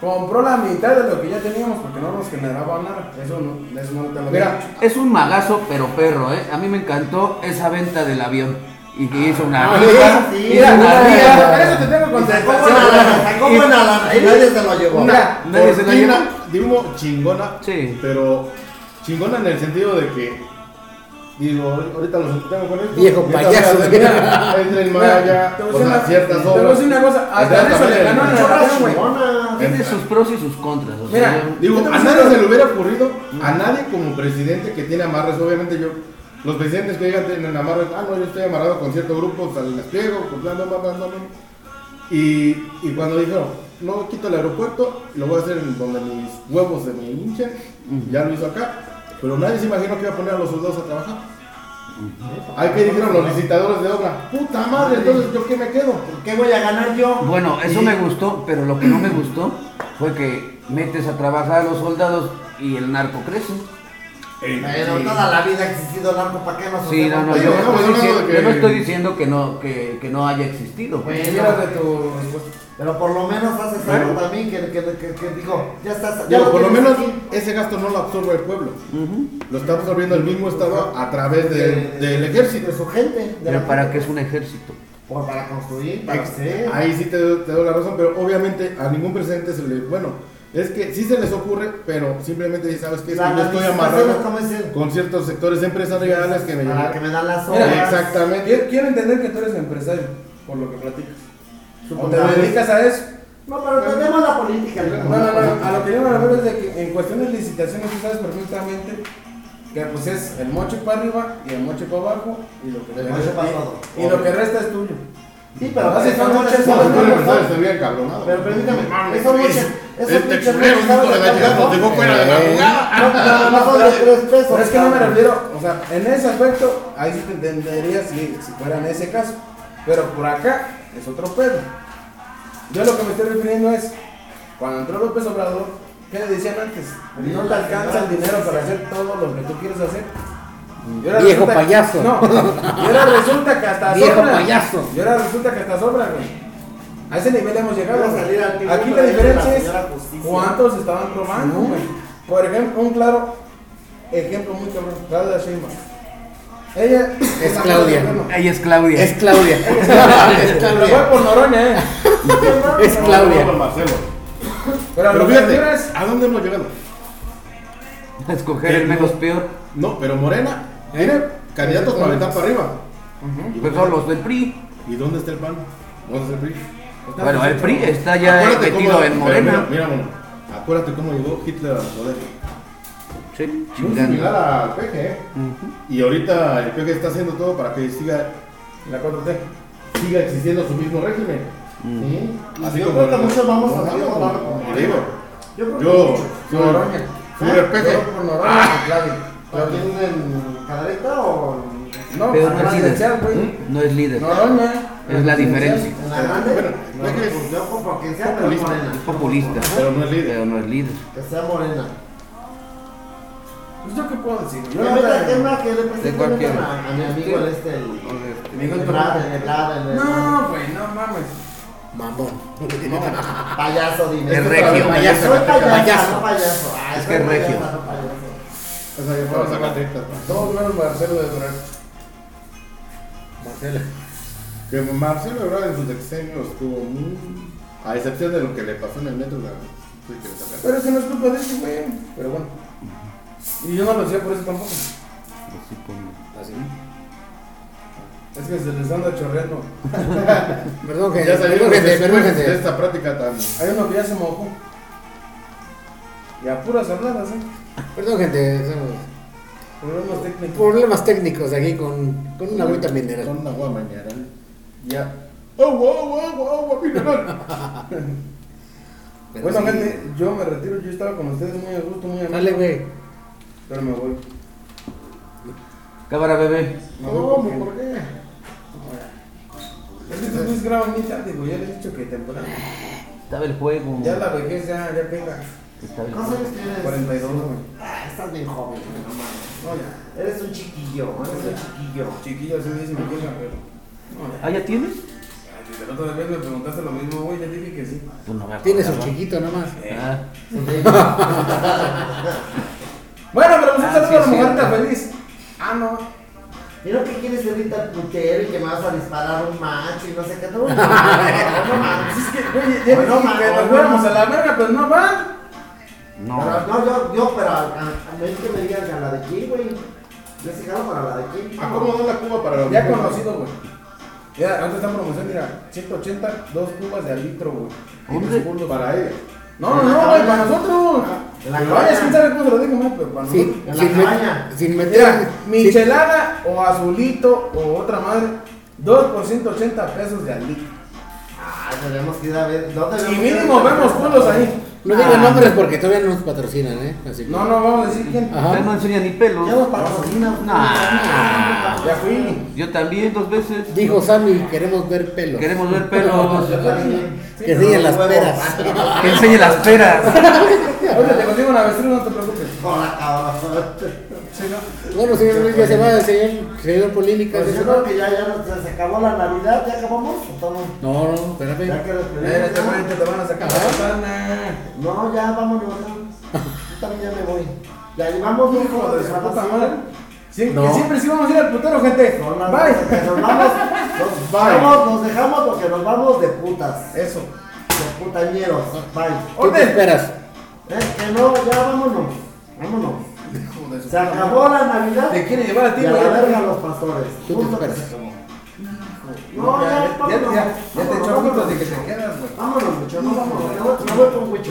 Speaker 3: Compró la mitad de lo que ya teníamos porque no nos generaba nada. Eso no, eso no te lo
Speaker 5: Mira,
Speaker 3: digo.
Speaker 4: Es un magazo, pero perro, ¿eh? A mí me encantó esa venta del avión. Y que hizo una.
Speaker 2: Ah,
Speaker 4: rifa,
Speaker 2: sí,
Speaker 4: hizo una
Speaker 2: sí,
Speaker 4: rifa.
Speaker 2: sí.
Speaker 3: Mira, eso te tengo que
Speaker 2: Y
Speaker 3: contar.
Speaker 2: sacó buena lana, sacó buena lana, y nadie se lo llevó.
Speaker 4: Mira, nadie se la lleva.
Speaker 5: Cortina de humo chingona,
Speaker 4: Sí.
Speaker 5: pero chingona en el sentido de que. Digo, ahorita los tengo con esto.
Speaker 1: Viejo
Speaker 5: ahorita
Speaker 1: payaso,
Speaker 5: voy a hacer-
Speaker 1: mira.
Speaker 5: El tren
Speaker 3: Mira,
Speaker 5: Maya,
Speaker 3: te voy a
Speaker 5: o
Speaker 3: decir
Speaker 5: sea,
Speaker 3: una-
Speaker 5: ciertas
Speaker 3: te
Speaker 5: obras.
Speaker 3: voy a decir una cosa, hasta
Speaker 5: Entonces,
Speaker 3: en eso le
Speaker 5: también-
Speaker 3: ganó la-
Speaker 2: Chorra chingona.
Speaker 4: Tiene sus pros y sus contras. o sea,
Speaker 3: Mira,
Speaker 4: yo-
Speaker 5: Digo,
Speaker 3: Yo te
Speaker 5: a
Speaker 3: voy a
Speaker 5: nadie
Speaker 3: decir-
Speaker 5: se le hubiera ocurrido, a nadie como presidente que tiene amarres, obviamente yo, los presidentes pues, que llegan tienen amarres, ah, no, yo estoy amarrado con cierto grupo, Salinas Pliego, con plan, bla, bla, bla, bla, bla. Y, y cuando dijeron, no quito el aeropuerto, lo voy a hacer en donde mis huevos se me hinchan, ya lo hizo acá, pero nadie se imaginó que iba a poner a los soldados a trabajar. Hay que dijeron los licitadores de obra, puta madre, entonces yo qué me quedo.
Speaker 2: ¿Qué voy a ganar yo?
Speaker 4: Bueno, eso
Speaker 2: Y-
Speaker 4: me gustó, pero lo que no me gustó fue que metes a trabajar a los soldados y el narco crece.
Speaker 2: Pero toda la vida ha existido narco, ¿para qué nos
Speaker 4: Sí, no,
Speaker 2: hacemos?
Speaker 4: no,
Speaker 5: Oye,
Speaker 4: yo, no
Speaker 5: estamos
Speaker 4: estoy
Speaker 5: hablando
Speaker 4: diciendo,
Speaker 5: de
Speaker 4: yo no
Speaker 5: que-
Speaker 4: estoy diciendo que no, que, que no haya existido. pues.
Speaker 2: Bueno,
Speaker 3: Mira de tu respuesta.
Speaker 2: Pero por lo menos haces algo
Speaker 5: Bueno.
Speaker 2: también que, que, que, que digo, ya estás. ya
Speaker 5: Digo,
Speaker 2: lo
Speaker 5: por lo
Speaker 2: tienes
Speaker 5: menos
Speaker 2: aquí.
Speaker 5: ese gasto no lo absorbe el pueblo. Lo está absorbiendo el mismo Estado a través de-
Speaker 2: De-
Speaker 5: del ejército.
Speaker 2: De su gente. de
Speaker 4: Pero
Speaker 2: la-
Speaker 4: para qué es un ejército.
Speaker 2: Por- para construir, para hacer.
Speaker 5: Ahí sí te, te doy la razón, pero obviamente a ningún presidente se le. Bueno, es que sí se les ocurre, pero simplemente dicen, sabes que
Speaker 2: La-
Speaker 5: yo
Speaker 2: las
Speaker 5: estoy
Speaker 2: licitaciones,
Speaker 5: amarrado
Speaker 2: ¿cómo es el-
Speaker 5: con ciertos sectores empresariales que me
Speaker 2: Para que
Speaker 5: llegan.
Speaker 2: me dan las
Speaker 3: Mira,
Speaker 2: obras.
Speaker 5: Exactamente.
Speaker 3: Quiero, quiero entender que tú eres empresario, por lo que platicas. O te
Speaker 2: Supongamos.
Speaker 3: dedicas a eso.
Speaker 2: No, pero tenemos la política.
Speaker 3: No, no, no, a lo que yo me refiero es de que en cuestión de licitaciones tú sabes perfectamente que pues es el moche para arriba y el moche para abajo y lo que,
Speaker 2: El
Speaker 3: le
Speaker 2: moche
Speaker 3: resta-
Speaker 2: para todo.
Speaker 3: y, y lo que resta es tuyo.
Speaker 2: Sí, pero
Speaker 3: Hace
Speaker 2: esos
Speaker 3: falta
Speaker 2: moches
Speaker 3: muchas
Speaker 5: No,
Speaker 2: saben
Speaker 5: si tú eres
Speaker 2: cómo
Speaker 5: empresario,
Speaker 2: son.
Speaker 5: estaría encabronado.
Speaker 2: Pero permítame,
Speaker 5: Mames,
Speaker 2: esos moches- esos
Speaker 5: Este
Speaker 2: pinches
Speaker 5: culero,
Speaker 2: moches
Speaker 5: hijo de la
Speaker 2: saben
Speaker 5: chingada,
Speaker 2: cómo
Speaker 5: te
Speaker 2: son.
Speaker 5: dejó fuera de la
Speaker 1: Eh,
Speaker 2: No, no,
Speaker 5: jugada.
Speaker 2: Ah, no son de tres pesos,
Speaker 3: Pero es que no me
Speaker 2: cabrón.
Speaker 3: refiero, o sea, en ese aspecto ahí sí te entendería si, si fuera en ese caso. Pero por acá es otro pedo. Yo lo que me estoy refiriendo es, cuando entró López Obrador, ¿qué le decían antes? No te alcanza el dinero para hacer todo lo que tú quieres hacer. Y ahora
Speaker 1: Viejo
Speaker 3: resulta-
Speaker 1: payaso.
Speaker 3: No, y ahora resulta que hasta
Speaker 1: Viejo
Speaker 3: sobra.
Speaker 1: payaso.
Speaker 3: Y ahora resulta que hasta sobra, güey. A ese nivel hemos llegado.
Speaker 2: Quiero salir al
Speaker 3: güey.
Speaker 2: tiempo
Speaker 3: Aquí la
Speaker 2: para ir a la
Speaker 3: diferencia es
Speaker 2: señora justicia.
Speaker 3: cuántos estaban robando,
Speaker 1: No.
Speaker 3: güey. Por ejemplo, un claro ejemplo muy cabrón, Claudia Sheinbaum. Ella
Speaker 1: Es Claudia.
Speaker 4: Ahí es Claudia.
Speaker 1: Es Claudia.
Speaker 3: Es
Speaker 1: es
Speaker 3: Claudia.
Speaker 1: Claudia.
Speaker 3: por Noroña, eh.
Speaker 1: Es Claudia.
Speaker 5: No, no, Marcelo.
Speaker 3: Pero,
Speaker 5: Pero
Speaker 3: lo que
Speaker 5: fíjate,
Speaker 3: quiero es-
Speaker 5: ¿a dónde hemos llegado?
Speaker 4: A escoger el menos peor.
Speaker 5: No, pero Morena tiene candidatos para aventar para arriba. ¿Y
Speaker 4: Pues
Speaker 5: dónde-
Speaker 4: son los del PRI.
Speaker 5: ¿Y dónde está el PAN? ¿Dónde está el PRI?
Speaker 4: Bueno, el PRI está ya
Speaker 5: Acuérdate cómo-
Speaker 4: metido en
Speaker 5: pero
Speaker 4: Morena.
Speaker 5: Mira, mira, bueno, acuérdate cómo llegó Hitler al poder.
Speaker 4: Sí,
Speaker 5: Muy
Speaker 4: chingando.
Speaker 5: similar al PG. ¿eh? Y ahorita el PG está haciendo todo para que siga,
Speaker 3: La 4T.
Speaker 5: siga existiendo su mismo régimen.
Speaker 4: Mm.
Speaker 2: Sí.
Speaker 5: Así
Speaker 2: yo
Speaker 5: como
Speaker 2: creo que
Speaker 5: el-
Speaker 2: muchos vamos a
Speaker 5: no,
Speaker 2: salir
Speaker 5: no,
Speaker 2: con la-
Speaker 5: como te digo,
Speaker 2: Yo creo que
Speaker 5: Yo soy
Speaker 3: Noroña.
Speaker 5: soy el
Speaker 2: Ah.
Speaker 5: PG.
Speaker 3: Yo por Noroña, por Claudia.
Speaker 2: ¿Aquí
Speaker 3: Claudia.
Speaker 2: en Cadereyta o en-
Speaker 3: No,
Speaker 4: Pero
Speaker 3: a la
Speaker 4: no es líder.
Speaker 3: presidencial, güey.
Speaker 4: No es líder.
Speaker 3: Noroña.
Speaker 4: ¿Mm? Es la diferencia.
Speaker 2: en la grande?
Speaker 5: Bueno,
Speaker 2: No,
Speaker 5: ya que es
Speaker 2: pues yo compro quien sea, pero
Speaker 5: populista.
Speaker 2: morena.
Speaker 4: Es populista.
Speaker 5: Pero no es líder.
Speaker 4: Pero no es líder.
Speaker 2: Que sea morena.
Speaker 3: Pues yo qué puedo decir. Yo
Speaker 2: Yo
Speaker 3: la
Speaker 2: me
Speaker 3: verdad-
Speaker 2: que más que le presento a,
Speaker 4: cualquiera.
Speaker 2: a mi amigo el este, el...
Speaker 3: Amigo,
Speaker 2: el
Speaker 3: tú-
Speaker 2: Brad, el Brad, el-
Speaker 3: No, güey, no mames.
Speaker 1: Mamón.
Speaker 2: Payaso, dime.
Speaker 4: El regio.
Speaker 2: Payaso, soy payaso,
Speaker 1: Payaso.
Speaker 2: no payaso. Ah,
Speaker 4: Es
Speaker 2: soy
Speaker 4: que es
Speaker 2: payaso,
Speaker 4: regio.
Speaker 2: no payaso. Ah.
Speaker 5: O sea, yo puedo sacar pues. textas.
Speaker 3: Todos menos Marcelo de Durán.
Speaker 1: Marcela.
Speaker 5: Que Marcelo Ebrard en sus exenios estuvo muy... A excepción de lo que le pasó en el metro. La... sí que lo sacaron.
Speaker 3: Pero eso no es culpa de este güey. Pero bueno. Y yo no lo hacía por eso tampoco. ¿Ah,
Speaker 4: Así como-
Speaker 3: Es que se les anda chorreando.
Speaker 1: Perdón, gente.
Speaker 5: Ya
Speaker 1: Perdón,
Speaker 5: salimos
Speaker 1: gente. Perdón,
Speaker 5: después de
Speaker 1: gente.
Speaker 5: esta práctica tan...
Speaker 3: Hay uno que ya se mojó. Y a puras habladas, ¿eh?
Speaker 1: Perdón, gente. Somos
Speaker 3: Problemas técnicos.
Speaker 1: Problemas técnicos aquí con, con una agüita mineral.
Speaker 5: Con agua mañana.
Speaker 3: Ya.
Speaker 5: ¡Oh, oh, oh, oh, oh, mineral!
Speaker 1: Pero
Speaker 3: Bueno,
Speaker 1: sí.
Speaker 3: gente, yo me retiro. Yo estaba con ustedes muy a gusto, muy amable.
Speaker 1: Dale, güey.
Speaker 3: Pero me voy.
Speaker 4: Cámara, bebé.
Speaker 3: Me voy
Speaker 5: ¿Cómo?
Speaker 3: porque-
Speaker 5: ¿Por qué?
Speaker 3: Es que tú no graban muy tarde, güey. Ya les he dicho que temprano.
Speaker 4: Estaba el juego.
Speaker 3: Ya la vejez ya, ya pega.
Speaker 4: Estaba el
Speaker 2: ¿Cuántos
Speaker 4: juego.
Speaker 2: años tienes?
Speaker 3: 42, güey.
Speaker 2: Ah, estás bien joven, güey, no mames.
Speaker 3: No, ya.
Speaker 2: Eres un chiquillo, eres un chiquillo.
Speaker 3: Chiquillo, se dice mi vieja, pero. No, ya.
Speaker 4: ¿Ah, ya tienes?
Speaker 3: Si la otra vez me preguntaste lo mismo, güey, ya dije que sí.
Speaker 4: Pues no me acordaba.
Speaker 1: Tienes un chiquito nomás.
Speaker 4: Ah.
Speaker 3: Bueno, pero pues un
Speaker 4: Ah,
Speaker 3: saludo
Speaker 4: sí,
Speaker 3: a la
Speaker 4: sí,
Speaker 3: mujerita
Speaker 4: sí.
Speaker 3: feliz. Ah, no.
Speaker 2: Mira que quieres ser ahorita putero y que me vas a disparar un macho y no sé qué. No, no, no, no,
Speaker 3: Pues
Speaker 2: mames.
Speaker 3: es que, güey, ya
Speaker 2: Hoy no,
Speaker 3: dije
Speaker 2: ma-
Speaker 3: que
Speaker 2: hoy
Speaker 3: nos
Speaker 2: no,
Speaker 3: fuéramos
Speaker 2: ma-
Speaker 3: a la verga, pero no van.
Speaker 2: Pero,
Speaker 4: No.
Speaker 2: no, yo, yo, pero a, a, a mí que me digan a la de aquí, güey. Yo sí jalo para la de aquí.
Speaker 5: Acomoda la cuba para los
Speaker 3: Ya
Speaker 5: niños.
Speaker 3: conocido, güey. Ya, ahorita está en promoción, mira, 180, dos cubas de al litro, güey.
Speaker 4: ¿Dónde?
Speaker 5: Para ella.
Speaker 3: No, no, no, güey, para nosotros.
Speaker 2: La
Speaker 3: Pero vaya,
Speaker 2: cabaña.
Speaker 3: quién sabe cómo se lo digo, no, pero para nosotros.
Speaker 1: Sin,
Speaker 2: En la
Speaker 1: sin, met-
Speaker 2: cabaña.
Speaker 1: sin meter.
Speaker 3: Mira,
Speaker 1: sin-
Speaker 3: michelada o azulito o otra madre, 2 por 180 pesos de al litro.
Speaker 2: Ay, tenemos que ir a ver. No tenemos
Speaker 3: Y
Speaker 2: que ir a
Speaker 3: mínimo
Speaker 2: ver-
Speaker 3: vemos culos ahí.
Speaker 1: No digan nombres porque todavía no nos patrocinan, ¿eh? Así que-
Speaker 3: No, no vamos a decir quién.
Speaker 1: Ajá.
Speaker 4: Usted no enseña ni pelo.
Speaker 2: Ya nos patrocinan.
Speaker 4: Nah.
Speaker 3: Ya fui.
Speaker 4: Yo también dos veces.
Speaker 1: Dijo Sammy, queremos ver pelo.
Speaker 4: Queremos ver pelos.
Speaker 1: Que enseñen las peras.
Speaker 4: Que enseñe las peras.
Speaker 3: Oye, te consigo una avestruz, no te preocupes.
Speaker 2: Hola, cabrón.
Speaker 3: Sí, ¿no?
Speaker 1: Bueno, señor Luis, ya se va, señor, señor Polínica.
Speaker 2: Pues
Speaker 1: ya
Speaker 2: yo
Speaker 1: se va.
Speaker 2: creo que ya, ya nos- se acabó la Navidad, ya acabamos. Estamos-
Speaker 1: No, no, espérame.
Speaker 2: Ya que los
Speaker 3: Espérate, güey, te van a sacar la ventana.
Speaker 2: No, ya vámonos. ya. Yo también ya me voy. Ya llevamos un
Speaker 3: Hijo de su puta madre. Sie-
Speaker 1: No.
Speaker 3: Que siempre sí vamos a ir al putero, gente.
Speaker 2: No, no, no, porque
Speaker 3: Bye.
Speaker 2: nos vamos, nos
Speaker 3: Bye.
Speaker 2: dejamos, nos dejamos porque nos vamos de putas,
Speaker 3: Eso.
Speaker 2: de putañeros, bye.
Speaker 1: ¿Qué te
Speaker 3: Orden.
Speaker 1: esperas?
Speaker 2: Es que no, ya vámonos, vámonos.
Speaker 3: Hijo de su
Speaker 2: Se
Speaker 3: puta madre.
Speaker 2: acabó la Navidad
Speaker 3: Te quiere llevar a ti,
Speaker 2: y a la
Speaker 3: güey.
Speaker 2: verga los pastores.
Speaker 1: Tú te
Speaker 2: Punto que
Speaker 1: esperas.
Speaker 2: se acabó. No, ya,
Speaker 3: ya, ya,
Speaker 2: vámonos.
Speaker 3: ya, ya te echó
Speaker 2: Vámonos.
Speaker 3: juntos de que te quedas, güey.
Speaker 2: Vámonos, mucho, no vámonos, me voy, me voy con Huicho.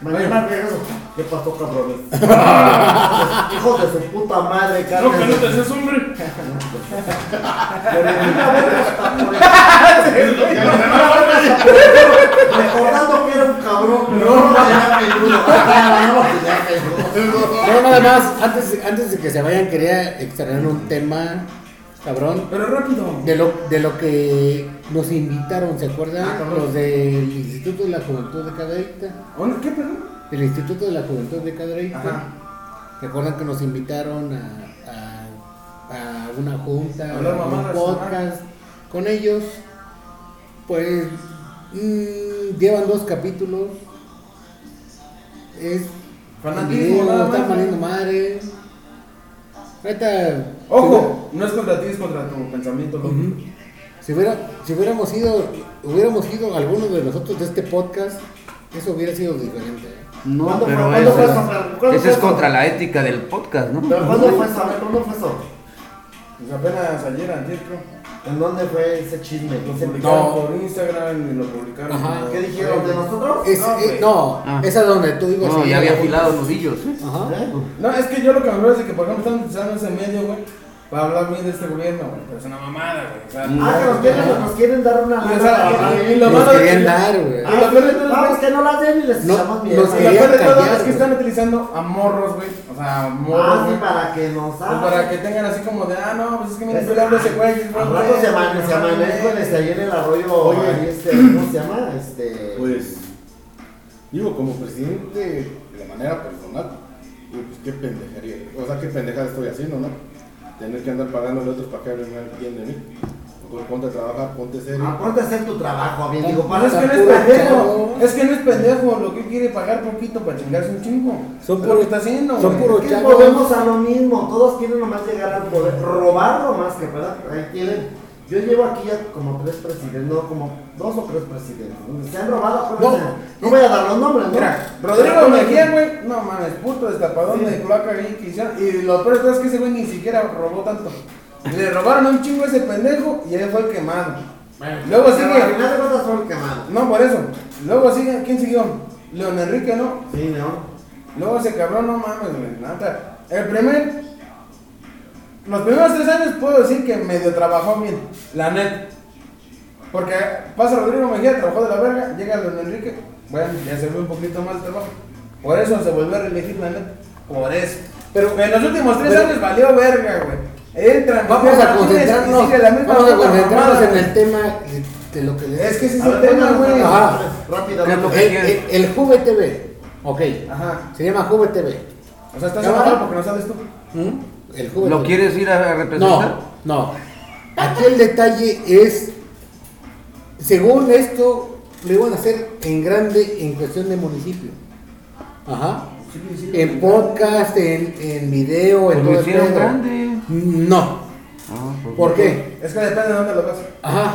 Speaker 2: Mañana regreso. ¿Qué pasó, cabrones? Hijos de su puta madre, Carmen.
Speaker 5: haces, hombre.
Speaker 2: Recordando que era un cabrón, pero no, ya peludo. Ah, no, ya peludo.
Speaker 1: Pero nada más, antes, antes de que se vayan, quería extraer un tema, cabrón,
Speaker 3: Pero rápido.
Speaker 1: de lo, de lo que nos invitaron, ¿se acuerdan?
Speaker 3: Ah, cabrón.
Speaker 1: Los del Instituto de la Juventud de Cadereyta.
Speaker 3: ¿Dónde? ¿Qué, perdón?
Speaker 1: El Instituto de la Juventud de Cadereyta.
Speaker 3: Ajá.
Speaker 1: ¿Se acuerdan que nos invitaron a, a- a una junta, a
Speaker 3: Hablar
Speaker 1: un
Speaker 3: mamadas,
Speaker 1: podcast con ellos? Pues mm, llevan dos capítulos. Es
Speaker 3: Fanatismo,
Speaker 1: video,
Speaker 3: nada
Speaker 1: están
Speaker 3: más.
Speaker 1: valiendo madre. Ahorita,
Speaker 3: Ojo, no es contra ti, es contra tu pensamiento
Speaker 1: si hubiera-
Speaker 3: loco.
Speaker 1: ujú, si, hubiera- si hubiéramos ido, hubiéramos ido algunos de nosotros de este podcast, eso hubiera sido diferente. ¿eh?
Speaker 4: No,
Speaker 2: ¿Cuándo fue-
Speaker 4: pero
Speaker 2: cuándo
Speaker 4: eso
Speaker 2: fue
Speaker 4: es,
Speaker 2: eso, Fran? ¿Cuándo
Speaker 4: eso
Speaker 2: fue
Speaker 4: es
Speaker 2: eso?
Speaker 4: contra la ética del podcast, ¿no?
Speaker 2: ¿Pero cuándo fue eso? A ver, ¿Cuándo fue eso?
Speaker 3: Pues apenas ayer, antier, creo.
Speaker 2: ¿En dónde fue ese chisme?
Speaker 3: Lo
Speaker 2: Ese-
Speaker 3: publicaron por Instagram y lo publicaron.
Speaker 1: Ajá.
Speaker 3: por-
Speaker 2: ¿Qué dijeron de nosotros?
Speaker 1: Es-
Speaker 2: Ah,
Speaker 1: eh,
Speaker 3: pues.
Speaker 2: güey.
Speaker 1: no,
Speaker 4: Ah.
Speaker 1: esa es donde tú ibas.
Speaker 4: No,
Speaker 1: a ir,
Speaker 4: ya había
Speaker 1: güey.
Speaker 4: afilado nudillos. ¿eh?
Speaker 1: Ajá.
Speaker 2: ¿Eh?
Speaker 3: No, es que yo lo que me acuerdo es de que, por ejemplo, están utilizando ese medio, güey, para hablar bien de este gobierno, güey. Pero es una mamada, güey. O sea,
Speaker 2: Ah, que nos quieren, nos quieren dar una
Speaker 3: Y, o sea,
Speaker 2: lana.
Speaker 3: y- y lo
Speaker 1: Nos
Speaker 3: malo de
Speaker 1: querían
Speaker 3: que-
Speaker 1: dar, güey.
Speaker 3: y lo
Speaker 2: Ah,
Speaker 3: peor de todo es
Speaker 2: vamos,
Speaker 3: que-
Speaker 2: que Ah, no las den y les
Speaker 1: No,
Speaker 2: echamos
Speaker 1: nos
Speaker 2: mierda.
Speaker 3: y lo peor de todo
Speaker 1: cambiar,
Speaker 3: es que
Speaker 1: güey.
Speaker 3: están utilizando a morros, güey. O sea, morros,
Speaker 2: Ah, sí,
Speaker 3: güey.
Speaker 2: para que nos
Speaker 3: Pues para que tengan así como de, ah, no, pues es que mira, estoy hablando de ese güey. es buen
Speaker 2: Al rato
Speaker 3: güey,
Speaker 2: se amane- se
Speaker 3: güey,
Speaker 2: amanezco
Speaker 3: güey.
Speaker 2: desde ahí en el arroyo.
Speaker 5: Oye.
Speaker 2: ahí, este, ¿Cómo se llama? Este.
Speaker 5: Pues, digo, como presidente, de manera personal, digo, pues qué pendejería. O sea, qué pendejada estoy haciendo, ¿no? Tener que andar pagando a otros para que hablen mal bien de mí. Mejor ponte a trabajar, ponte serio.
Speaker 2: Aporta a hacer tu trabajo, bien. Digo,
Speaker 3: Pues
Speaker 2: para
Speaker 3: es que no es pendejo, es que no es pendejo, lo que quiere pagar poquito para chingarse un chingo.
Speaker 1: Son
Speaker 3: Es
Speaker 1: puro-
Speaker 3: lo que está haciendo,
Speaker 1: son
Speaker 3: güey.
Speaker 1: puro-
Speaker 2: Es que
Speaker 1: chavos.
Speaker 2: volvemos a lo mismo, todos quieren nomás llegar al poder, robarlo más que ¿verdad? Ahí tienen. Yo llevo aquí ya como tres presidentes, no, como dos o tres presidentes. ¿no? Se han robado, pero
Speaker 1: No.
Speaker 2: no, no voy a dar los nombres, ¿no?
Speaker 3: Mira, Rodrigo
Speaker 2: Pero,
Speaker 3: Mejía, güey, no mames, puto destapadón
Speaker 2: Sí.
Speaker 3: de cloaca bien que hicieron. Y lo peor de todo es que ese güey ni siquiera robó tanto. Le robaron un chingo a ese pendejo y él fue el quemado.
Speaker 2: Bueno,
Speaker 3: Luego
Speaker 2: pero
Speaker 3: sigue.
Speaker 2: Al final de cuentas son quemados.
Speaker 3: No, por eso. Luego sigue, ¿quién siguió? León Enrique, ¿no?
Speaker 2: Sí, ¿no?
Speaker 3: Luego ese cabrón, no mames, güey, nada. El primer. Los primeros tres años puedo decir que medio trabajó bien, la neta. Porque pasa Rodrigo Mejía, trabajó de la verga, llega Don Enrique, bueno, ya se ve un poquito más el trabajo. Por eso se volvió a reelegir, la neta. Por eso. Pero en los últimos tres
Speaker 1: Pero-
Speaker 3: años valió verga, güey. Entra,
Speaker 1: Vamos
Speaker 3: Miguel
Speaker 1: a
Speaker 3: Martínez y
Speaker 1: concentrarnos,
Speaker 3: sigue la misma
Speaker 1: vamos a
Speaker 3: puta
Speaker 1: concentrarnos
Speaker 3: mamada.
Speaker 1: en el tema de, de lo que les...
Speaker 3: Es que ese es
Speaker 2: A
Speaker 3: el
Speaker 2: ver,
Speaker 3: tema,
Speaker 2: vámonos,
Speaker 3: güey.
Speaker 1: Ajá.
Speaker 2: vámonos, Rápido,
Speaker 4: ¿Qué es lo
Speaker 2: rápido.
Speaker 4: que-
Speaker 1: el, el, el Juve TV, ok,
Speaker 3: Ajá.
Speaker 1: se llama Juve TV.
Speaker 3: O sea, estás
Speaker 1: Cámara.
Speaker 3: enojado porque no sabes tú.
Speaker 1: ¿Mm? El Juve
Speaker 4: ¿Lo
Speaker 1: TV.
Speaker 4: quieres ir a representar?
Speaker 1: No, Pues no. Aquí el detalle es, según esto, lo iban a hacer en grande en cuestión de municipio. Ajá. En podcast, en, en video, en
Speaker 4: Pues lo
Speaker 1: todo el
Speaker 4: hicieron
Speaker 1: pedo.
Speaker 4: grande.
Speaker 1: No.
Speaker 4: Ah, pues
Speaker 1: ¿Por
Speaker 4: no.
Speaker 1: qué?
Speaker 3: Es que depende de dónde lo vas.
Speaker 1: Ajá.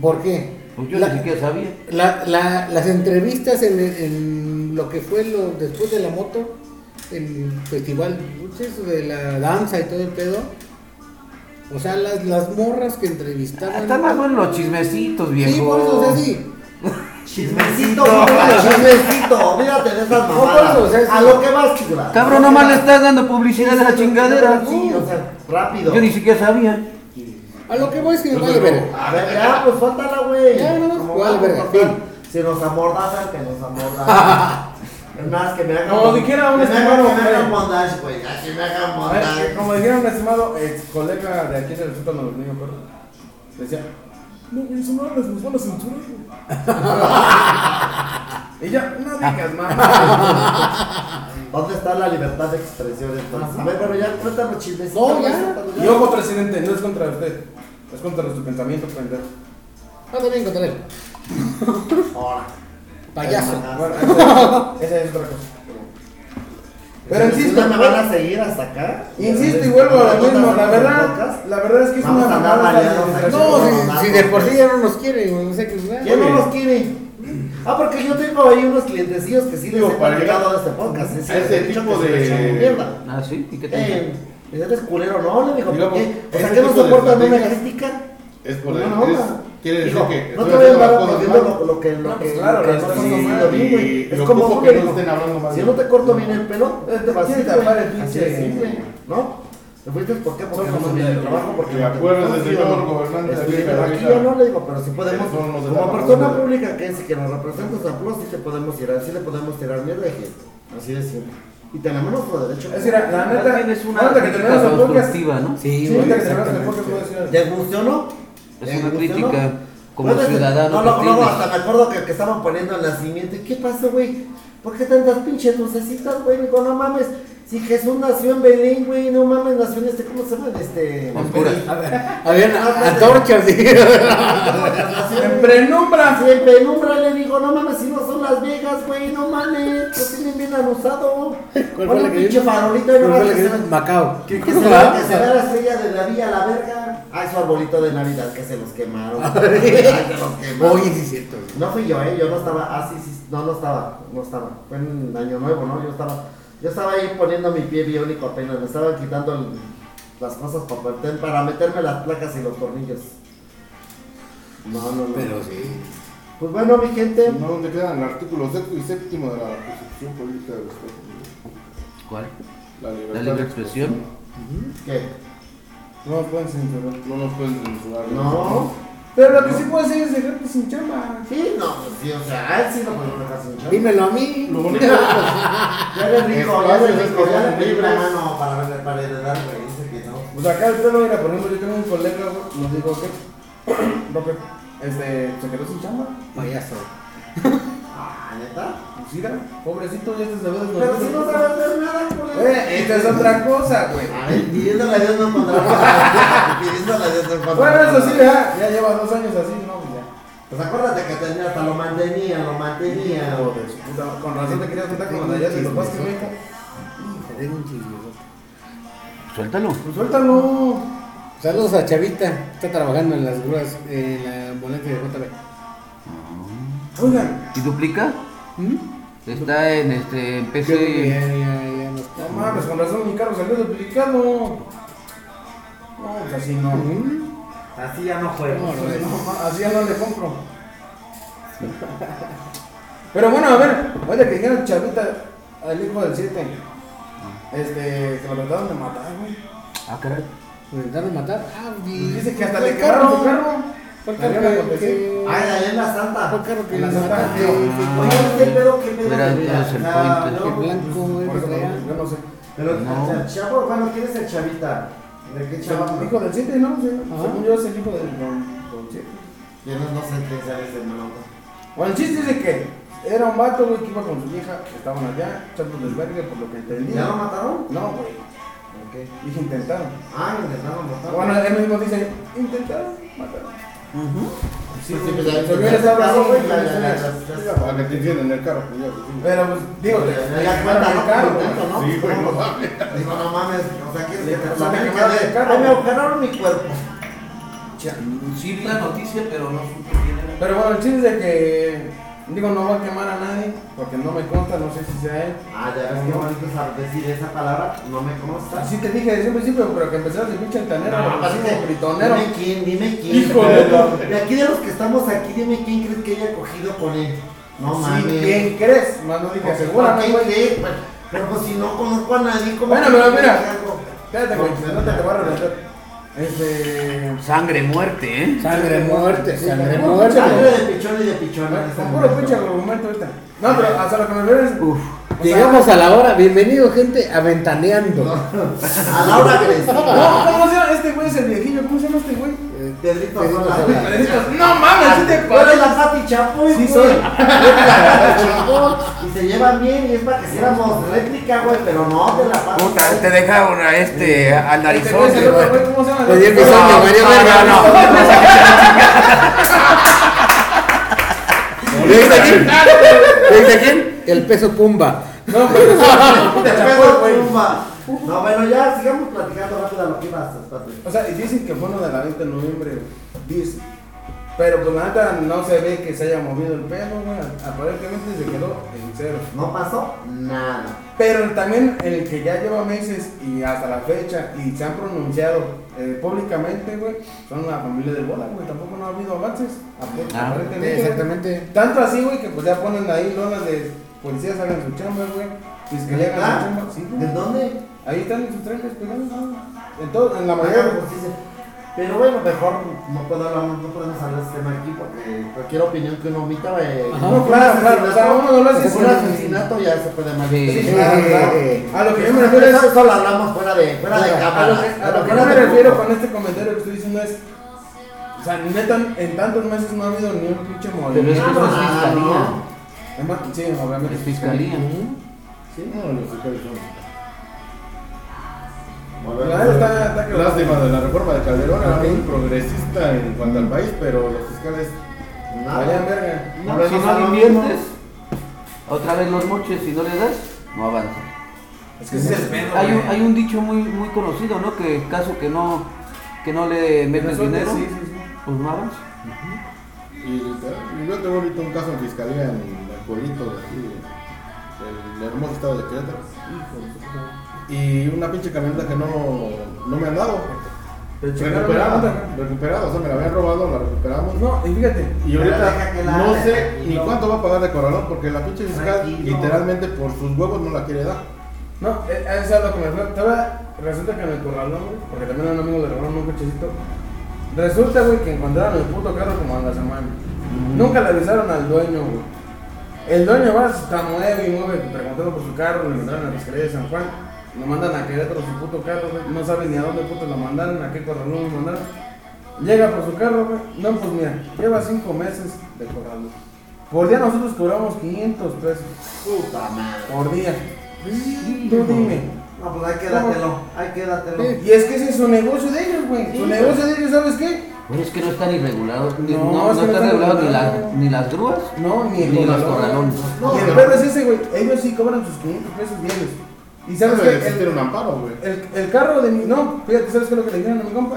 Speaker 1: ¿Por qué?
Speaker 4: Pues yo
Speaker 1: La-
Speaker 4: ni siquiera sabía.
Speaker 1: la- la- las entrevistas en, en lo que fue lo, después de la moto, el festival pues eso de la danza y todo el pedo. O sea, las, las morras que entrevistaban.
Speaker 4: Están más buenos los chismecitos, viejo.
Speaker 1: Sí, por eso, o sea, sí.
Speaker 2: Chismecito, chismecito, olvídate de esas
Speaker 1: No,
Speaker 2: mamadas.
Speaker 1: por eso, o sea,
Speaker 2: a
Speaker 1: sí.
Speaker 2: lo que vas, chula.
Speaker 4: Cabrón, nomás le estás dando publicidad a la chingadera.
Speaker 2: Sí, o sea, rápido.
Speaker 4: Yo ni siquiera sabía.
Speaker 1: A lo que voy es que
Speaker 5: Yo
Speaker 1: vale
Speaker 5: creo-
Speaker 1: ver.
Speaker 2: A ver, ya, pues falta la güey. güey.
Speaker 1: Ya, no,
Speaker 2: Como
Speaker 1: igual,
Speaker 2: vamos,
Speaker 1: verga,
Speaker 2: total,
Speaker 1: fin.
Speaker 2: Si nos amordazan, que nos amordazan. es más, que me hagan.
Speaker 3: Como dijera un
Speaker 2: que me hagan,
Speaker 3: estimado,
Speaker 2: que me hagan
Speaker 3: hombre.
Speaker 2: bondage, güey. Ya, que me hagan
Speaker 3: A ver,
Speaker 2: bondage.
Speaker 3: que como dijera un estimado ex colega de aquí del sótano del niño perro, decía, no, eso no hablas, nos van a censurar. güey". y ya, no digas más.
Speaker 2: ¿Dónde está la libertad de expresión entonces? A ver, pero ya cuéntanos chismes.
Speaker 1: No, ya.
Speaker 3: y ojo, presidente, no es contra usted, es contra nuestro pensamiento, pendejo.
Speaker 1: Ah, también contra él.
Speaker 2: Ahora.
Speaker 1: Payaso.
Speaker 3: Bueno, esa- esa es otra cosa. Pero insisto,
Speaker 2: ¿Me van a seguir hasta acá?
Speaker 3: Insisto y vuelvo a lo
Speaker 2: ¿Cuántas
Speaker 3: mismo, la
Speaker 2: horas de
Speaker 3: verdad,
Speaker 2: podcast?
Speaker 3: la verdad es que es
Speaker 2: Vamos
Speaker 3: una
Speaker 2: a andar
Speaker 3: mamada la
Speaker 2: baleados aquí.
Speaker 3: administración.
Speaker 1: No,
Speaker 2: sí,
Speaker 1: si, si de por sí ya no nos quiere, güey, no sé qué.
Speaker 2: ¿Quién no los quiere? Ah, porque yo tengo ahí unos clientecillos que sí les
Speaker 5: Digo,
Speaker 2: he
Speaker 5: para
Speaker 2: platicado
Speaker 5: llegar
Speaker 2: de este podcast. ¿eh? Sí,
Speaker 5: a
Speaker 2: les
Speaker 5: ese
Speaker 2: he dicho
Speaker 5: tipo
Speaker 2: que se
Speaker 5: de-
Speaker 2: les echamos mierda.
Speaker 4: Ah, sí, ¿y qué te
Speaker 2: Eh, eres culero, ¿no? Le dijo, ¿por
Speaker 5: Digamos,
Speaker 2: qué? O sea,
Speaker 5: ese
Speaker 2: ¿qué no
Speaker 5: tipo de
Speaker 2: soportan una
Speaker 5: estrategias-
Speaker 2: crítica?
Speaker 5: Es por
Speaker 2: No,
Speaker 5: el-
Speaker 2: no,
Speaker 5: es-
Speaker 2: no.
Speaker 5: Quiere decir
Speaker 2: Digo,
Speaker 5: que.
Speaker 2: no te
Speaker 5: estoy
Speaker 2: voy a andar
Speaker 5: haciendo las cosas
Speaker 2: aplaudiendo
Speaker 5: mal.
Speaker 2: lo, lo que lo
Speaker 3: No, pues
Speaker 2: que
Speaker 3: claro,
Speaker 2: lo que
Speaker 3: las
Speaker 2: estás
Speaker 3: cosas
Speaker 2: haciendo
Speaker 3: mal.
Speaker 2: bien, güey.
Speaker 5: Y
Speaker 2: Es
Speaker 5: lo
Speaker 2: como
Speaker 5: poco
Speaker 2: un
Speaker 5: que no
Speaker 2: güey,
Speaker 5: estén hablando mal
Speaker 2: Si
Speaker 5: de
Speaker 2: no
Speaker 5: mí.
Speaker 2: te corto bien el pelo, eh, te vas a
Speaker 3: Quiere
Speaker 2: ir,
Speaker 3: tapar
Speaker 2: güey.
Speaker 3: el
Speaker 2: Así
Speaker 3: pinche-
Speaker 2: de simple, ¿no? ¿Te fuiste por qué? Porque
Speaker 3: Somos
Speaker 2: no me el
Speaker 3: el-
Speaker 2: trabajo, porque
Speaker 5: Y
Speaker 2: no te-
Speaker 5: acuérdate,
Speaker 2: no,
Speaker 5: señor
Speaker 2: sí, no.
Speaker 5: gobernante,
Speaker 2: Estoy bien,
Speaker 5: aquí,
Speaker 2: Este, aquí
Speaker 5: aquí,
Speaker 2: yo no le digo, pero si podemos,
Speaker 5: Son los de
Speaker 2: como
Speaker 5: la
Speaker 2: persona
Speaker 5: basura.
Speaker 2: pública que es y que nos representas a plus, pues sí te podemos tirar, sí le podemos tirar mierda a gente. Así de simple. Y tenemos nuestro derecho.
Speaker 3: Es decir, la neta,
Speaker 4: es una
Speaker 3: ahorita que terminamos
Speaker 4: crítica
Speaker 3: el podcast,
Speaker 4: constructiva, ¿no?
Speaker 1: Sí,
Speaker 3: sí,
Speaker 1: güey,
Speaker 3: ahorita que terminamos el
Speaker 1: exactamente.
Speaker 3: podcast, voy a decir algo.
Speaker 2: ¿Te funcionó?
Speaker 4: Es
Speaker 2: ¿Te
Speaker 4: una
Speaker 2: funcionó?
Speaker 4: crítica como
Speaker 2: Puedes-
Speaker 4: ciudadano
Speaker 2: No, no,
Speaker 4: que
Speaker 2: no,
Speaker 4: tienes.
Speaker 2: hasta me acuerdo que, que estaban poniendo el nacimiento. ¿Y qué pasó, güey? ¿Por qué tantas pinches lucecitas, güey? Digo, no mames. Si Jesús nació en Belén, güey, no mames, nació en este, ¿cómo se llama? En Este.
Speaker 4: Honduras.
Speaker 2: A ver.
Speaker 1: Habían antorchas, sí.
Speaker 2: Nació
Speaker 3: En
Speaker 2: en
Speaker 3: penumbra.
Speaker 2: Así en penumbra le digo, no mames, si no son Las Vegas, güey, no mames, lo tienen bien anusado.
Speaker 1: fue
Speaker 2: Pon
Speaker 1: la
Speaker 2: un
Speaker 1: que
Speaker 2: pinche
Speaker 1: dijo?
Speaker 2: farolito y
Speaker 1: ¿Cuál
Speaker 2: no
Speaker 1: fue
Speaker 2: mames.
Speaker 1: la que
Speaker 2: que se
Speaker 1: dijo? Macao.
Speaker 2: Que que se vea que se vea la estrella de David a la verga. Ay, Ah, su arbolito de Navidad que se los quemaron. Ay, se los quemaron.
Speaker 1: Oye, sí, es cierto. güey.
Speaker 2: No fui yo, eh. Yo no estaba. Ah, sí, sí. No, no estaba. No estaba. Fue en Año Nuevo, ¿no? Yo estaba. Yo estaba ahí poniendo mi pie biónico apenas. Me estaban quitando el- las cosas para, meter- para meterme las placas y los tornillos. No, no, no.
Speaker 1: Pero sí.
Speaker 2: Pues bueno, mi gente.
Speaker 5: No, ¿dónde quedan el artículo sexto y séptimo de la Constitución Política de los Estados Unidos?
Speaker 4: ¿Cuál?
Speaker 5: La libertad,
Speaker 4: La libre expresión.
Speaker 2: ¿Qué?
Speaker 3: No pues, pueden censurar.
Speaker 5: No nos pueden censurar.
Speaker 2: No.
Speaker 3: Pero lo que sí puede hacer es dejarte sin chamba.
Speaker 2: Sí, no, pues sí, o sea, a él sí lo podemos dejar sin chance.
Speaker 1: Dímelo a mí.
Speaker 5: Lo único es
Speaker 2: Ya le rico, ya le rico, ya le rico
Speaker 5: Libres.
Speaker 2: la mano para, para heredar, güey, dice que no.
Speaker 3: Pues acá el pelo era, por ejemplo, yo tengo un colega, güey, nos dijo que, Roque, este, se quedó sin chamba.
Speaker 1: Payaso.
Speaker 2: Ah, ¿neta?
Speaker 3: Pues mira, pobrecito, ya se sabe
Speaker 2: Pero si no sabe hacer nada, güey.
Speaker 3: Eh, esta es otra cosa, güey.
Speaker 2: A ver, pidiéndole a Dios no encontrará. pidiéndole a Dios no encontrará.
Speaker 3: Bueno, eso sí, ya, ya lleva dos años así, no, pues ya.
Speaker 2: Pues acuérdate que tenía hasta lo mantenía, lo mantenía.
Speaker 3: Puta, con razón te querías juntar con las de allá, y lo más que me dijo,
Speaker 1: Tengo un chisme.
Speaker 4: Suéltalo.
Speaker 3: pues suéltalo.
Speaker 1: Saludos a Chavita. Está trabajando en las grúas, en la ambulancia de JB.
Speaker 3: Oigan,
Speaker 4: ¿Y duplica?
Speaker 1: ¿Mm?
Speaker 4: Está en este en
Speaker 1: Creo que
Speaker 4: PC.
Speaker 1: ya, ya, ya no está.
Speaker 3: no mames, con razón mi carro salió duplicado. No, pues así no.
Speaker 1: ¿Mm?
Speaker 2: Así ya no
Speaker 1: No,
Speaker 2: juego.
Speaker 1: no es.
Speaker 3: No, así ya no le compro. Pero bueno, a ver, ahorita que dijeron chavita al hijo del 7, este, que lo trataron de matar, güey.
Speaker 4: Ah, caray.
Speaker 1: ¿Lo intentaron matar? Ah, y-
Speaker 3: Dice que hasta
Speaker 1: ¿Fue
Speaker 3: le
Speaker 1: el
Speaker 3: quemaron su carro.
Speaker 1: ¿Fue el
Speaker 3: Le
Speaker 1: carro
Speaker 3: dieron
Speaker 1: que-
Speaker 3: la
Speaker 1: que-
Speaker 2: Ay, allá en la
Speaker 1: fue
Speaker 2: santa.
Speaker 1: el carro que
Speaker 3: en la
Speaker 1: le
Speaker 3: Santa
Speaker 1: mataron?
Speaker 3: Fe.
Speaker 2: Oye, ¿qué pedo, qué pedo?
Speaker 4: Era
Speaker 2: que mira,
Speaker 4: todo el
Speaker 2: ah,
Speaker 4: point,
Speaker 1: Qué
Speaker 2: no, pues,
Speaker 1: blanco, güey.
Speaker 3: Por eso
Speaker 1: ¿verdad?
Speaker 3: no, yo no sé.
Speaker 2: Pero,
Speaker 4: No.
Speaker 2: o sea, chavo, bueno, ¿quién es el chavita? ¿De qué chavo?
Speaker 3: Hijo del 7, ¿no? Sí,
Speaker 1: Ajá.
Speaker 3: Según yo es el hijo del 7.
Speaker 2: Yo no, no sé quién sea ese malote.
Speaker 3: Bueno, el chiste es de que era un vato, güey, que iba con su vieja, estaban allá, echando desvergue, por lo que entendí.
Speaker 2: ¿Ya lo mataron?
Speaker 3: No, güey,
Speaker 2: Ok.
Speaker 3: dije intentaron.
Speaker 2: Ah, intentaron matarlo.
Speaker 3: Bueno, él mismo dice, intentaron matarlo. Sí,
Speaker 2: Pues sí,
Speaker 3: güey,
Speaker 2: pues ya-
Speaker 3: se hubiera estado así, güey,
Speaker 2: Ya, ya,
Speaker 3: ya,
Speaker 2: ya,
Speaker 3: ya,
Speaker 2: ya,
Speaker 3: ya.
Speaker 2: ya.
Speaker 5: que te tienen en el carro. pues, ya, pues,
Speaker 3: Pero pues, digo, le
Speaker 2: Ya,
Speaker 3: le
Speaker 2: ya
Speaker 3: quemaron
Speaker 2: cuenta,
Speaker 3: el
Speaker 2: ¿no?
Speaker 3: carro, güey.
Speaker 2: Contento, ¿no?
Speaker 5: Sí, güey, no mames.
Speaker 2: Digo, no mames, o sea, ¿quieres
Speaker 3: Le
Speaker 2: que te
Speaker 3: pasó
Speaker 2: platiquen
Speaker 3: que quemaron
Speaker 2: de-
Speaker 3: el carro,
Speaker 2: Ay, me
Speaker 3: güey.
Speaker 2: agujeraron mi cuerpo.
Speaker 4: Sí vi la noticia, pero no supe quién era.
Speaker 3: Pero bueno, el chiste es de que, digo, no va a quemar a nadie, porque no me consta, no sé si sea él.
Speaker 2: Ah, ya ves que bonito saber decir esa palabra, no me consta.
Speaker 3: Así Ah, te dije desde un principio, pero que empezaste de pinche altanero,
Speaker 2: No,
Speaker 3: porque así
Speaker 2: dime-
Speaker 3: como gritonero.
Speaker 2: Dime quién, dime quién.
Speaker 3: Hijo de la-
Speaker 2: de aquí de los que estamos aquí, dime quién crees que haya cogido con él. No mames.
Speaker 3: Sí, ¿quién crees? Más no dije,
Speaker 2: Pues,
Speaker 3: seguramente,
Speaker 2: ¿quién
Speaker 3: güey.
Speaker 2: cree? Pues, Pero pues, si no conozco a nadie, ¿cómo
Speaker 3: Bueno,
Speaker 2: que
Speaker 3: pero
Speaker 2: me
Speaker 3: mira.
Speaker 2: hago?
Speaker 3: Espérate, güey, no te, te voy a reventar. Este.
Speaker 4: Sangre, muerte, ¿eh?
Speaker 1: Sangre muerte,
Speaker 3: Sí,
Speaker 1: sangre
Speaker 3: con puro
Speaker 1: muerte.
Speaker 3: pinche
Speaker 2: Sangre
Speaker 3: argumento,
Speaker 2: de pichón y de pichón.
Speaker 3: Con puro pinche argumento ahorita. No, pero hasta lo que me veo es.
Speaker 4: Uf.
Speaker 3: o sea,
Speaker 1: Llegamos a la hora. Bienvenido, gente, a Ventaneando.
Speaker 2: A Laura Agresiva.
Speaker 3: No, ¿cómo se llama? Este güey es el viejillo. ¿Cómo se llama este güey? Ah,
Speaker 1: Eh,
Speaker 2: Pedrito
Speaker 1: Pedrito
Speaker 2: Sola.
Speaker 1: Sola.
Speaker 3: Malditos, No mames, si te
Speaker 2: Tú eres
Speaker 3: pareces.
Speaker 2: la Pati Chapoy,
Speaker 3: Sí,
Speaker 2: güey.
Speaker 3: soy.
Speaker 2: Y se llevan bien y es para que hiciéramos réplica, güey, pero no de la Pati
Speaker 4: Puta, te deja una, este, al
Speaker 3: Este güey
Speaker 4: narizón.
Speaker 3: es el otro güey, Pues, ¿Cómo se llama?
Speaker 1: Oye, que son de María Verga.
Speaker 4: no, no, no.
Speaker 1: ¿Desde quién? ¿Desde quién? El peso Pumba.
Speaker 3: No, pero
Speaker 2: Te
Speaker 3: es el
Speaker 2: pego,
Speaker 3: Chapoy,
Speaker 2: güey.
Speaker 3: güey.
Speaker 2: No, bueno, ya sigamos platicando rápido lo que ibas a hacer.
Speaker 3: O sea, dicen que fue uno de la venta en noviembre, güey. Dicen. Pero pues la neta no se ve que se haya movido el pelo, güey. Aparentemente se quedó en cero.
Speaker 2: No pasó nada.
Speaker 3: Pero también el que ya lleva meses y hasta la fecha y se han pronunciado eh, públicamente, güey, son la familia del Bola, güey. Tampoco no ha habido avances. ap-
Speaker 1: Ah,
Speaker 3: aparentemente, güey.
Speaker 1: Exactamente.
Speaker 3: Tanto así, güey, que pues ya ponen ahí lonas de policías hagan su chamba, güey. Fiscalía hagan su
Speaker 2: Ah,
Speaker 3: chamba. Sí,
Speaker 2: ¿De
Speaker 3: güey.
Speaker 2: dónde?
Speaker 3: Ahí están en sus trajes pegados, güey. En, todo, en la mayoría de
Speaker 2: Hagan justicia. Pero bueno, mejor no, puedo hablar, no podemos hablar de este tema aquí porque cualquier opinión que uno omita, güey.
Speaker 1: Ajá.
Speaker 2: como
Speaker 3: No, claro,
Speaker 2: un
Speaker 3: claro, o sea,
Speaker 2: asesinato,
Speaker 3: uno no lo hace
Speaker 2: como un
Speaker 3: sin-
Speaker 2: asesinato ya se puede mal.
Speaker 4: Sí.
Speaker 3: Sí, claro,
Speaker 1: Eh,
Speaker 3: claro. A lo que yo me refiero es.
Speaker 2: Eso, eso lo hablamos fuera de, fuera de
Speaker 3: A
Speaker 2: cámara.
Speaker 3: lo que, a lo que
Speaker 2: Fuera
Speaker 3: yo me
Speaker 2: de
Speaker 3: refiero
Speaker 2: grupo.
Speaker 3: con este comentario que estoy diciendo es. O sea, neta, en tantos meses no ha habido ni un pinche
Speaker 4: Pero es que
Speaker 3: movimiento.
Speaker 4: eso es
Speaker 2: Ah,
Speaker 4: fiscalía.
Speaker 3: Es más, Sí, obviamente.
Speaker 4: Es fiscalía.
Speaker 5: No, los fiscales son-
Speaker 3: La neta está, está que-
Speaker 5: Lástima de la reforma de Calderón, era muy progresista en cuanto al país, pero los fiscales.
Speaker 3: Vayan
Speaker 2: Nada.
Speaker 3: verga.
Speaker 4: No, si
Speaker 2: Volvemos a
Speaker 4: no
Speaker 2: lo
Speaker 4: le
Speaker 2: mismo.
Speaker 4: inviertes, otra vez los moches, si no le das, no avanza.
Speaker 3: Es que sí se les pedo,
Speaker 4: Hay un,
Speaker 3: güey.
Speaker 4: hay un dicho muy, muy conocido, ¿no? Que caso que no, que no le metes
Speaker 3: Resulta,
Speaker 4: dinero,
Speaker 3: sí, sí, sí.
Speaker 4: pues no avanza.
Speaker 5: Y literal, yo tengo ahorita un caso en fiscalía en el pueblito de aquí, de- del hermoso estado de Querétaro. Y una pinche camioneta que no, no me han dado.
Speaker 3: Pero checaron la
Speaker 5: Recuperada,
Speaker 3: nota,
Speaker 5: recuperada, o sea, me la habían robado, la recuperamos.
Speaker 3: No, y fíjate.
Speaker 5: Y
Speaker 2: Pero
Speaker 5: ahorita
Speaker 2: deja que la
Speaker 5: no
Speaker 2: haga,
Speaker 5: sé ni
Speaker 2: tranquilo.
Speaker 5: cuánto va a pagar de corralón porque la pinche fiscal
Speaker 2: Tranquilo.
Speaker 5: literalmente por sus huevos no la quiere dar.
Speaker 3: No, eh, eso es a lo que me refiero. Todavía resulta que en el corralón, güey, porque también a un amigo le robaron un cochecito. Resulta, güey, que encontraron el puto carro como a la semana. Nunca le avisaron al dueño, güey. El dueño va, se está mueve y mueve, preguntando por su carro, le mandaron a la fiscalía de San Juan. Lo mandan a Querétaro su puto carro, güey. No saben ni a dónde puto lo mandaron, a qué corralón lo mandaron. Llega por su carro, güey. No, pues mira, lleva cinco meses de corralón. Por día nosotros cobramos 500 pesos.
Speaker 2: Puta madre.
Speaker 3: Por día. Tú dime.
Speaker 2: No, pues ahí quédatelo. Ahí quédatelo.
Speaker 3: Y es que ese es su negocio de ellos, güey. Su negocio de ellos, ¿sabes qué?
Speaker 4: Pero es que no está ni regulado, ni-
Speaker 3: No,
Speaker 4: no,
Speaker 3: es
Speaker 4: no
Speaker 3: que no
Speaker 4: está
Speaker 3: está
Speaker 4: regulado ni,
Speaker 3: regulado.
Speaker 4: la- ni las grúas,
Speaker 3: No, ni el
Speaker 4: ni los
Speaker 3: corralón.
Speaker 4: corralones.
Speaker 2: No,
Speaker 3: y el
Speaker 2: pero-
Speaker 3: perro es ese, güey. Ellos sí cobran sus 500 pesos diarios. Y sabes
Speaker 5: Debe de
Speaker 3: que
Speaker 5: existir
Speaker 3: el,
Speaker 5: un amparo, güey.
Speaker 3: el- el carro de mi. No, fíjate, ¿sabes qué es lo que le dijeron a mi compa?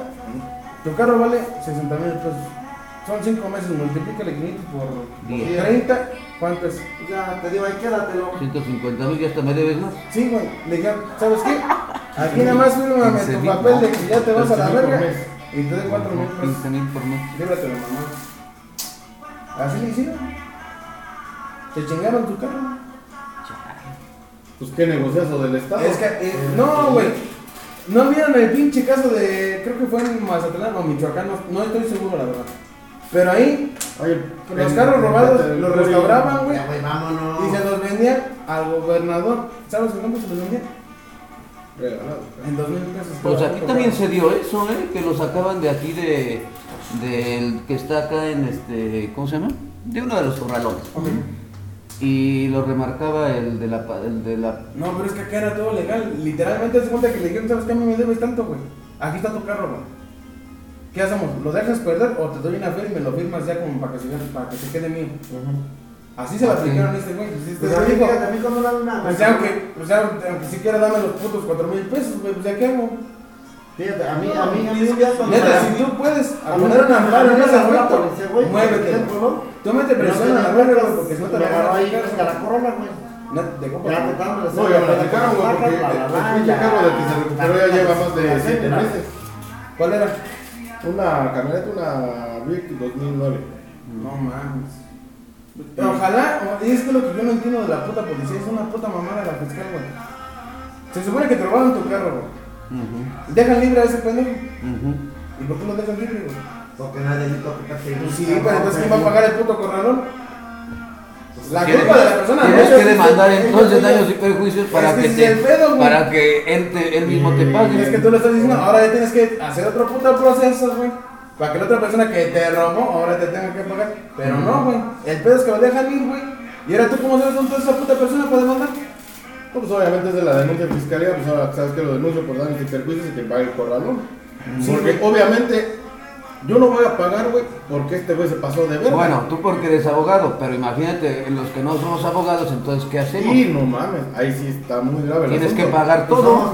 Speaker 3: Tu carro vale 60 mil pesos. Son 5 meses, multiplícale 500 por, por
Speaker 4: Diez.
Speaker 3: 30. ¿Cuánto es?
Speaker 2: Ya, te digo, ahí quédatelo.
Speaker 4: 150 mil, ya hasta me debes más.
Speaker 3: Sí, güey. Le dijeron, ¿sabes qué? Aquí nada más fírmame
Speaker 4: Quince
Speaker 3: tu
Speaker 4: mil,
Speaker 3: papel de
Speaker 4: no.
Speaker 3: que ya te vas a la
Speaker 5: 15 mil por
Speaker 3: verga.
Speaker 5: mes.
Speaker 3: Y te doy 4 mil pesos.
Speaker 4: 15 mil por mes.
Speaker 3: Llévatelo, mamá. Así le hicieron. Se chingaron tu carro.
Speaker 5: Pues qué negociazo del Estado.
Speaker 3: Es que, eh, no, güey. No vieron el pinche caso de. Creo que fue en Mazatlán o Michoacán. No, no estoy seguro, la verdad. Pero ahí
Speaker 5: Oye,
Speaker 3: los
Speaker 5: en-
Speaker 3: carros
Speaker 5: en-
Speaker 3: robados
Speaker 5: en-
Speaker 3: los restauraban, güey.
Speaker 2: Ya, güey, vámonos.
Speaker 3: Y se los vendían al gobernador. ¿Sabes el nombre se los vendían?
Speaker 5: Regalado.
Speaker 3: En dos mil pesos.
Speaker 4: Pues aquí también se dio eso, ¿eh? Que lo sacaban de aquí de del que está acá en este, ¿cómo se llama? De uno de los corralones.
Speaker 3: Ok.
Speaker 4: Y lo remarcaba el de la, pa- el de la
Speaker 3: No, pero es que acá era todo legal. Literalmente se cuenta que le dijeron, ¿sabes qué? A mí me debes tanto, güey. Aquí está tu carro, güey. ¿Qué hacemos? ¿Lo dejas perder o te doy una fe y me lo firmas ya como para que se, para que se quede mío? Así se lo
Speaker 4: Ok.
Speaker 3: aplicaron a este güey. Pues, este
Speaker 2: Pues a
Speaker 3: güey
Speaker 2: mí,
Speaker 3: dijo,
Speaker 2: fíjate, a mí cuando dan una.
Speaker 3: pues, aunque, pues, aunque, aunque siquiera dame los putos cuatro mil pesos, güey, pues ya qué hago.
Speaker 2: Fíjate, a mí, a mí, a mí un día cuando.
Speaker 3: Neta, si tú puedes
Speaker 2: Pues, A mí
Speaker 3: poner
Speaker 2: me-
Speaker 3: un amparo
Speaker 2: a mí
Speaker 3: en
Speaker 2: me
Speaker 3: ese
Speaker 2: agarró la
Speaker 3: aspecto,
Speaker 2: policía, güey,
Speaker 3: muévete.
Speaker 2: en el pueblo.
Speaker 3: Tú mete presión a la verga, güey, porque si no te
Speaker 2: Me agarró
Speaker 3: agarran
Speaker 2: ahí
Speaker 3: a
Speaker 2: hasta la corona, güey.
Speaker 3: Neta, de copa.
Speaker 2: Ya total,
Speaker 5: No, ya me la sacaron, güey, porque el el pinche carro del que se recuperó ya lleva más de 7 meses.
Speaker 3: ¿Cuál era?
Speaker 5: Una camioneta, una Vic 2009.
Speaker 3: No mames. Ojalá, y es que lo que yo no entiendo de la puta policía es una puta mamada la fiscal, güey. Se supone que te robaron tu carro, güey.
Speaker 4: Ujú,
Speaker 3: Dejan libre a ese pendejo.
Speaker 4: ujú.
Speaker 3: ¿Y por qué no dejan libre, güey?
Speaker 2: Porque nadie me toca que
Speaker 3: Pues sí, pero entonces ¿quién va a pagar el puto corralón? La
Speaker 4: ¿Quieres-
Speaker 3: culpa de la persona
Speaker 4: Pues Tienes
Speaker 3: no es-
Speaker 4: que demandar
Speaker 3: es-
Speaker 4: entonces
Speaker 3: es-
Speaker 4: daños y perjuicios para
Speaker 3: es
Speaker 4: que,
Speaker 3: que ese es
Speaker 4: te,
Speaker 3: el pedo, güey.
Speaker 4: para que él, te- él mismo te pague.
Speaker 3: Es que tú lo estás diciendo, ahora ya tienes que hacer otro puto proceso, güey. Para que la otra persona que te robó ahora te tenga que pagar. Pero no, güey. El pedo es que lo dejan ir, güey. Y ahora tú, ¿cómo sabes dónde esa puta persona para demandar?
Speaker 5: No, pues obviamente es de la denuncia en fiscalía, pues ahora sabes que lo denuncio por daños y perjuicios y que pague el corralón. porque obviamente yo no voy a pagar, güey, porque este güey se pasó de verga.
Speaker 4: Bueno, tú porque eres abogado, pero imagínate, los que no somos abogados, entonces, ¿qué hacemos?
Speaker 5: Y no mames, ahí sí está muy grave. el
Speaker 4: Tienes que
Speaker 5: asunto.
Speaker 2: pues
Speaker 4: pagar todo.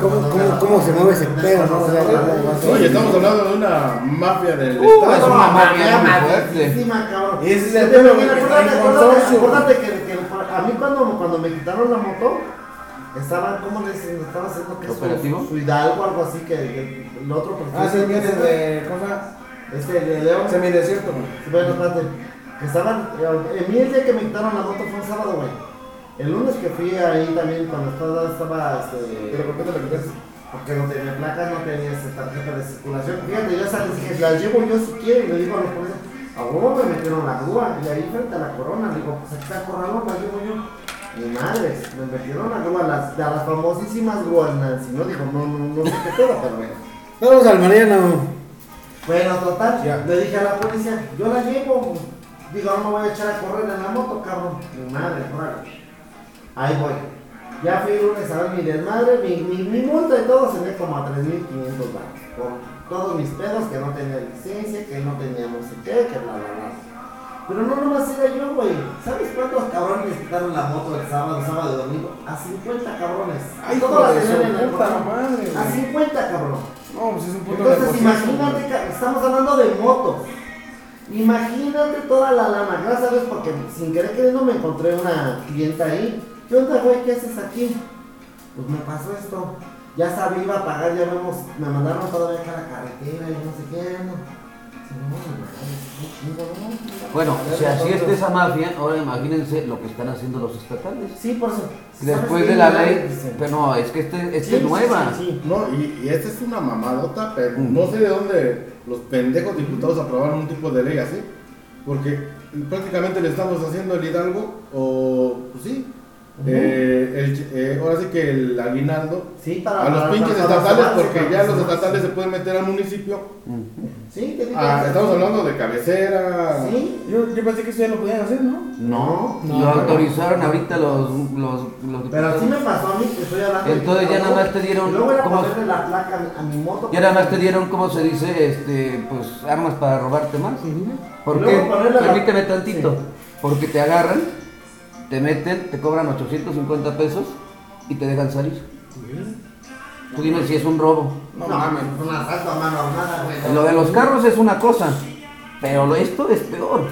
Speaker 1: ¿Cómo, cómo, cómo se mueve ese pedo, no? O sea,
Speaker 5: Oye, estamos hablando de una mafia del
Speaker 4: Uh,
Speaker 5: Estado.
Speaker 4: es una mafia muy fuerte.
Speaker 2: cabrón.
Speaker 3: Y ese es el
Speaker 2: Fíjate,
Speaker 3: tema,
Speaker 2: mira,
Speaker 3: güey,
Speaker 2: acuérdate,
Speaker 3: el
Speaker 2: acuérdate,
Speaker 3: consorcio.
Speaker 2: acuérdate que, que a mí cuando, cuando me quitaron la moto, estaban, ¿cómo les estaba haciendo que su-
Speaker 4: ¿Operativo?
Speaker 2: su hidalgo algo así que, que el otro
Speaker 3: Ah, sí,
Speaker 2: que
Speaker 3: vienes de cosa
Speaker 2: Este, de León.
Speaker 3: semidesierto, güey.
Speaker 2: Bueno, espérate. Que estaban. En mí el día que me quitaron la moto fue un sábado, güey. El lunes que fui ahí también, cuando estaba. estaba este,
Speaker 3: Pero ¿por qué te lo quitas?
Speaker 2: porque no tenía placas, no tenía esa tarjeta de circulación. Fíjate, yo salí y dije, la llevo yo si quiero. Y le digo a los policías, a huevo me metieron la grúa. Y ahí frente a la corona, le digo, pues aquí está el corralón, la llevo yo. Mi madre, me metieron la grúa, las, a las famosísimas grúas Nancy, ¿no? Digo, no, no, no sé qué pedo, pero bueno.
Speaker 1: Vamos al Mariano.
Speaker 2: Bueno, total,
Speaker 3: Ya.
Speaker 2: le dije a la policía, yo la llevo. Digo, no me voy a echar a correr en la moto, cabrón. Mi madre, órale. Ahí voy. Ya fui el lunes a ver mi desmadre, mi, mi, mi multa y todo se ve como a 3.500 baros. Por todos mis pedos, que no tenía licencia, que no tenía no sé qué, que bla, bla, bla. Pero no nomás era yo, güey. ¿Sabes cuántos cabrones quitaron la moto el sábado, sábado y domingo? A 50 cabrones.
Speaker 3: Ay,
Speaker 2: Todos
Speaker 3: hijo
Speaker 2: la
Speaker 3: de su
Speaker 2: tenían en el
Speaker 3: puta
Speaker 2: bolso.
Speaker 3: madre,
Speaker 2: A
Speaker 3: güey.
Speaker 2: 50 cabrones.
Speaker 3: No, pues es un puto
Speaker 2: Entonces
Speaker 3: negocio.
Speaker 2: imagínate, ca- estamos hablando de motos. Imagínate toda la lana, gracias a Dios, porque sin querer queriendo me encontré una clienta ahí. ¿Qué onda, güey? ¿Qué haces aquí? Pues me pasó esto. Ya sabía, iba a pagar, ya vemos, me mandaron todavía acá a la carretera y no sé qué. No, Sí, no, no, no, no, no, no.
Speaker 4: Bueno, si así está esa mafia, ahora imagínense lo que están haciendo los estatales.
Speaker 2: Sí, por eso.
Speaker 4: Después
Speaker 2: ¿Sabes
Speaker 4: de
Speaker 2: qué?
Speaker 4: la ley,
Speaker 2: Dicen.
Speaker 4: pero no, es que este,
Speaker 2: Sí,
Speaker 4: este
Speaker 2: sí,
Speaker 4: es nueva.
Speaker 2: sí, sí.
Speaker 5: No, y, y esta es una mamadota, pero no sé de dónde los pendejos diputados aprobaron un tipo de ley así. Porque prácticamente le estamos haciendo el Hidalgo, o pues sí, eh, el ch- eh, ahora sí que el aguinaldo
Speaker 2: Sí, para-
Speaker 5: a los
Speaker 2: para-
Speaker 5: pinches
Speaker 2: para- para
Speaker 5: estatales,
Speaker 2: salvarse,
Speaker 5: porque
Speaker 2: para
Speaker 5: ya los
Speaker 2: salvarse.
Speaker 5: estatales se pueden meter al municipio.
Speaker 2: Sí, te digo.
Speaker 5: Ah, estamos hablando de cabecera.
Speaker 2: Sí,
Speaker 3: Yo, yo pensé que eso ya lo podían hacer, ¿no?
Speaker 4: No,
Speaker 1: No,
Speaker 4: lo
Speaker 1: no.
Speaker 4: autorizaron ahorita los, los, los
Speaker 2: Pero
Speaker 4: diputados.
Speaker 2: así me pasó a mí, que estoy hablando.
Speaker 4: Entonces ya nada más te dieron-
Speaker 2: Y luego era
Speaker 4: ¿cómo?
Speaker 2: ponerle la placa a mi- a mi moto.
Speaker 4: Y nada más te dieron, ¿cómo se dice? Este, pues armas para robarte más. ¿Por
Speaker 2: Y
Speaker 4: qué?
Speaker 2: luego ponerle la-
Speaker 4: Permíteme tantito. Porque te agarran, te meten, te cobran 850 pesos y te dejan salir. Tú dime si es un robo.
Speaker 2: No, mames, fue un asalto a mano armada, güey.
Speaker 4: Lo de los carros es una cosa, pero lo- esto es peor.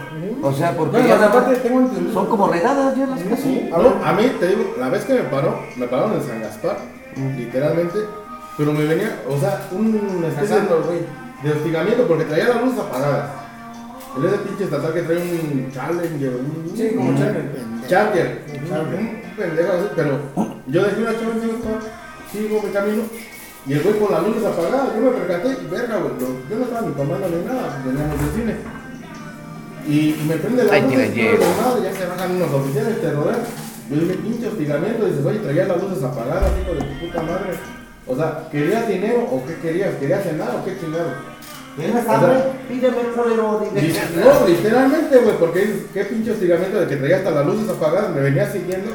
Speaker 4: O sea, porque
Speaker 3: Bueno,
Speaker 4: ya
Speaker 3: aparte tengo entendido.
Speaker 4: son como redadas ya las casas.
Speaker 3: Sí.
Speaker 5: A, ver, a mí te digo, la vez que me paró, me pararon en San Gaspar, literalmente, pero me venía, o sea, un especie
Speaker 3: Cazando, güey.
Speaker 5: de hostigamiento porque traía las luces apagadas. El ese pinche estatal que trae un Challenger, un
Speaker 3: Sí, como
Speaker 5: un
Speaker 3: Challenger.
Speaker 5: Challenger, un pendejo así, pero yo dejé una Challenger, estaba- sigo mi camino. Y el güey con las luces apagadas, yo me percaté, y verga, güey, lo- yo no estaba ni tomando ni nada, veníamos de cine. Y, y me prende la
Speaker 4: Ahí
Speaker 5: luz,
Speaker 4: te la llevo.
Speaker 5: ya se bajan unos oficiales, te rodean. Yo dije, pinche hostigamiento, dices, oye, traía las luces apagadas, hijo de tu puta madre. O sea, ¿querías dinero o qué querías? ¿Querías cenar o qué chingado?
Speaker 2: ¿Tienes hambre? Pídeme el bolero, dile.
Speaker 5: Dice, No, literalmente, güey, porque dices, qué pinche hostigamiento de que traía hasta las luces apagadas, me venía siguiendo.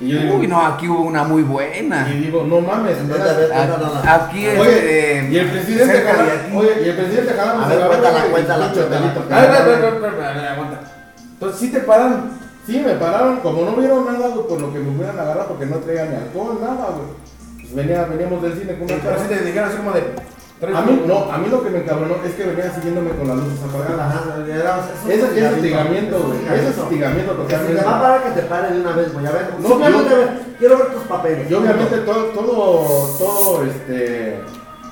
Speaker 5: Y yo digo,
Speaker 4: Uy, no, aquí hubo una muy buena.
Speaker 5: y digo, no mames,
Speaker 2: En vez de haber-
Speaker 5: era-
Speaker 4: Ah,
Speaker 2: no, no, no.
Speaker 4: A- Aquí es.
Speaker 5: Oye, y el presidente
Speaker 4: cerca de
Speaker 5: Jalapa-
Speaker 4: aquí.
Speaker 5: oye, y el presidente
Speaker 2: A
Speaker 5: Jalapa se
Speaker 2: ver,
Speaker 5: la
Speaker 2: cuéntala,
Speaker 5: verga,
Speaker 2: cuéntala,
Speaker 5: pinche
Speaker 2: cuéntala.
Speaker 5: hotelito,
Speaker 3: A ver, a
Speaker 5: cabrón.
Speaker 3: ver, a ver, a ver, a ver, aguanta. Entonces sí te paran.
Speaker 5: Sí, me pararon, como no vieron nada, güey, por lo que me hubieran agarrado, porque no traía ni alcohol, nada, güey. Pues venía, veníamos del cine con una
Speaker 3: Pero
Speaker 5: cara.
Speaker 3: sí te dijeron así como de.
Speaker 5: A mí, no, a mí lo que me encabronó es que venían siguiéndome con las luces apagadas.
Speaker 2: Ajá, era- es un
Speaker 5: Ese es hostigamiento, güey. Ese es
Speaker 2: hostigamiento.
Speaker 5: hostigamiento
Speaker 2: Que si te
Speaker 5: totalmente.
Speaker 2: va a parar que te pare de una vez, güey. A ver,
Speaker 5: No,
Speaker 2: simplemente
Speaker 5: yo-
Speaker 2: a ver, quiero ver tus papeles.
Speaker 5: Y obviamente todo, todo, todo, este,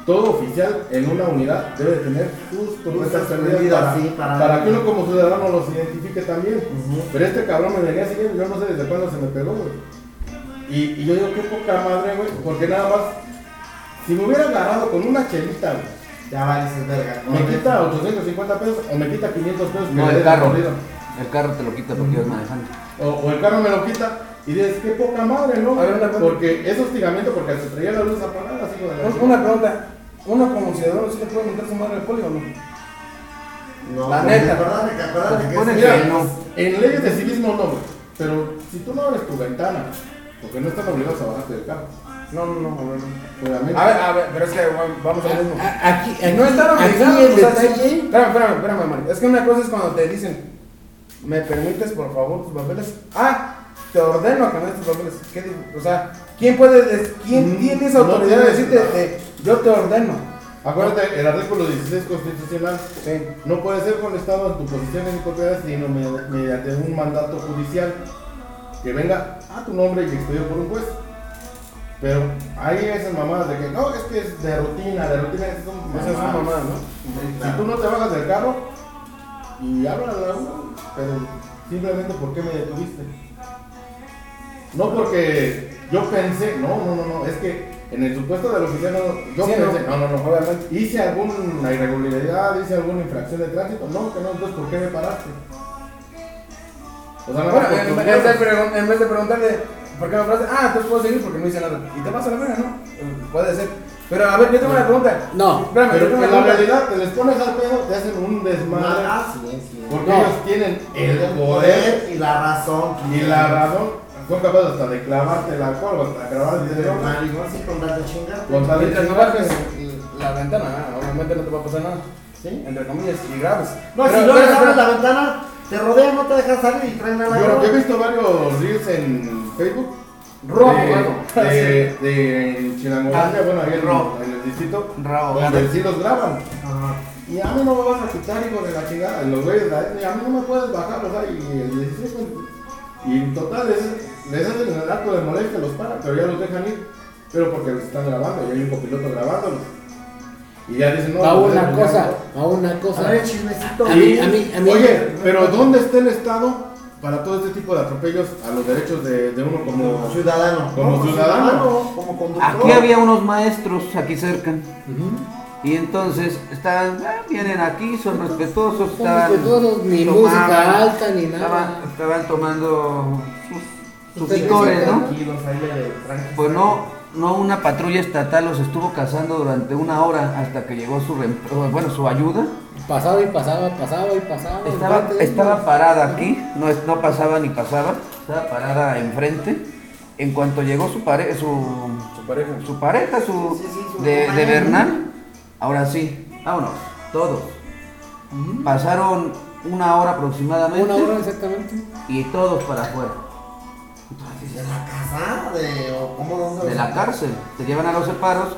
Speaker 5: todo oficial en una unidad debe tener sus conductas permitidas para,
Speaker 2: sí, para-
Speaker 5: para que uno como ciudadano los identifique también.
Speaker 2: Ujú.
Speaker 5: Pero este cabrón me venía siguiendo, yo no sé desde cuándo se me pegó, güey. Y, y yo digo, qué poca madre, güey, porque nada más, si me hubiera agarrado con una chelita, güey,
Speaker 2: Ya va, dices, verga.
Speaker 5: Me
Speaker 2: corre.
Speaker 5: quita 850 pesos o me quita 500 pesos. que
Speaker 4: No,
Speaker 5: me dé de
Speaker 4: el carro.
Speaker 5: corrido.
Speaker 4: El carro te lo quita porque ibas manejando.
Speaker 5: O, o el carro me lo quita y dices, qué poca madre, ¿no?
Speaker 3: A ver, una cosa.
Speaker 5: Porque es hostigamiento porque se traía la luz apagada, así de la
Speaker 3: Un- Una pregunta. ¿Uno como ciudadano sí le puede meter su madre al poli o no?
Speaker 2: No,
Speaker 3: La neta.
Speaker 2: Acordate, que acordate que
Speaker 4: Supone
Speaker 2: ese-
Speaker 5: Mira,
Speaker 4: que no.
Speaker 5: en leyes de civismo no, güey, pero si tú no abres tu ventana, porque no están obligados a bajarte del carro,
Speaker 3: No, no, no, no, no.
Speaker 5: obviamente.
Speaker 3: A ver, a ver, pero es que bueno, vamos al mismo.
Speaker 1: A- Aquí, aquí,
Speaker 3: No están
Speaker 1: aquí
Speaker 3: obligados.
Speaker 1: el
Speaker 3: o sea, sí.
Speaker 1: detalle.
Speaker 3: Espérame, espérame, espérame, Mario. Es que una cosa es cuando te dicen, ¿me permites por favor tus papeles? Ah, te ordeno a que me des tus papeles. ¿Qué digo? O sea, ¿quién puede, des- quién
Speaker 5: Mm,
Speaker 3: tiene esa
Speaker 5: no
Speaker 3: autoridad de
Speaker 5: tienes
Speaker 3: decirte,
Speaker 5: nada.
Speaker 3: eh, yo te ordeno?
Speaker 5: Acuérdate, el artículo 16 constitucional
Speaker 3: Sí.
Speaker 5: no puede ser molestado en tu posición en propiedad sino medi- mediante un mandato judicial que venga a tu nombre y expedido por un juez. Pero hay esas mamadas de que no, es que es de rutina, de rutina, esas son
Speaker 3: Esa es una
Speaker 5: mamadas.
Speaker 3: mamada, ¿no?
Speaker 5: Si tú no te bajas del carro y hablas la pero simplemente porque me detuviste. No porque yo pensé, no, no, no, no, es que en el supuesto del oficial no, yo
Speaker 3: Sí,
Speaker 5: pensé,
Speaker 3: no.
Speaker 5: no, no, no, obviamente, hice alguna irregularidad, hice alguna infracción de tránsito, no, que no, entonces ¿por qué me paraste? O sea, nada
Speaker 3: Bueno,
Speaker 5: más por
Speaker 3: en,
Speaker 5: tus
Speaker 3: en vez de
Speaker 5: huevos.
Speaker 3: pregun- en vez de preguntarle, ¿por qué me frase? Ah, entonces puedo seguir porque no hice nada. Y te vas a la verga, ¿no? Eh, Puede ser. Pero a ver, yo tengo una pregunta.
Speaker 1: No,
Speaker 3: Espérame, yo
Speaker 5: pero
Speaker 3: tengo una
Speaker 5: en la
Speaker 3: pregunta.
Speaker 5: realidad te les pones al pedo, te hacen un desmadre,
Speaker 2: Ah, sí, sí.
Speaker 5: porque
Speaker 1: No.
Speaker 5: ellos tienen el
Speaker 2: El
Speaker 5: poder
Speaker 2: poder y la razón.
Speaker 5: Y la razón fue capaz hasta de clavarte la cola, hasta grabar el video.
Speaker 2: Maricón sin contar de chingar.
Speaker 5: Con tal de
Speaker 3: Mientras no
Speaker 5: chingar,
Speaker 3: bajes la ventana, ah, obviamente no te va a pasar nada.
Speaker 5: ¿sí?
Speaker 3: Entre comillas, y graves.
Speaker 2: No, si no les abres la ventana, te rodean, no te dejan salir y traen a la
Speaker 5: Yo, yo he
Speaker 2: grúa.
Speaker 5: visto varios reels en Facebook.
Speaker 3: Robo,
Speaker 5: de,
Speaker 3: bueno.
Speaker 5: de, de Chilangolandia, bueno, ahí
Speaker 4: Robo.
Speaker 5: en, en el distrito,
Speaker 4: Rabo,
Speaker 5: donde sí los graban.
Speaker 2: Ajá.
Speaker 5: Y a mí no me vas a quitar, hijo de la chingada. Los güeyes, a a mí no me puedes bajar, o sea, y el 16 con- Y en total, les, les hacen el acto de molestia, los paran, pero ya los dejan ir. Pero porque los están grabando, y hay un copiloto grabándolos. Y ya dicen, no,
Speaker 1: a
Speaker 5: pues,
Speaker 1: una
Speaker 5: ya-
Speaker 1: cosa, a una
Speaker 2: A
Speaker 1: cosa.
Speaker 2: ver, chismecito.
Speaker 1: A mí, a mí, a mí.
Speaker 5: Oye, pero ¿dónde está el Estado para todo este tipo de atropellos a los derechos de, de uno como
Speaker 2: Como ciudadano.
Speaker 5: Como
Speaker 2: No,
Speaker 5: ciudadano.
Speaker 2: Como conductor.
Speaker 4: Aquí había unos maestros aquí cerca.
Speaker 1: Ujú.
Speaker 4: Y entonces están, ah, vienen aquí, son respetuosos,
Speaker 1: Son
Speaker 4: estaban
Speaker 1: respetuosos, ni
Speaker 4: tomaban,
Speaker 1: música alta, ni nada.
Speaker 4: Estaban, estaban tomando sus, sus
Speaker 1: Ustedes
Speaker 4: licores, ¿no?
Speaker 2: Tranquilos, ahí le- tranquilos.
Speaker 4: Pues no, no una patrulla estatal los estuvo cazando durante una hora hasta que llegó su rem- bueno su ayuda.
Speaker 1: Pasaba y pasaba, pasaba y pasaba.
Speaker 4: Estaba,
Speaker 1: Entonces,
Speaker 4: estaba parada aquí, no, es- no pasaba ni pasaba, estaba parada enfrente. En cuanto llegó su pare, su,
Speaker 3: Su pareja.
Speaker 4: su pareja, su,
Speaker 2: Sí, sí, su
Speaker 4: de, de
Speaker 2: compañero.
Speaker 4: Bernal, ahora sí, vámonos, todos. Pasaron una hora aproximadamente
Speaker 1: Una hora exactamente.
Speaker 4: y todos para afuera. Entonces,
Speaker 2: ¿De la casa? ¿De o cómo dónde?
Speaker 4: de la cárcel, te llevan a los separos,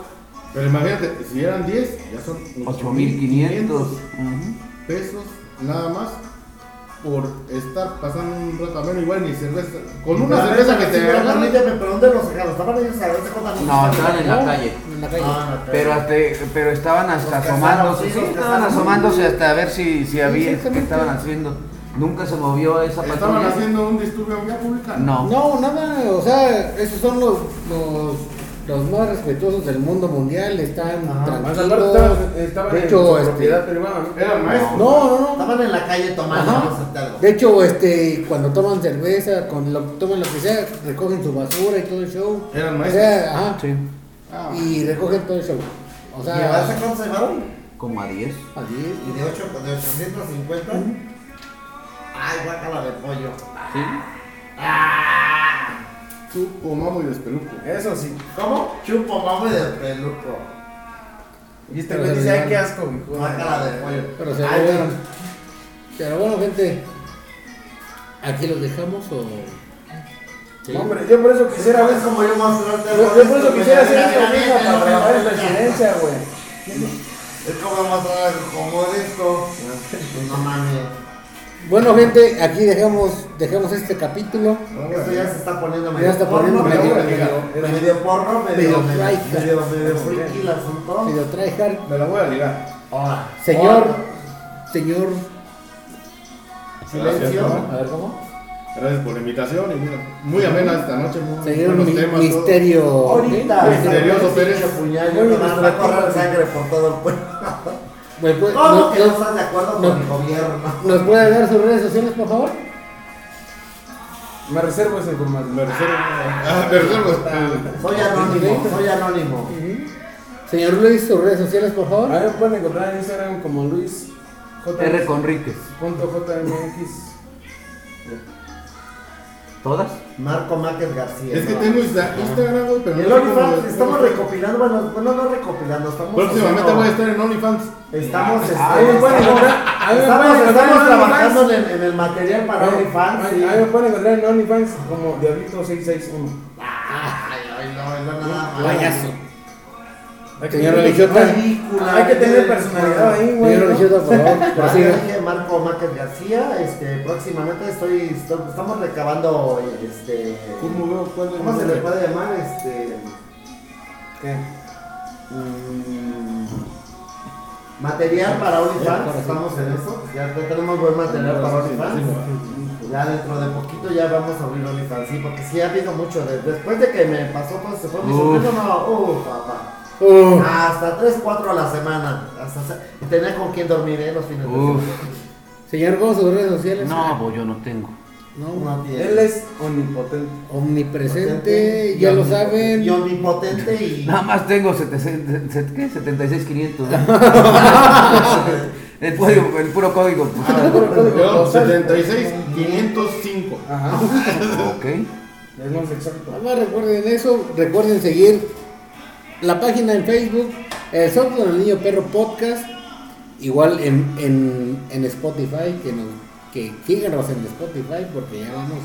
Speaker 5: Pero imagínate, si eran 10, ya son
Speaker 4: 8500. ujú.
Speaker 5: pesos nada más por estar pasando un rato ameno, igual ni cerveza. Con una
Speaker 2: Pero
Speaker 5: cerveza Pues que
Speaker 2: permíteme,
Speaker 5: te agarran,
Speaker 2: Permíteme, pero ¿dónde los sacaron? ¿Estaban ellos a veces con
Speaker 4: No, estaban en la calle.
Speaker 1: En la calle.
Speaker 2: Ah,
Speaker 4: Pero, hasta- pero estaban hasta
Speaker 2: Los cazaron,
Speaker 4: asomándose,
Speaker 2: sí,
Speaker 4: sí,
Speaker 2: los
Speaker 4: estaban
Speaker 2: cazaron.
Speaker 4: asomándose hasta a ver si, si había, qué
Speaker 1: exactamente.
Speaker 4: estaban haciendo. Nunca se movió esa
Speaker 5: estaban
Speaker 4: patrulla.
Speaker 5: haciendo un disturbio en vía pública.
Speaker 4: No.
Speaker 1: No, nada, o sea, esos son los, los, los más respetuosos del mundo mundial, están
Speaker 2: Ajá.
Speaker 3: Más Pues al rato estaban,
Speaker 1: tranquilos.
Speaker 3: estaban
Speaker 1: de
Speaker 3: en
Speaker 1: hecho,
Speaker 3: su
Speaker 1: este-
Speaker 3: propiedad privada, ¿no?
Speaker 5: Eran maestros.
Speaker 1: No, no, no.
Speaker 2: Estaban en la calle tomando.
Speaker 1: Ajá.
Speaker 2: vamos a hacer algo.
Speaker 1: De hecho, este, cuando toman cerveza, con lo, toman lo que sea, recogen su basura y todo el show.
Speaker 5: Eran
Speaker 1: O
Speaker 5: maestros.
Speaker 1: sea, ajá,
Speaker 4: Sí,
Speaker 5: Ah,
Speaker 1: y recogen todo el show. O
Speaker 2: ¿Y a
Speaker 1: sea,
Speaker 2: veces cuánto se llevaron?
Speaker 4: como a 10.
Speaker 1: así
Speaker 2: ¿Y de, ocho, pues, de 850? Ay, guácala de pollo.
Speaker 4: Sí.
Speaker 2: Ah,
Speaker 5: chupo, mamo y despeluco.
Speaker 1: Ah,
Speaker 3: Eso sí.
Speaker 2: ¿Cómo? Chupo, mame de peluco.
Speaker 3: Y este
Speaker 1: Pero
Speaker 3: güey
Speaker 1: se
Speaker 3: dice,
Speaker 1: llevaron.
Speaker 3: ay, qué asco, güey.
Speaker 2: Guácala de pollo.
Speaker 1: Pero se
Speaker 2: Ay,
Speaker 1: llevaron. Pero bueno, gente, ¿aquí los dejamos o...? Sí.
Speaker 3: Hombre, yo por eso quisiera ver
Speaker 2: ¿Sabes cómo yo mostrarte
Speaker 3: Yo,
Speaker 2: algo?
Speaker 3: yo por eso quisiera hacer
Speaker 2: Mira,
Speaker 3: esto
Speaker 2: mira,
Speaker 3: mismo
Speaker 2: mira,
Speaker 3: para
Speaker 2: mira,
Speaker 3: grabar en
Speaker 2: mira.
Speaker 3: residencia, güey.
Speaker 2: Es como mostrar algo como de esto. Pues no mames.
Speaker 1: Bueno, gente, aquí dejamos, dejamos este capítulo.
Speaker 2: Esto ya se está poniendo medio.
Speaker 1: Ya está poniendo
Speaker 2: porno,
Speaker 1: medio-
Speaker 2: medio, medio porno, medio,
Speaker 1: medio
Speaker 2: medio,
Speaker 1: laica.
Speaker 2: medio, medio friki el asunto.
Speaker 1: Si lo trae Harry.
Speaker 5: Me la voy a ligar.
Speaker 2: Ahora,
Speaker 1: Señor,
Speaker 2: ahora,
Speaker 1: señor...
Speaker 5: Gracias,
Speaker 2: silencio.
Speaker 5: ¿no?
Speaker 1: A ver, ¿cómo?
Speaker 5: Gracias por la invitación y mira, muy amena esta noche, muy
Speaker 1: Señor
Speaker 5: buenos
Speaker 1: mi-
Speaker 5: temas, todo.
Speaker 1: Misterio...
Speaker 2: Ahorita.
Speaker 5: Misterioso Pérez.
Speaker 2: Puñal, va
Speaker 3: Muy
Speaker 2: a
Speaker 3: ilustrativo.
Speaker 2: correr sangre por todo el pueblo.
Speaker 1: Me puede-
Speaker 2: ¿Cómo
Speaker 1: nos,
Speaker 2: que no
Speaker 1: nos-
Speaker 2: estás de acuerdo con
Speaker 1: pues, no.
Speaker 2: el gobierno?
Speaker 1: nos puede dar sus redes sociales, por favor?
Speaker 3: Me reservo esa información.
Speaker 5: Me reservo. Ah, me reservo.
Speaker 1: Ah,
Speaker 2: Soy anónimo, soy anónimo.
Speaker 1: Señor Luis, sus redes sociales, por
Speaker 3: A
Speaker 1: favor.
Speaker 3: mí me pueden encontrar en Instagram como Luis J.
Speaker 4: R. Conríquez.
Speaker 3: punto JMX.
Speaker 4: ¿Todas?
Speaker 2: Marco Márquez García.
Speaker 5: Es que
Speaker 2: ¿no?
Speaker 5: tengo Insta- Instagram, güey, pero
Speaker 2: El
Speaker 5: no sé cómo-
Speaker 2: OnlyFans, estamos recopilando, bueno, bueno, no recopilando, estamos.
Speaker 5: Próximamente
Speaker 2: haciendo-
Speaker 5: voy a estar Ah, en OnlyFans.
Speaker 2: Estamos, este,
Speaker 3: ahí me pueden encontrar- ahí me
Speaker 2: estamos-
Speaker 3: pueden encontrar
Speaker 2: estamos
Speaker 3: en
Speaker 2: trabajando en, en el material para OnlyFans.
Speaker 3: Ahí
Speaker 2: sí.
Speaker 3: ahí me pueden encontrar en OnlyFans como Diablito661.
Speaker 2: Ay, ay, no, no, nada más.
Speaker 1: Payaso. Señor
Speaker 3: tener-
Speaker 1: Religiota,
Speaker 2: Ridícula,
Speaker 3: Hay que tener
Speaker 2: ridícula.
Speaker 3: personalidad ahí, güey.
Speaker 1: señor
Speaker 3: ¿no?
Speaker 1: Religiota, por favor,
Speaker 2: Ya le
Speaker 1: prosiga.
Speaker 2: dije Marco Márquez García, este, próximamente estoy, estoy- estamos recabando, este,
Speaker 5: ¿Cómo veo cuál es?
Speaker 2: ¿cómo se le puede llamar? Este,
Speaker 3: ¿Qué?
Speaker 2: mm, material para OnlyFans, estamos en eso, ya te- tenemos buen material para OnlyFans. Ya dentro de poquito ya vamos a abrir OnlyFans, sí, porque sí ha habido mucho, de- después de que me pasó, pues se fue mi
Speaker 4: Uf.
Speaker 2: sobrino, no, uh, papá.
Speaker 1: Uh,
Speaker 2: Hasta 3, 4 a la semana. Hasta, se- y tener con quién dormir, ¿eh? Los fines
Speaker 4: Uf.
Speaker 1: señor Go, sus redes sociales.
Speaker 4: No, pues yo no tengo.
Speaker 2: de
Speaker 1: No,
Speaker 2: semana. No tiene.
Speaker 3: Él es omnipotente.
Speaker 1: Omnipresente, ya lo saben.
Speaker 2: Y omnipotente y.
Speaker 4: Nada más tengo 700, set- ¿qué? 76500. ¿eh? el, código- el puro código. pues.
Speaker 2: Ah,
Speaker 5: Yo, 76505.
Speaker 3: Ajá.
Speaker 4: Ok.
Speaker 3: Es más exacto.
Speaker 1: Nada más recuerden eso, recuerden seguir la página en Facebook, el software del niño perro podcast, igual en, en, en Spotify, que nos, que síganos en Spotify porque ya vamos,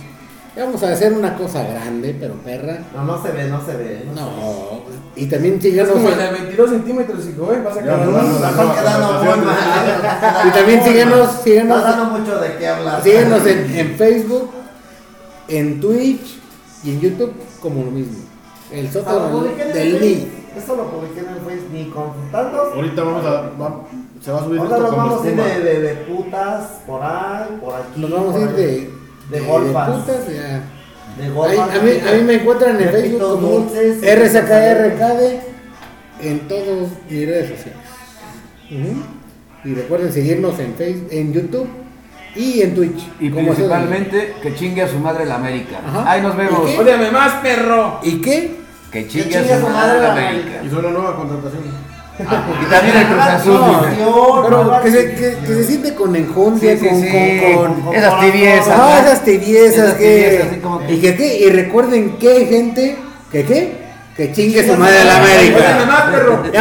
Speaker 1: ya vamos a hacer una cosa grande, pero perra.
Speaker 2: No, no se ve, no se ve. ¿eh?
Speaker 1: No, y también
Speaker 3: Es
Speaker 1: síganos
Speaker 3: como el
Speaker 1: en-
Speaker 3: de 22 centímetros, hijo, ¿eh? Vas a
Speaker 5: Ya,
Speaker 3: quedar
Speaker 5: no, no,
Speaker 3: uno.
Speaker 5: no.
Speaker 2: Están quedando muy mal.
Speaker 1: Y también
Speaker 2: Muy
Speaker 1: síguenos,
Speaker 2: mal.
Speaker 1: síguenos.
Speaker 2: Está dando mucho de qué hablar.
Speaker 1: síganos en, en Facebook, en Twitch y en YouTube como lo mismo. El
Speaker 2: Hasta lo
Speaker 1: sótano
Speaker 2: publiqué en el
Speaker 1: del
Speaker 2: Face.
Speaker 1: niño.
Speaker 2: Eso lo publiqué en el Face, ni confrontando.
Speaker 5: Ahorita vamos a. va- se va a subir
Speaker 2: Ahora
Speaker 5: esto este
Speaker 2: nos
Speaker 5: como
Speaker 2: vamos a ir
Speaker 5: espuma.
Speaker 2: de, de, de putas, por ahí, por aquí.
Speaker 1: Nos vamos a ir
Speaker 2: por
Speaker 1: de,
Speaker 2: ahí.
Speaker 1: de-
Speaker 2: de
Speaker 1: de
Speaker 2: golfas.
Speaker 1: putas, ya.
Speaker 2: De
Speaker 1: Ahí-
Speaker 2: golfas,
Speaker 1: a, mí, a mí me encuentran en
Speaker 2: de
Speaker 1: Facebook
Speaker 2: pitos
Speaker 1: como
Speaker 2: dulces,
Speaker 1: RSKRKD en todos mis redes sociales. Ujú. Y recuerden seguirnos en Facebook, en YouTube y en Twitch.
Speaker 4: Y
Speaker 1: como
Speaker 4: principalmente que chingue a su madre la América.
Speaker 1: Ajá.
Speaker 4: Ahí nos vemos.
Speaker 1: ¿Y qué?
Speaker 3: Ódiame más, perro.
Speaker 1: Sodom. ¿Y qué?
Speaker 4: Que
Speaker 2: Que
Speaker 4: chingue a su madre la América.
Speaker 5: Y son una nueva contratación.
Speaker 4: Y también el
Speaker 1: Ah,
Speaker 4: Cruz Azul.
Speaker 2: No,
Speaker 4: güey.
Speaker 2: Dios, no,
Speaker 1: Pero que se,
Speaker 2: sí,
Speaker 1: que,
Speaker 2: sí.
Speaker 1: que se siente con enjundia,
Speaker 4: Sí, sí,
Speaker 1: con,
Speaker 4: sí.
Speaker 1: con- con-
Speaker 2: con-
Speaker 4: Esas
Speaker 2: con-
Speaker 4: tibiezas.
Speaker 1: Ah,
Speaker 4: ¿verdad?
Speaker 1: esas tibiezas
Speaker 4: Esas
Speaker 1: que...
Speaker 4: tibiezas, así como que-
Speaker 1: ¿Y que qué? Y recuerden que hay gente... ¿Que qué? Que chingue su
Speaker 2: su
Speaker 1: madre
Speaker 2: madre
Speaker 1: la
Speaker 2: la
Speaker 1: América.
Speaker 3: Ódiame más, perro.
Speaker 1: Ya